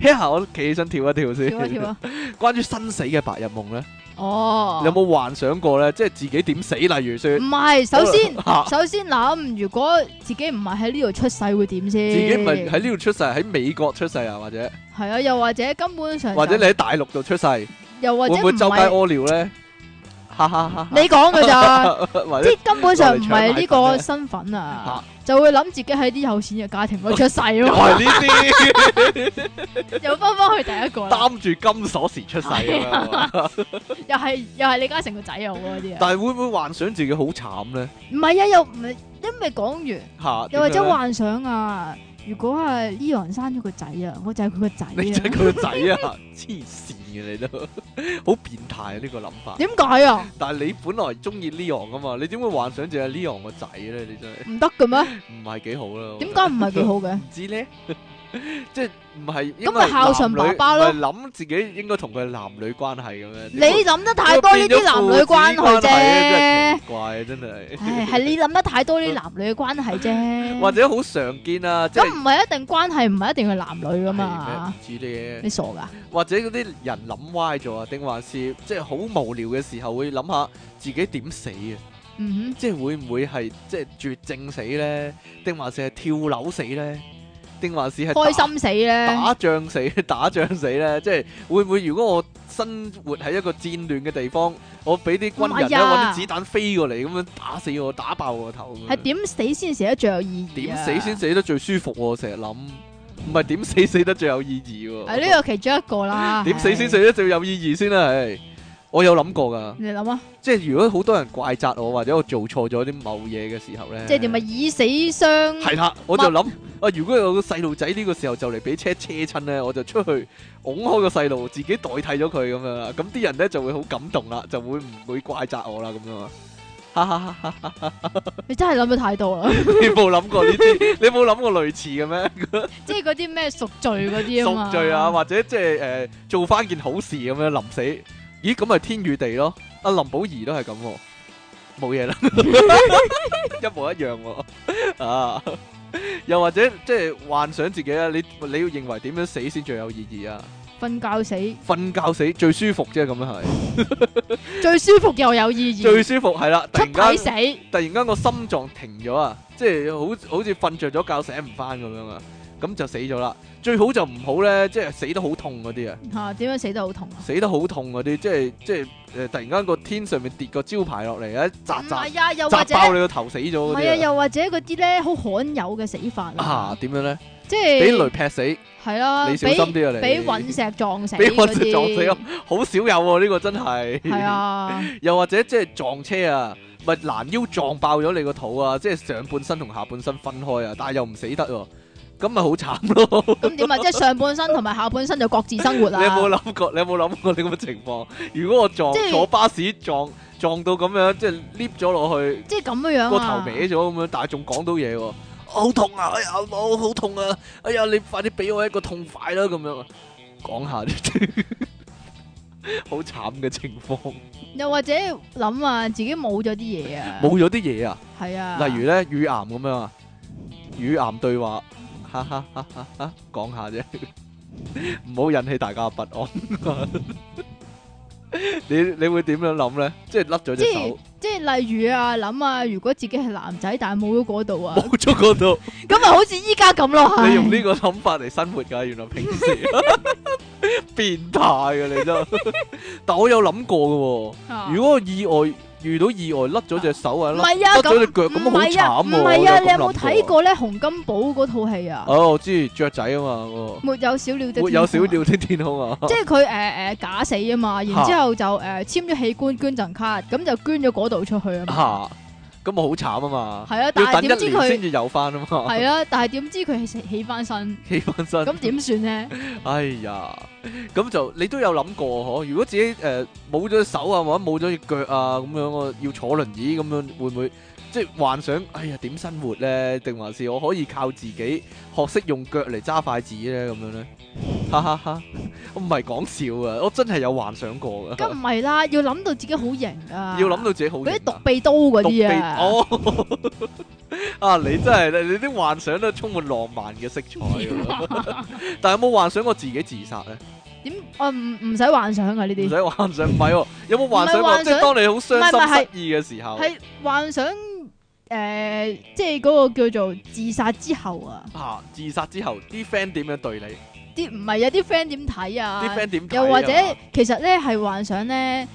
Speaker 1: 喎， 一下我企起身跳一跳先。
Speaker 2: 跳一跳啊！
Speaker 1: 關於生死嘅白日夢咧，
Speaker 2: 哦，
Speaker 1: 你有冇幻想過咧？即係自己點死？例如說
Speaker 2: 唔，係，首先
Speaker 1: 嚇
Speaker 2: 首先諗，如果自己唔係喺呢度出世會點先？
Speaker 1: 自己唔係喺呢度出世，喺美國出世啊，或者
Speaker 2: 係啊，又或者根本上就
Speaker 1: 或者你喺大陸度出世，會
Speaker 2: 又或者
Speaker 1: 唔會
Speaker 2: 唔
Speaker 1: 周街
Speaker 2: 係
Speaker 1: 屙尿咧？哈哈哈！
Speaker 2: 你講嘅咋？
Speaker 1: 或
Speaker 2: 即
Speaker 1: 者
Speaker 2: 係根本上唔係呢個身 份啊，就會諗自己喺啲有錢嘅家庭嗰度出世
Speaker 1: 又
Speaker 2: 咯，
Speaker 1: 係呢 啲
Speaker 2: 又翻翻去第一個啦，
Speaker 1: 擔住金鎖匙出世咁樣啊。
Speaker 2: 又係又係李嘉誠個仔啊我嗰啲啊，
Speaker 1: 但係會唔會幻想自己好慘咧？
Speaker 2: 唔係啊，又唔係因為講完，
Speaker 1: 嚇！
Speaker 2: 又或
Speaker 1: 點樣
Speaker 2: 者
Speaker 1: 呢
Speaker 2: 幻想啊，如果係伊人生咗個仔啊，我就係佢個仔
Speaker 1: 你真係
Speaker 2: 啊，
Speaker 1: 佢個仔啊！黐線嘅你都 好變態啊！呢、個諗法。
Speaker 2: 點解啊？
Speaker 1: 但係你本來中意 Leon 啊嘛，你點會幻想住係 Leon 個仔咧？你真係
Speaker 2: 唔得嘅咩？
Speaker 1: 唔係幾好啦。
Speaker 2: 點解唔係幾好 嘅？
Speaker 1: 唔知咧？即係唔係
Speaker 2: 咁咪孝順爸爸咯
Speaker 1: 諗自己應該同佢男女關係咁樣。
Speaker 2: 你諗得太多呢啲男女關係
Speaker 1: 係真係
Speaker 2: 啫
Speaker 1: 奇，怪啊！真係。
Speaker 2: 唉，係你諗得太多呢 啲男女嘅關係啫。
Speaker 1: 或者好常見啊，即
Speaker 2: 咁
Speaker 1: 係
Speaker 2: 唔係一定關係，唔係一定係男女噶嘛？
Speaker 1: 係咩唔知咧
Speaker 2: 你。傻噶？
Speaker 1: 或者嗰啲人諗歪咗啊，定還是即係好無聊嘅時候會諗下自己點死啊？
Speaker 2: 嗯
Speaker 1: 即係會唔會係即係絕症死咧？定還是係跳樓死咧？定還是係
Speaker 2: 哼，
Speaker 1: 打
Speaker 2: 開心死咧，
Speaker 1: 打仗死？ 打仗死咧？即係會唔會如果我生活喺一個戰亂嘅地方，我俾啲軍人咧
Speaker 2: 唔係
Speaker 1: 揾
Speaker 2: 啊
Speaker 1: 啲子彈飛過嚟咁樣打死我，打爆我個頭咁樣？
Speaker 2: 係點死先死得最有意義
Speaker 1: 點
Speaker 2: 啊？
Speaker 1: 死先死得最舒服喎、成日諗，唔係點死死得最有意義喎、
Speaker 2: 係呢個其中一個 啦。
Speaker 1: 點死先
Speaker 2: 係
Speaker 1: 死？得最有意義先啦、唉，我有諗過噶，
Speaker 2: 你諗啊，
Speaker 1: 即係如果好多人怪責我或者我做錯咗啲某嘢嘅時候咧，
Speaker 2: 即係點啊？以死相
Speaker 1: 係啦，我就諗啊，如果有個細路仔呢個時候就嚟俾車車親咧，我就出去拱開個細路，自己代替咗佢咁樣啦。咁啲人咧就會好感動啦，就會唔會怪責我啦咁樣啊？哈哈哈 哈！
Speaker 2: 你真係諗得太多啦，
Speaker 1: 你冇諗過呢啲，你冇諗過類似嘅咩？
Speaker 2: 即係嗰啲咩贖罪嗰啲啊嘛。
Speaker 1: 贖罪啊，，或者即係誒做翻件好事咁樣臨死，咦咁咪天與地咯？阿林保怡都係咁喎，冇嘢啦， 一模一樣喎啊！又或者即係幻想自己啊，你你要認為點樣死先最有意義啊？
Speaker 2: 瞓覺死
Speaker 1: 瞓覺死最舒服啫，咁樣係
Speaker 2: 最舒服又有意義，
Speaker 1: 最舒服係啦，突
Speaker 2: 出
Speaker 1: 然
Speaker 2: 體死
Speaker 1: 間。突然間個心臟停咗啊，即係好好似瞓着咗覺醒唔翻咁樣啊，咁就死咗啦。最好就唔好咧，即係死得好痛嗰啲啊，
Speaker 2: 吓點樣死得好痛啊？
Speaker 1: 死得好痛嗰啲，即係即係誒、呃突然間個天上面跌個招牌落嚟，一砸
Speaker 2: 唔
Speaker 1: 砸
Speaker 2: 係啊，又
Speaker 1: 砸
Speaker 2: 或者
Speaker 1: 爆你個頭死咗嗰
Speaker 2: 唔係啊，
Speaker 1: 啲啊
Speaker 2: 又或者嗰啲咧好罕有嘅死法
Speaker 1: 啊，點樣咧？
Speaker 2: 即係
Speaker 1: 俾雷劈死，你
Speaker 2: 係啦，
Speaker 1: 小心
Speaker 2: 俾
Speaker 1: 啲啊！你
Speaker 2: 俾隕石撞死，
Speaker 1: 俾
Speaker 2: 嗰
Speaker 1: 隕石
Speaker 2: 啲
Speaker 1: 撞死啊！好少有喎，呢個真係。
Speaker 2: 係啊，
Speaker 1: 又或者即係撞車啊，咪攔腰撞爆咗你個肚啊，即係上半身同下半身分開啊，但係又唔死得喎，咁咪好慘咯。
Speaker 2: 咁點啊？即係上半身同埋下半身就各自生活 啦。
Speaker 1: 你有冇諗過？你有冇諗過你咁嘅情況？如果我撞
Speaker 2: 即係
Speaker 1: 坐巴士撞撞到咁樣，即係 lift 咗落去，
Speaker 2: 即係咁樣樣啊？
Speaker 1: 個頭歪咗咁樣，但係仲講到嘢喎。好痛啊！哎呀，我好痛啊！哎呀，你快啲俾我一個痛快啦！咁樣啊，講下啫， 好慘嘅情況，
Speaker 2: 又或者諗啊，自己冇咗啲嘢啊，
Speaker 1: 冇咗啲嘢啊！
Speaker 2: 係啊，
Speaker 1: 例如咧，乳癌咁樣啊，乳癌對話，哈哈哈哈哈，講下啫， 唔好引起大家嘅不安。 你你會點樣諗咧？即係甩咗
Speaker 2: 即
Speaker 1: 隻
Speaker 2: 係
Speaker 1: 手，
Speaker 2: 即係例如啊，諗啊，如果自己係男仔，但係冇咗嗰度啊，
Speaker 1: 冇咗嗰度，
Speaker 2: 咁咪好似依家咁咯， 係
Speaker 1: 你用呢個諗法嚟生活㗎，原來平時 變態嘅你真。但我有諗過嘅
Speaker 2: 啊
Speaker 1: 喎，如果我意外遇到意外甩咗隻手或
Speaker 2: 唔
Speaker 1: 者甩
Speaker 2: 係啊，
Speaker 1: 甩咗
Speaker 2: 咁
Speaker 1: 隻腳，
Speaker 2: 唔係
Speaker 1: 咁
Speaker 2: 啊，
Speaker 1: 好
Speaker 2: 唔
Speaker 1: 慘喎。
Speaker 2: 係啊，你有冇
Speaker 1: 諗過
Speaker 2: 睇？過咧《洪金寶》嗰套戲啊？
Speaker 1: 哦，我知雀仔啊嘛，嗰個
Speaker 2: 沒有小鳥的天
Speaker 1: 會有
Speaker 2: 空啊
Speaker 1: 小鳥的天空 啊。
Speaker 2: 即係佢诶诶假死啊嘛，然之后就诶签咗器官捐贈卡，咁就捐咗嗰度出去啊嘛，
Speaker 1: 吓，咁咪好慘啊嘛！
Speaker 2: 係啊，但
Speaker 1: 要
Speaker 2: 係
Speaker 1: 等
Speaker 2: 點
Speaker 1: 一
Speaker 2: 知
Speaker 1: 年先
Speaker 2: 佢
Speaker 1: 至有翻啊嘛，
Speaker 2: 係啊，但係點知佢起起翻身，
Speaker 1: 起翻身。
Speaker 2: 咁點 算咧？
Speaker 1: 哎呀，咁就你都有諗過嗬？如果自己诶冇咗手啊，或者冇咗只腳啊，咁樣我要坐輪椅咁樣，會唔會即係幻想？哎呀，點生活咧？定還是我可以靠自己學識用腳嚟揸筷子咧？咁樣咧？ 哈哈哈！我唔係講笑啊，我真係有幻想過
Speaker 2: 咁啊
Speaker 1: 噶
Speaker 2: 唔，係啦，要諗到自己好型啊，
Speaker 1: 要諗到自己好
Speaker 2: 嗰啲
Speaker 1: 型啊
Speaker 2: 毒鼻刀嗰
Speaker 1: 毒
Speaker 2: 啲
Speaker 1: 鼻
Speaker 2: 啊，
Speaker 1: 哦， 啊你真係你啲幻想都充滿浪漫嘅色彩 喎，但係有冇幻想過自己自殺咧？
Speaker 2: 點啊唔唔使幻想啊呢
Speaker 1: 唔
Speaker 2: 啲，
Speaker 1: 使幻想，唔係 喎，有冇幻想
Speaker 2: 唔係
Speaker 1: 過
Speaker 2: 幻
Speaker 1: 即係
Speaker 2: 想
Speaker 1: 當你好
Speaker 2: 唔係唔係
Speaker 1: 傷心失意嘅時候，
Speaker 2: 係幻想诶，即係嗰個叫做自殺之後啊，
Speaker 1: 啊自殺之後啲 friend 點樣對你？
Speaker 2: 啲唔係有啲 friend 點睇啊？
Speaker 1: 啲 friend 點睇啊
Speaker 2: 又或者其實咧係幻想咧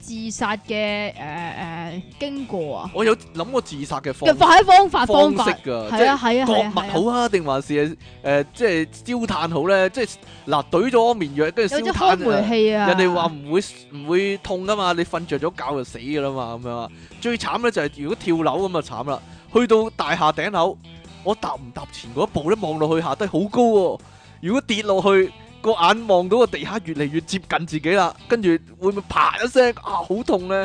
Speaker 2: 自殺嘅誒誒經過啊
Speaker 1: 我有諗過自殺嘅方
Speaker 2: 嘅快方法方
Speaker 1: 方
Speaker 2: 法
Speaker 1: 式，㗎，即
Speaker 2: 係
Speaker 1: 係
Speaker 2: 啊係啊
Speaker 1: 割
Speaker 2: 係啊係啊，
Speaker 1: 脈好啊，定還是誒即係焦炭好咧？即係嗱，懟咗安眠藥跟住
Speaker 2: 有
Speaker 1: 燒
Speaker 2: 啲開
Speaker 1: 炭啊
Speaker 2: 煤氣啊，
Speaker 1: 人哋話唔會唔會痛噶嘛，你瞓着咗覺就死噶啦嘛，咁樣啊。最慘咧就係如果跳樓咁就慘啦，去到大廈頂樓，我踏唔踏前嗰一步咧，望落去下低好高喎、如果跌落去，個眼望到個地下越嚟越接近自己啦，跟住會唔會啪一聲啊？好痛咧！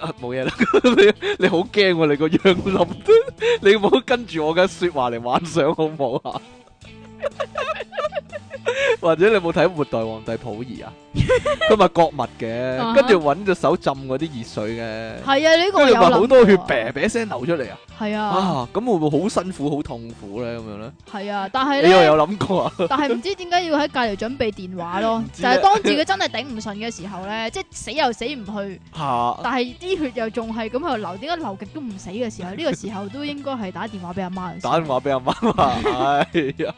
Speaker 1: 啊，冇嘢啦， 你你好驚喎，你個樣諗， 你唔好跟住我嘅説話嚟幻想好唔好啊？ 或者你有冇睇《末代皇帝溥 儀》啊？佢咪割脈
Speaker 2: 啊
Speaker 1: 嘅，
Speaker 2: 哈
Speaker 1: 跟住揾隻手浸嗰啲熱水嘅，
Speaker 2: 係啊呢個
Speaker 1: 跟住
Speaker 2: 有
Speaker 1: 咪好多血
Speaker 2: 病
Speaker 1: 啤啤聲流出嚟啊！
Speaker 2: 係啊
Speaker 1: 啊，咁會唔會好辛苦、好痛苦咧？咁樣咧，
Speaker 2: 係啊，但係
Speaker 1: 你又有
Speaker 2: 咧。
Speaker 1: 諗 過啊？
Speaker 2: 但係唔知點解要喺隔離準備電話咯
Speaker 1: 唔，知啊咧
Speaker 2: 就係當自己真係頂唔順嘅時候咧，即係死又死唔去，
Speaker 1: 嚇，
Speaker 2: 但係啲血又仲係咁喺度流，點解流極都唔死嘅時候，呢個時候都應該係打電話俾阿媽嘅時候。
Speaker 1: 打電話俾阿媽啊！ 哎呀，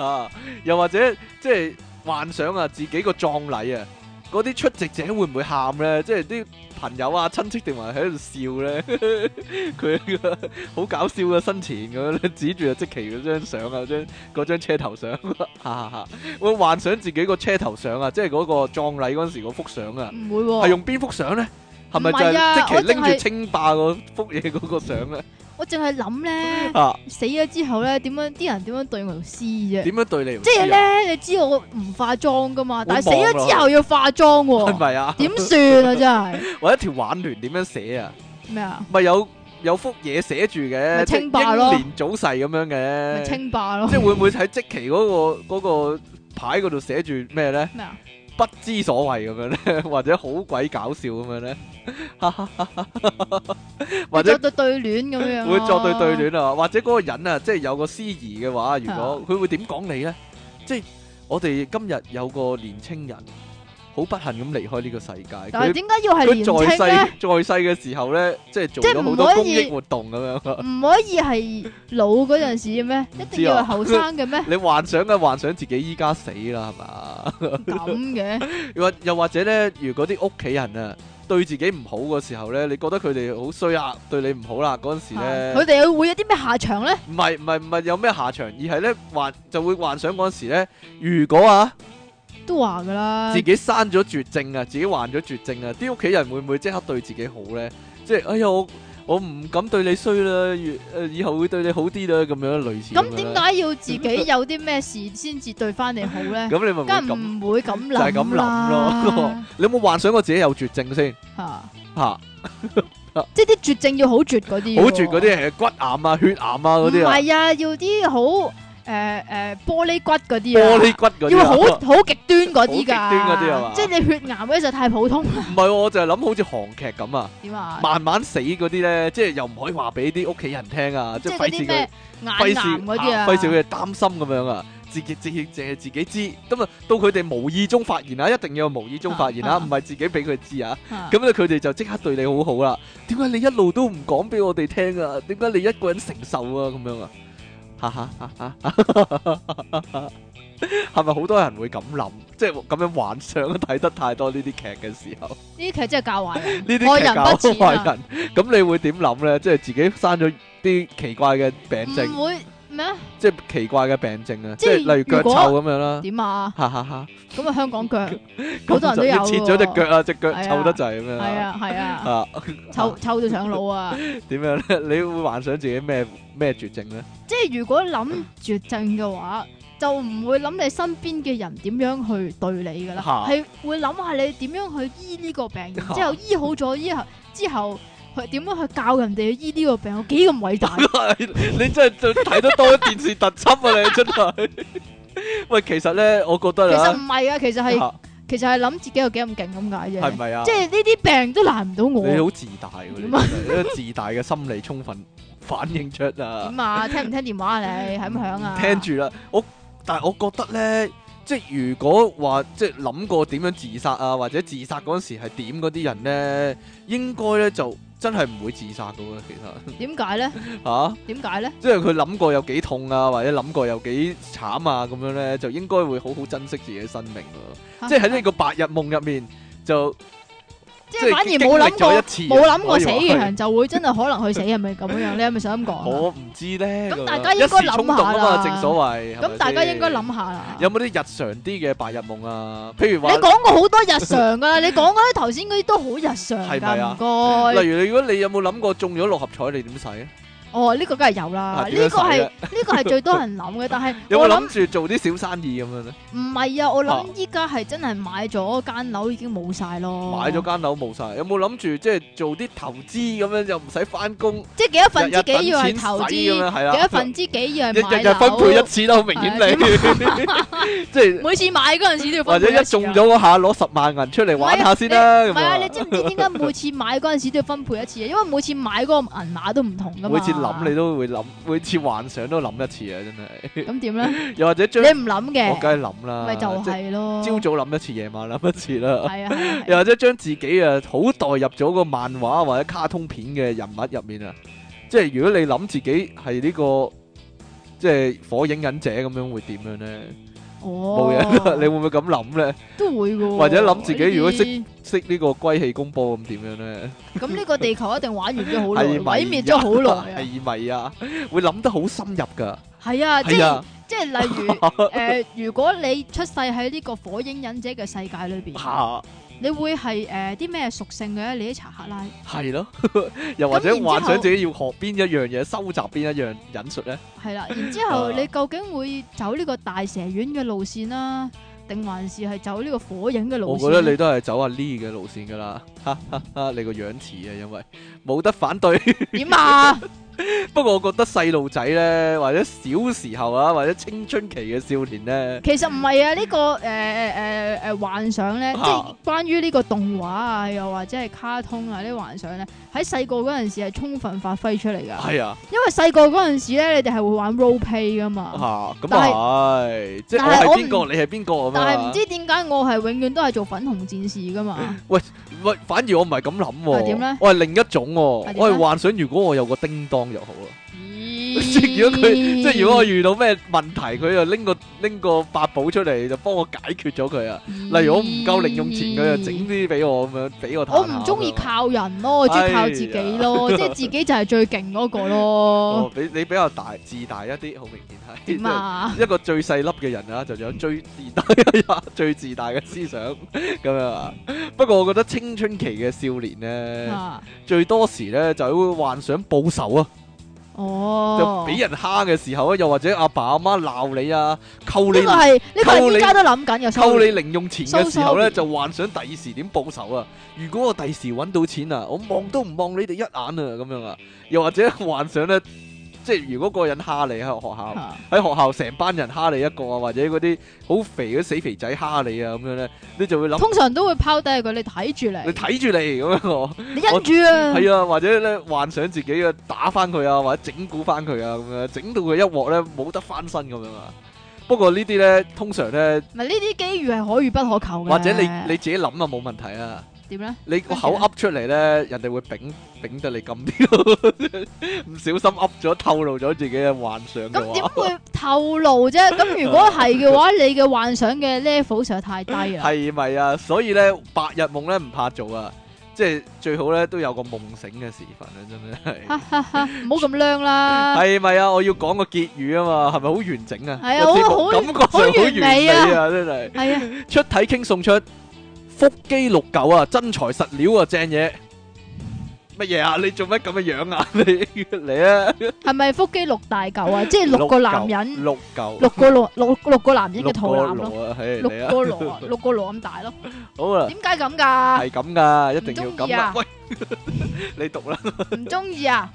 Speaker 1: 啊，又或者即係幻想啊，自己個葬禮啊，嗰啲出席者會唔會喊咧？即係啲朋友啊、親戚定埋喺度笑咧？ 佢個好搞笑嘅生前咁樣咧，指住啊即奇嗰張相啊，張嗰張車頭相，哈哈哈！會幻想自己個車頭相啊，即係嗰個葬禮嗰陣時嗰幅相啊。
Speaker 2: 唔會喎，
Speaker 1: 係用邊幅相咧？係咪就
Speaker 2: 哦唔係
Speaker 1: 係
Speaker 2: 啊
Speaker 1: 即
Speaker 2: 我
Speaker 1: 期
Speaker 2: 淨
Speaker 1: 拎住
Speaker 2: 係
Speaker 1: 清霸嗰幅嘢嗰個相 咧？
Speaker 2: 我淨係諗咧。
Speaker 1: 啊，
Speaker 2: 死咗之後咧，點樣啲人點樣對我條屍啫？
Speaker 1: 點樣對你唔
Speaker 2: 即係
Speaker 1: 知啊？
Speaker 2: 咧，你知我唔化妝噶嘛，但係死
Speaker 1: 望落
Speaker 2: 咗之後要化妝
Speaker 1: 係
Speaker 2: 喎，
Speaker 1: 咪 啊？
Speaker 2: 點算啊？真係
Speaker 1: 或者條挽聯點樣寫啊？
Speaker 2: 咩啊？
Speaker 1: 咪有有幅嘢寫住嘅，
Speaker 2: 咪
Speaker 1: 即係
Speaker 2: 清霸咯
Speaker 1: 英年早逝咁樣
Speaker 2: 咪
Speaker 1: 嘅，
Speaker 2: 清霸咯
Speaker 1: 即係會唔會喺即期嗰個嗰個牌嗰度寫住咩咧？
Speaker 2: 咩啊？
Speaker 1: 不知所謂咁樣咧， 或者好鬼搞笑咁樣咧，或
Speaker 2: 或
Speaker 1: 者
Speaker 2: 者對對戀咁樣咯，
Speaker 1: 會作對對戀啊，或者嗰個人啊，即係有個司儀嘅話，如
Speaker 2: 啊
Speaker 1: 果佢會點講你咧？即係我哋今日有個年青人好好不幸咁離開呢個世界。
Speaker 2: 但係
Speaker 1: 佢
Speaker 2: 點解要係年
Speaker 1: 佢
Speaker 2: 青
Speaker 1: 在
Speaker 2: 咧？
Speaker 1: 世在世嘅時候咧，即係做
Speaker 2: 即係
Speaker 1: 咗好
Speaker 2: 唔
Speaker 1: 多
Speaker 2: 可
Speaker 1: 公
Speaker 2: 以
Speaker 1: 益活動咁樣。
Speaker 2: 唔可以係老嗰陣時嘅咩？
Speaker 1: 唔
Speaker 2: 一
Speaker 1: 知
Speaker 2: 定要
Speaker 1: 啊
Speaker 2: 係後生嘅咩
Speaker 1: ？你幻想嘅幻想自己依家死啦，係嘛？
Speaker 2: 咁嘅
Speaker 1: 又或又或者咧，如果啲屋企人啊對自己唔好嘅時候咧，你覺得佢哋好衰啊，對你唔好啦嗰陣時
Speaker 2: 嚇
Speaker 1: 咧，
Speaker 2: 啊佢哋會有啲咩下場咧？
Speaker 1: 唔係唔係唔係有咩下場，而係咧幻就會幻想嗰陣時咧，如果啊
Speaker 2: 都話噶啦
Speaker 1: 自，己生咗絕症啊，自己患咗絕症啊，啲屋企人會唔會即刻對自己好咧？即係哎呀我我唔敢對你衰啦，如誒以後會對你好啲啦，咁樣類似
Speaker 2: 咁
Speaker 1: 樣
Speaker 2: 點
Speaker 1: 啦？
Speaker 2: 解要 自己有啲咩事先至對翻你好 咧？
Speaker 1: 咁你咪唔會
Speaker 2: 梗
Speaker 1: 咁？
Speaker 2: 係唔會咁諗
Speaker 1: 就係咁諗咯
Speaker 2: 啦
Speaker 1: 你有冇幻想過自己有絕症先
Speaker 2: 嚇。
Speaker 1: 嚇？
Speaker 2: 即係啲絕症要好絕嗰啲喎，
Speaker 1: 好絕嗰啲係骨癌啊、血癌啊嗰
Speaker 2: 唔
Speaker 1: 啲啊，
Speaker 2: 係啊，要啲好诶诶玻璃骨嗰啲
Speaker 1: 玻
Speaker 2: 啊，
Speaker 1: 璃骨嗰啲啊。
Speaker 2: 要好好極端
Speaker 1: 好
Speaker 2: 嗰啲㗎，
Speaker 1: 極端嗰啲係嘛
Speaker 2: 即係你血癌咧就太普通啦，
Speaker 1: 唔係喎，我就係諗好似韓劇咁啊，
Speaker 2: 點啊？
Speaker 1: 慢慢死嗰啲咧，即係又唔可以話俾啲屋企人聽啊，即
Speaker 2: 即係
Speaker 1: 係
Speaker 2: 嗰
Speaker 1: 費事
Speaker 2: 啲
Speaker 1: 佢
Speaker 2: 咩眼癌嗰啲啊，
Speaker 1: 費事佢哋擔心咁樣啊，自己自己淨係自己知，咁啊到佢哋無意中發現啊，一定要無意中發 現啊，
Speaker 2: 啊
Speaker 1: 唔係自己俾佢知啊，
Speaker 2: 啊
Speaker 1: 咁咧佢哋就即刻對你好好啦。點解你一路都唔講俾我哋聽啊？點解你一個人承受啊？咁樣啊？ 哈哈哈哈哈哈！係咪好多人會咁諗，即係咁樣幻想睇得太多呢啲劇嘅時 候？
Speaker 2: 呢啲劇真係教壞人，
Speaker 1: 呢啲
Speaker 2: 愛
Speaker 1: 劇
Speaker 2: 人
Speaker 1: 搞
Speaker 2: 不淺
Speaker 1: 壞
Speaker 2: 啊，
Speaker 1: 人，咁你會點諗咧？即係自己生咗啲奇怪嘅病症，
Speaker 2: 唔會咩啊？
Speaker 1: 即係奇怪嘅病症啊！即
Speaker 2: 即係
Speaker 1: 係例如腳
Speaker 2: 如果
Speaker 1: 臭咁樣啦，
Speaker 2: 點啊？
Speaker 1: 哈哈哈！
Speaker 2: 咁啊香港腳好
Speaker 1: 咁
Speaker 2: 多人
Speaker 1: 就
Speaker 2: 都有
Speaker 1: 要切咗
Speaker 2: 喎
Speaker 1: 隻腳啊，隻腳
Speaker 2: 係啊
Speaker 1: 臭得滯咁樣
Speaker 2: 係
Speaker 1: 啦。
Speaker 2: 啊係啊，
Speaker 1: 啊，
Speaker 2: 臭臭到上腦啊！
Speaker 1: 點樣 咧？你會幻想自己咩咩絕症咧？
Speaker 2: 即係如果諗絕症嘅話，就唔會諗你身邊嘅人點樣去對你噶啦，
Speaker 1: 嚇
Speaker 2: 係會諗下你點樣去醫呢個病，然
Speaker 1: 嚇
Speaker 2: 之後醫好咗之後，之後去點樣去教人哋去醫呢個病，有幾咁 偉大？
Speaker 1: 你真係就睇得多電視特輯啊！你真係。 喂，其實咧，我覺
Speaker 2: 其
Speaker 1: 得
Speaker 2: 實唔
Speaker 1: 啊，
Speaker 2: 係啊，其實係
Speaker 1: 嚇
Speaker 2: 其實係諗自己有幾咁勁咁解
Speaker 1: 係
Speaker 2: 啫，
Speaker 1: 咪啊
Speaker 2: 即？係呢啲病都難唔到我。
Speaker 1: 你
Speaker 2: 點
Speaker 1: 好自大喎，你真
Speaker 2: 點啊
Speaker 1: 係一個自大嘅心理充分反映出啊！
Speaker 2: 啊？聽唔聽 電話啊？你響唔響啊？
Speaker 1: 聽住啦，我但係我覺得咧，即係如果話即係諗過點樣自殺啊，或者自殺嗰陣時係點嗰啲人咧，應該咧就真係唔會自殺噶喎，其實 啊
Speaker 2: 點解咧？
Speaker 1: 嚇、
Speaker 2: 點解咧？
Speaker 1: 即係佢諗過有幾痛啊，或者諗過有幾慘啊咁樣咧，就應該會好好珍惜自己嘅生命咯。即係喺呢個白日夢入面就
Speaker 2: 即係反而
Speaker 1: 經
Speaker 2: 冇
Speaker 1: 歷
Speaker 2: 諗過
Speaker 1: 咗一次，
Speaker 2: 冇諗過死
Speaker 1: 可以話
Speaker 2: 嘅
Speaker 1: 係
Speaker 2: 人就會真係可能去死，係咪咁樣？你係咪想咁講啊？
Speaker 1: 我唔知咧。
Speaker 2: 咁
Speaker 1: 樣
Speaker 2: 大家應該諗下啦
Speaker 1: 一時衝動啊嘛，正所謂。係咪
Speaker 2: 咁大家
Speaker 1: 先
Speaker 2: 應該諗下啦。
Speaker 1: 有冇啲日常啲嘅白日夢啊？譬如
Speaker 2: 你
Speaker 1: 話，
Speaker 2: 講過好多日 常噶啦，你講嗰啲頭先嗰啲都好日常
Speaker 1: 係咪啊
Speaker 2: 噶，唔該。
Speaker 1: 例如你如果你有冇諗過中咗六合彩，你點使啊？
Speaker 2: 哦，呢個梗係有啦，
Speaker 1: 啊
Speaker 2: 呢
Speaker 1: 點樣
Speaker 2: 個係
Speaker 1: 使啊
Speaker 2: 呢個係最多人諗嘅，但係
Speaker 1: 有冇
Speaker 2: 我諗
Speaker 1: 諗住做啲小生意咁樣咧？
Speaker 2: 唔係啊，我
Speaker 1: 啊
Speaker 2: 諗依家係真係買咗間樓已經冇晒咯，
Speaker 1: 買咗，間樓冇晒，有冇諗住即係做啲投資咁樣，又唔使翻工，
Speaker 2: 即係幾多分
Speaker 1: 日
Speaker 2: 之
Speaker 1: 日等
Speaker 2: 幾要
Speaker 1: 錢
Speaker 2: 係
Speaker 1: 使
Speaker 2: 投資，
Speaker 1: 咁樣
Speaker 2: 幾
Speaker 1: 係
Speaker 2: 多
Speaker 1: 啦。
Speaker 2: 分之幾要
Speaker 1: 日
Speaker 2: 係買
Speaker 1: 日日分配一
Speaker 2: 樓，
Speaker 1: 次啦，好明顯 你即係
Speaker 2: 每次買嗰陣時都要
Speaker 1: 或
Speaker 2: 分
Speaker 1: 者
Speaker 2: 配
Speaker 1: 一
Speaker 2: 次啊
Speaker 1: 中咗嗰下攞十萬銀出嚟玩下先啦。
Speaker 2: 唔
Speaker 1: 咁
Speaker 2: 係啊，
Speaker 1: 啊
Speaker 2: 你知唔知點解每次買嗰陣時都要分配一次啊？因為每次買嗰個銀碼都唔同噶嘛。
Speaker 1: 每次諗你都會諗，每次幻想都諗一次啊！真
Speaker 2: 咁點咧？
Speaker 1: 係，又或者 將
Speaker 2: 你唔諗
Speaker 1: 我
Speaker 2: 嘅，
Speaker 1: 梗係諗啦，
Speaker 2: 咪就
Speaker 1: 啊即係
Speaker 2: 係咯。
Speaker 1: 朝早諗一次，夜晚諗一次啦。
Speaker 2: 係啊 係啊係
Speaker 1: 又
Speaker 2: 啊，
Speaker 1: 或者將自己啊好代入咗個漫畫或者卡通片嘅人物入面啊，即係如果你諗自己係呢、個即係火影忍者咁樣會點樣呢？冇嘢、
Speaker 2: 哦，
Speaker 1: 你會唔會咁諗呢？
Speaker 2: 都會噶。
Speaker 1: 或者諗自己如果識
Speaker 2: 呢
Speaker 1: 識呢個龜氣功波咁點樣呢？
Speaker 2: 啲咁呢個地球一定玩完咗好耐，
Speaker 1: 係咪啊
Speaker 2: 毀滅咗好耐啊！
Speaker 1: 係咪啊？會諗得好深入㗎，
Speaker 2: 係啊，即
Speaker 1: 係
Speaker 2: 係
Speaker 1: 啊，
Speaker 2: 即係例 如誒，如果你出世喺呢個火影忍者嘅世界裏邊，
Speaker 1: 嚇
Speaker 2: 你會係誒啲咩屬性嘅咧？你啲查克拉
Speaker 1: 係咯， 又或
Speaker 2: 咁
Speaker 1: 者
Speaker 2: 然之後
Speaker 1: 幻想自己要學邊一樣嘢，收集邊一樣引述呢？
Speaker 2: 係 啦，然之後
Speaker 1: 啊
Speaker 2: 你究竟會走呢個大蛇丸嘅路線啦、定還是係走呢個火影嘅路
Speaker 1: 我
Speaker 2: 線呢？
Speaker 1: 覺得你都係走阿 Lee 嘅路 線㗎啦，哈哈哈！你個樣似啊，因為冇得反對。
Speaker 2: 你點啊？
Speaker 1: 不過我覺得細路仔咧，或者小時候啊，或者青春期嘅少年咧，
Speaker 2: 其實唔係啊，呢、個誒誒誒誒幻想
Speaker 1: 啊
Speaker 2: 咧，即係關於呢個動畫啊，又或者係卡通啊呢啲幻想咧，喺細個嗰陣時係充分發揮出嚟㗎。
Speaker 1: 係啊，
Speaker 2: 因為細個嗰陣時咧，你哋係會玩 role play 㗎
Speaker 1: 吓
Speaker 2: 嘛。
Speaker 1: 咁
Speaker 2: 但係
Speaker 1: 啊係，即係
Speaker 2: 但係
Speaker 1: 我
Speaker 2: 我
Speaker 1: 係邊個，你係邊個咁樣
Speaker 2: 但係
Speaker 1: 啊
Speaker 2: 唔？知點解我係永遠都係做粉紅戰士㗎嘛？
Speaker 1: 喂，反而我唔係咁諗
Speaker 2: 係啊點
Speaker 1: 喎
Speaker 2: 咧，啊
Speaker 1: 我係另一種喎，我
Speaker 2: 係點咧
Speaker 1: 係幻想如果我有個叮當就好啦。 即係
Speaker 2: 咦
Speaker 1: 如果佢，即係如果我遇到咩問題，佢就拎個拎個法寶出嚟，就幫我解決咗佢啊。例如我唔夠零用錢，佢就整啲俾我咁樣，俾我
Speaker 2: 我
Speaker 1: 攤下
Speaker 2: 唔中意
Speaker 1: 咁樣
Speaker 2: 靠人咯，我中意靠自己咯，即係自己就係最勁嗰個咯
Speaker 1: 哎 哦，，比你比較大自大一啲，好明顯
Speaker 2: 點
Speaker 1: 係。
Speaker 2: 啊？
Speaker 1: 一個最細粒嘅人啊，就有最自大 嘅最自大嘅思想咁樣啊。不過我覺得青春期嘅少年呢，
Speaker 2: 啊
Speaker 1: 最多時呢就會幻想報仇啊，就
Speaker 2: 哦，
Speaker 1: 俾人蝦嘅時候啊，又或者阿爸阿媽鬧你啊，扣你
Speaker 2: 呢個係呢個
Speaker 1: 扣
Speaker 2: 係
Speaker 1: 你
Speaker 2: 依家都諗緊嘅，
Speaker 1: 扣你
Speaker 2: 收
Speaker 1: 零用錢嘅時候咧，
Speaker 2: 收收
Speaker 1: 就幻想第二時點報仇啊！如果我第時揾到錢啊，我望都唔望你哋一眼啊，咁樣啊！又或者幻想咧， 即係如果嗰個人蝦你喺學校，
Speaker 2: 啊
Speaker 1: 喺學校成班人蝦你一個啊，或者嗰啲好肥嘅死肥仔蝦你啊，咁樣咧，你就會諗
Speaker 2: 通常都會拋低佢，你睇住
Speaker 1: 你
Speaker 2: 你，
Speaker 1: 睇住你咁樣哦我
Speaker 2: 你忍住啊，
Speaker 1: 係啊，或者咧幻想自己啊打翻佢啊，或者整蠱翻佢啊，咁樣整到佢一鑊咧冇得翻身咁樣啊！不過呢啲咧通常咧，
Speaker 2: 唔係呢啲機遇係可遇不可求嘅，
Speaker 1: 啊或者你你自己諗啊冇問題啊。
Speaker 2: 點咧？
Speaker 1: 你個口噏出嚟咧，人哋會丙丙得你咁啲咯， 唔小心噏咗透露咗自己嘅幻想
Speaker 2: 咁
Speaker 1: 嘅
Speaker 2: 點啊
Speaker 1: 話，
Speaker 2: 會透 露啫？咁如果係嘅話，你嘅幻想嘅 level 實在太低啦。
Speaker 1: 係咪啊？所以咧，白日夢咧唔怕做啊，即係最好咧都有個夢醒嘅時分啊，真係。
Speaker 2: 哈哈哈唔好咁靚啦。
Speaker 1: 係咪啊？我要講個結語啊嘛，係咪好完整啊？
Speaker 2: 係啊
Speaker 1: 個節目
Speaker 2: 好好
Speaker 1: 感覺上好完美
Speaker 2: 好完美
Speaker 1: 啊，真係。
Speaker 2: 係啊，
Speaker 1: 出體傾送出腹肌六嚿啊，真材實料啊，正嘢。乜嘢啊？你做乜咁嘅樣啊？ 你嚟啊！
Speaker 2: 係咪腹肌六大嚿啊？即係六個男人，
Speaker 1: 六嚿，
Speaker 2: 六個六六六個男人
Speaker 1: 六
Speaker 2: 嘅肚腩
Speaker 1: 個
Speaker 2: 咯，
Speaker 1: 羅啊，係
Speaker 2: 六
Speaker 1: 嚟啊，
Speaker 2: 個羅啊，六個羅 咁大咯。
Speaker 1: 好啦，
Speaker 2: 點解咁噶？
Speaker 1: 係咁噶，一定要
Speaker 2: 唔中意
Speaker 1: 咁啊
Speaker 2: 啊！
Speaker 1: 喂， 你讀啦，
Speaker 2: 唔中意啊？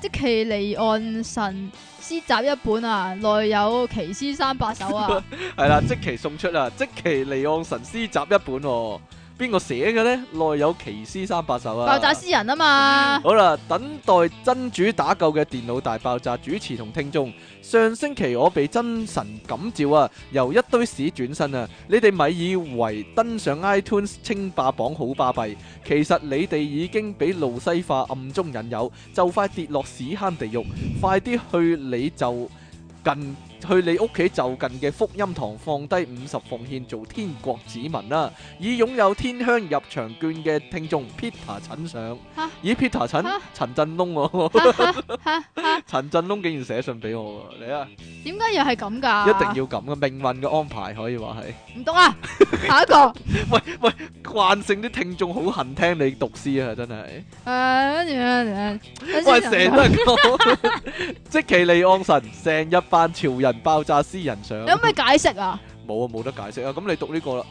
Speaker 2: 即其離岸神詩集一本啊，內有奇詩三百 首啊，
Speaker 1: 係啦，即期送出啊，即期離岸神詩集一本喎，邊個寫嘅咧？內有奇詩三百首啊！
Speaker 2: 爆炸詩人啊 嘛。
Speaker 1: 好啦，等待真主打救嘅電腦大爆炸主持同聽眾，上星期我被真神感召啊，由一堆屎轉身啊！你哋咪以為登上 iTunes 稱霸榜好巴閉，其實你哋已經俾路西法暗中引誘，就快跌落屎坑地獄，快啲去你就近。去你屋企就近嘅福音堂放低五十奉獻做天國子民啦、以擁有天香入場券嘅聽眾 Peter 陳上
Speaker 2: 嚇，
Speaker 1: 咦 Peter 陳
Speaker 2: 嚇
Speaker 1: 陳振東喎，
Speaker 2: 哈哈哈哈
Speaker 1: 陳振東竟然寫信俾我喎，你啊，
Speaker 2: 點解又係咁噶？
Speaker 1: 一定要咁嘅命運嘅安排可以話係。
Speaker 2: 要唔讀啊！下一個
Speaker 1: 慣性啲聽眾好恨聽你讀詩啊，真係，
Speaker 2: 誒，跟住
Speaker 1: 喂
Speaker 2: 誒，
Speaker 1: 成日都係咁， 即其利安神，成一班潮人爆炸詩人上，
Speaker 2: 你可唔可以解釋啊？
Speaker 1: 冇啊冇得解釋啊，咁你讀呢個啦，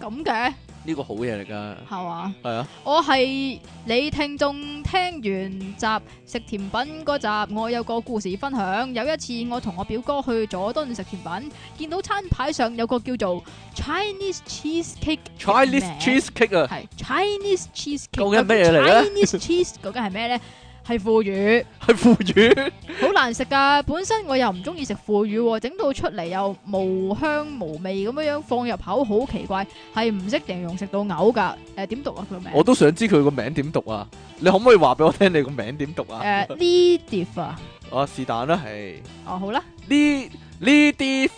Speaker 2: 咁嘅
Speaker 1: 呢個好嘢嚟㗎，
Speaker 2: 係嘛？
Speaker 1: 係啊，
Speaker 2: 我係你聽眾聽完集食甜品嗰集，我有個故事分享。有一次我同我表哥去佐敦食甜品，見到餐牌上有個叫做 Chinese cheesecake 嘅
Speaker 1: Chinese
Speaker 2: 名
Speaker 1: cheesecake 啊，
Speaker 2: 係 Chinese cheesecake，
Speaker 1: 究竟係咩嘢嚟呢
Speaker 2: Chinese cheese 究竟係咩呢？係腐乳，
Speaker 1: 係腐乳，
Speaker 2: 好難食噶。本身我又唔中意食腐乳喎，整到出嚟又無香無味咁樣樣，放入口好奇怪，係唔識形容，食到嘔噶。誒、點讀啊？佢個名？
Speaker 1: 我都想知佢個名點讀啊，你可唔可以話俾我聽你個名點讀啊？
Speaker 2: 誒呢碟啊，
Speaker 1: 啊，是但啦，係
Speaker 2: 哦好啦，
Speaker 1: 呢呢啲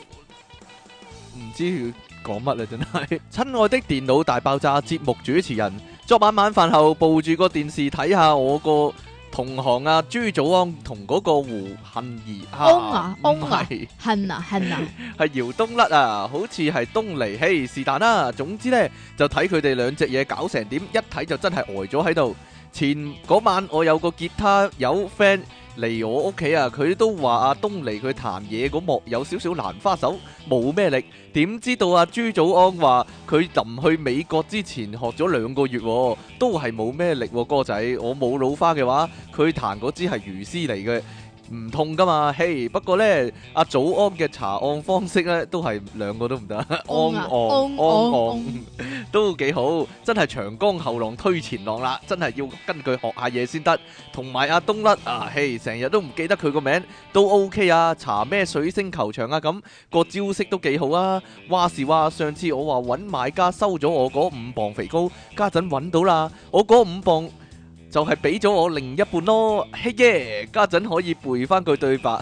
Speaker 1: 唔知佢講乜啦，真係。 親愛的電腦大爆炸節目主持人，昨晚晚飯後抱住個電視睇下我個同行啊朱祖安同嗰個胡杏兒
Speaker 2: 翁啊
Speaker 1: 哦唔
Speaker 2: 翁啊
Speaker 1: 係
Speaker 2: 恨啊恨 啊，
Speaker 1: 係姚東甩啊，好似係東尼希是但啦。總之呢，就睇佢哋兩隻嘢搞成點，一睇就真係呆咗喺度。前嗰晚我有個吉他友 friend 嚟我屋企啊，佢都話阿東嚟佢彈嘢嗰幕有少少蘭花手，冇咩力。點知道阿朱祖安話佢臨去美國之前學咗兩個月、喎，都係冇咩力、喎。哥仔，我冇老花嘅話，佢彈嗰支係魚絲嚟嘅。唔痛噶嘛，嘿！不過呢，阿祖安嘅查案方式呢，都係兩個都唔得，安
Speaker 2: 安啊
Speaker 1: 安
Speaker 2: 安
Speaker 1: 安安。都幾好，真係長江後浪推前浪啦，真係要跟佢學下嘢先得。同埋阿東甩啊，嘿，成日都唔記得佢個名，都 OK 啊。查咩水星球場啊，咁、個招式都幾好啊。話時話，上次我話揾買家收咗我嗰五磅肥膏，家陣揾到啦，我嗰五磅。就係俾咗我另一半咯，嘿耶！家陣可以背翻句對白，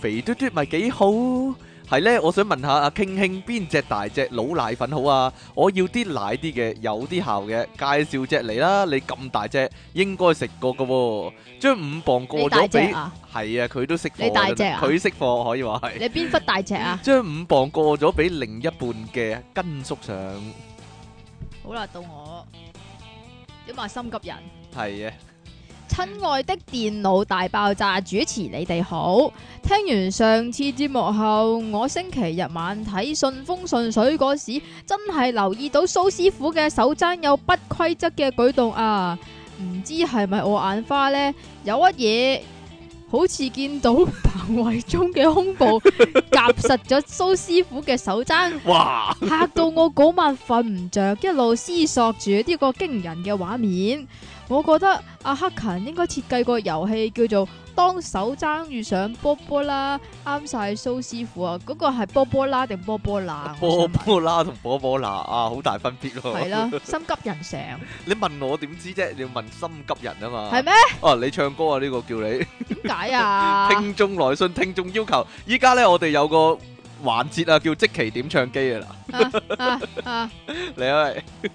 Speaker 1: 肥嘟嘟咪幾好。係呢，我想問下阿傾傾邊只大隻老奶粉好啊？我要啲奶啲嘅，有啲效嘅，介紹隻嚟啦。你咁大隻，應該食過噶喎。將五磅過
Speaker 2: 你大
Speaker 1: 咗
Speaker 2: 隻
Speaker 1: 俾，係
Speaker 2: 啊？
Speaker 1: 啊，佢都識貨
Speaker 2: 你大隻
Speaker 1: 㗎，
Speaker 2: 啊
Speaker 1: 佢識貨可以話係。
Speaker 2: 你邊忽大隻啊？
Speaker 1: 將五磅過咗俾另一半嘅根叔上，
Speaker 2: 好啦，到我點啊？心急人。
Speaker 1: 係啊，
Speaker 2: 親愛的電腦大爆炸主持，你哋好。聽完上次節目後，我星期日晚睇順風順水嗰時，真係留意到蘇師傅嘅手踭有不規則嘅舉動啊！唔知係咪我眼花呢？有一嘢好似見到彭偉忠嘅胸部夾實咗蘇師傅嘅手踭。
Speaker 1: 哇，
Speaker 2: 吓到我嗰晚瞓唔着，一路思索住呢個驚人嘅畫面。我覺得阿克勤應該設計個遊戲叫做《當手踭遇上波波啦》，啱晒蘇師傅啊！嗰、個係波波啦定波啊波啦？
Speaker 1: 波波啦同波波啦啊，好大分別喎。
Speaker 2: 系啦，心急人成
Speaker 1: 你問我點知啫？你要問心急人啊嘛。
Speaker 2: 係咩？
Speaker 1: 哦，你唱歌啊？呢、個叫你、
Speaker 2: 點解啊？
Speaker 1: 聽眾來信，聽眾要求。依家呢，我哋有個環節啊，叫即期點唱機啊啦。
Speaker 2: 啊 啊！
Speaker 1: 你啊，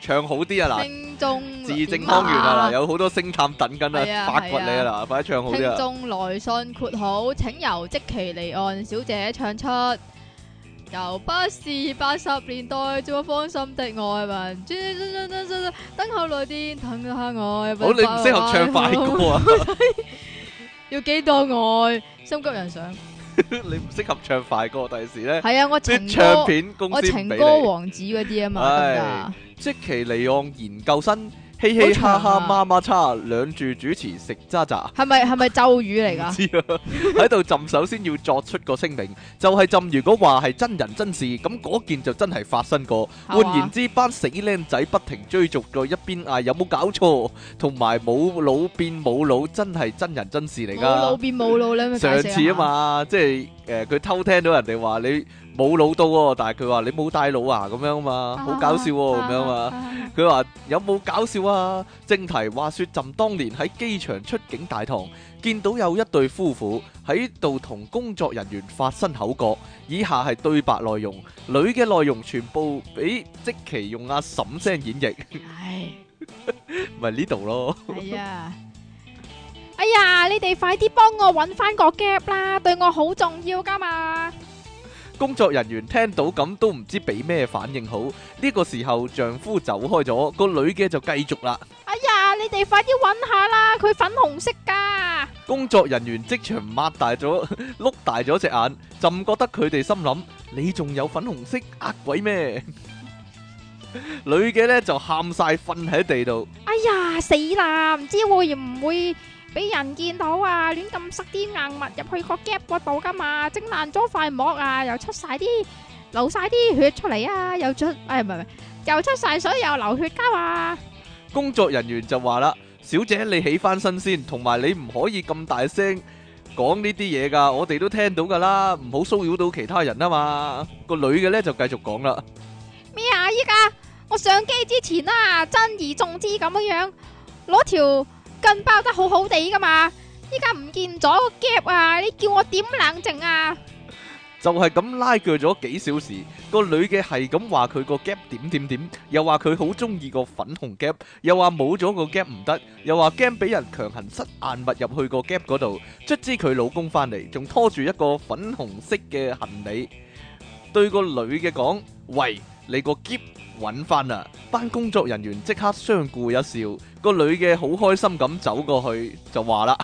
Speaker 1: 唱好啲啊嗱，
Speaker 2: 聽眾
Speaker 1: 字正腔圓啊嗱，有好多星探等
Speaker 2: 係
Speaker 1: 緊
Speaker 2: 啊
Speaker 1: 啊，發掘你啊嗱，快啲唱好啲
Speaker 2: 聽
Speaker 1: 啊！
Speaker 2: 眾來信括號，請由即其離岸小姐唱出。由不是八十年代做芳心的愛人，等後來電等下愛。
Speaker 1: 好，你唔適合唱快，歌啊，
Speaker 2: 要幾多愛？心急人上。
Speaker 1: 你唔適合唱快歌，第時呢，
Speaker 2: 係啊，我情
Speaker 1: 啲唱
Speaker 2: 歌，
Speaker 1: 片公
Speaker 2: 我
Speaker 1: 司
Speaker 2: 情
Speaker 1: 唔俾
Speaker 2: 歌
Speaker 1: 你。
Speaker 2: 王子嗰啲啊嘛，得唔
Speaker 1: 唉
Speaker 2: 得啊
Speaker 1: 即其離岸研究生，嘻嘻哈哈，
Speaker 2: 好長啊
Speaker 1: 媽媽叉，兩住主持食渣渣。
Speaker 2: 係咪係咪咒語嚟
Speaker 1: 唔
Speaker 2: 㗎？
Speaker 1: 知 啊，喺度朕首先要作出個聲明，就係朕如果話係真人真事，咁嗰件就真係發生過。
Speaker 2: 係嘛
Speaker 1: 換言之，班死僆仔不停追逐咗一邊嗌有冇搞錯，同埋冇腦變冇腦，真係真人真事嚟
Speaker 2: 冇腦
Speaker 1: 噶。
Speaker 2: 變冇腦，你咪
Speaker 1: 上
Speaker 2: 解釋
Speaker 1: 次啊
Speaker 2: 下。
Speaker 1: 嘛，即係誒佢偷聽到人哋話你冇腦到喎，但係佢話你冇帶腦啊咁樣啊嘛，好搞笑喎咁樣啊嘛。
Speaker 2: 嘛。
Speaker 1: 佢話有冇搞笑啊？正題話說，朕當年喺機場出境大堂見到有一對夫婦喺度同工作人員發生口角，以下係對白內容，女嘅內容全部俾即其用阿嬸聲演繹，
Speaker 2: 唉。
Speaker 1: 咪呢度咯。
Speaker 2: 系啊！ 哎呀，你哋快啲帮我揾翻个 gap 啦，对我好重要噶嘛！
Speaker 1: 工作人員聽到咁都唔知俾咩反應好。呢、個時候丈夫走開咗，個女嘅就繼續啦。
Speaker 2: 哎呀，你哋快啲揾下啦，佢粉红色噶。
Speaker 1: 工作人員即場擘大咗、碌大咗隻眼，朕覺得佢哋心諗：你仲有粉紅色呃鬼咩？女嘅呢就喊晒瞓喺地度，
Speaker 2: 哎呀，死啦，唔知会唔会俾人见到啊？乱咁塞啲硬物入去个 gap 嗰度噶嘛，整烂咗块膜啊，又出晒啲流晒啲血出嚟啊，又出哎唔系唔系，又出晒水又流血噶嘛。
Speaker 1: 工作人員就話啦：小姐你起翻身先，同埋你唔可以咁大聲講呢啲嘢㗎，我哋都聽到㗎啦，唔好騷擾到其他人啊嘛。個女嘅呢就繼續講啦。
Speaker 2: 咩啊？依家我上機之前啊，珍而重之咁樣樣，攞條筋包得好好地噶嘛。依家唔見咗個 gap 啊！你叫我點冷靜啊？
Speaker 1: 就係咁拉鋸咗幾小時，個女嘅係咁話佢個 gap 點點點，又話佢好中意個粉紅 gap，又話冇咗個 gap 唔得，又話驚俾人強行塞硬物入去個 gap 嗰度。卒之佢老公翻嚟，仲拖住一個粉紅色嘅行李，對個女嘅講：喂，你個 gap 揾翻啦！班工作人員即刻相顧一笑，個女嘅好開心咁走過去就話啦：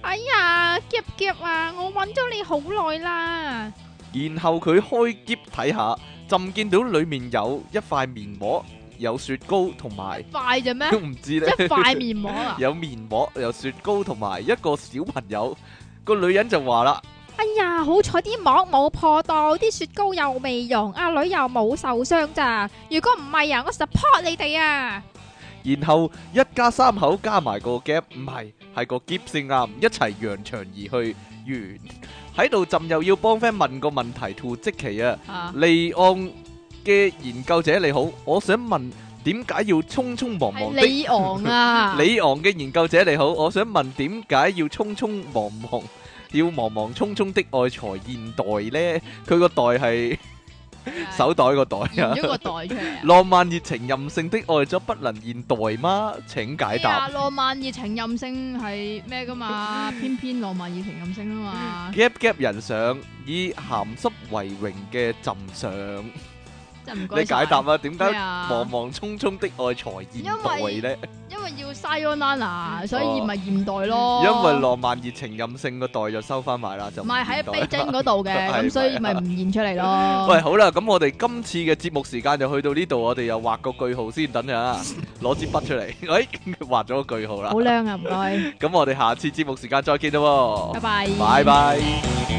Speaker 2: 哎呀，夾夾啊！我揾咗你好耐啦，
Speaker 1: 然後佢開箧睇下，朕見到裡面有一塊面膜，有雪糕同埋
Speaker 2: 快啫咩？
Speaker 1: 唔知咧，
Speaker 2: 一塊面膜啊！
Speaker 1: 有面膜，有雪糕同埋一個小朋友。個女人就話啦，
Speaker 2: 哎呀，好彩啲膜冇破到，啲雪糕又未溶，阿女又冇受傷咋。如果唔係啊，我 support 你哋啊！
Speaker 1: 然後一家三口加埋個 gap，唔係係個箧先啱，一齊揚長而去。完喺度，朕又要幫 friend 問個問題 to 即期啊！
Speaker 2: 啊，
Speaker 1: 利昂嘅研究者你好，我想問點解要匆匆忙忙
Speaker 2: 係
Speaker 1: 的？
Speaker 2: 李昂啊，
Speaker 1: 李昂嘅研究者你好，我想問點解要匆匆忙忙，要茫茫匆匆的愛才現代呢？佢個袋係 手袋個袋
Speaker 2: 延
Speaker 1: 啊！
Speaker 2: 咗個袋出嚟啊。
Speaker 1: 浪漫熱情任性的愛就不能現代嗎？請解
Speaker 2: 咩
Speaker 1: 答。
Speaker 2: 啊浪漫熱情任性係咩噶 嘛？偏偏浪漫熱情任性啊嘛，
Speaker 1: gap gap 人上，以鹹濕為榮嘅朕上，你
Speaker 2: 真係唔該晒
Speaker 1: 解答啊？點解
Speaker 2: 咩啊
Speaker 1: 茫茫匆匆的愛才現代呢？
Speaker 2: 因為要 sayonara，所以咪現代咯。
Speaker 1: 哦因為浪漫熱情任性個袋就收翻埋啦，就
Speaker 2: 唔係喺
Speaker 1: 現代
Speaker 2: 北京嗰度 嘅，
Speaker 1: 係咪
Speaker 2: 咁所以咪唔現出嚟咯。
Speaker 1: 喂，好啦，咁我哋今次嘅節目時間就去到呢度，我哋又畫個句號先，等陣啊，攞支筆出嚟， 喂、畫咗個句號啦
Speaker 2: 好。靚啊，唔該，
Speaker 1: 咁我哋下次節目時間再見啦喎，
Speaker 2: 拜拜，
Speaker 1: 哦拜拜。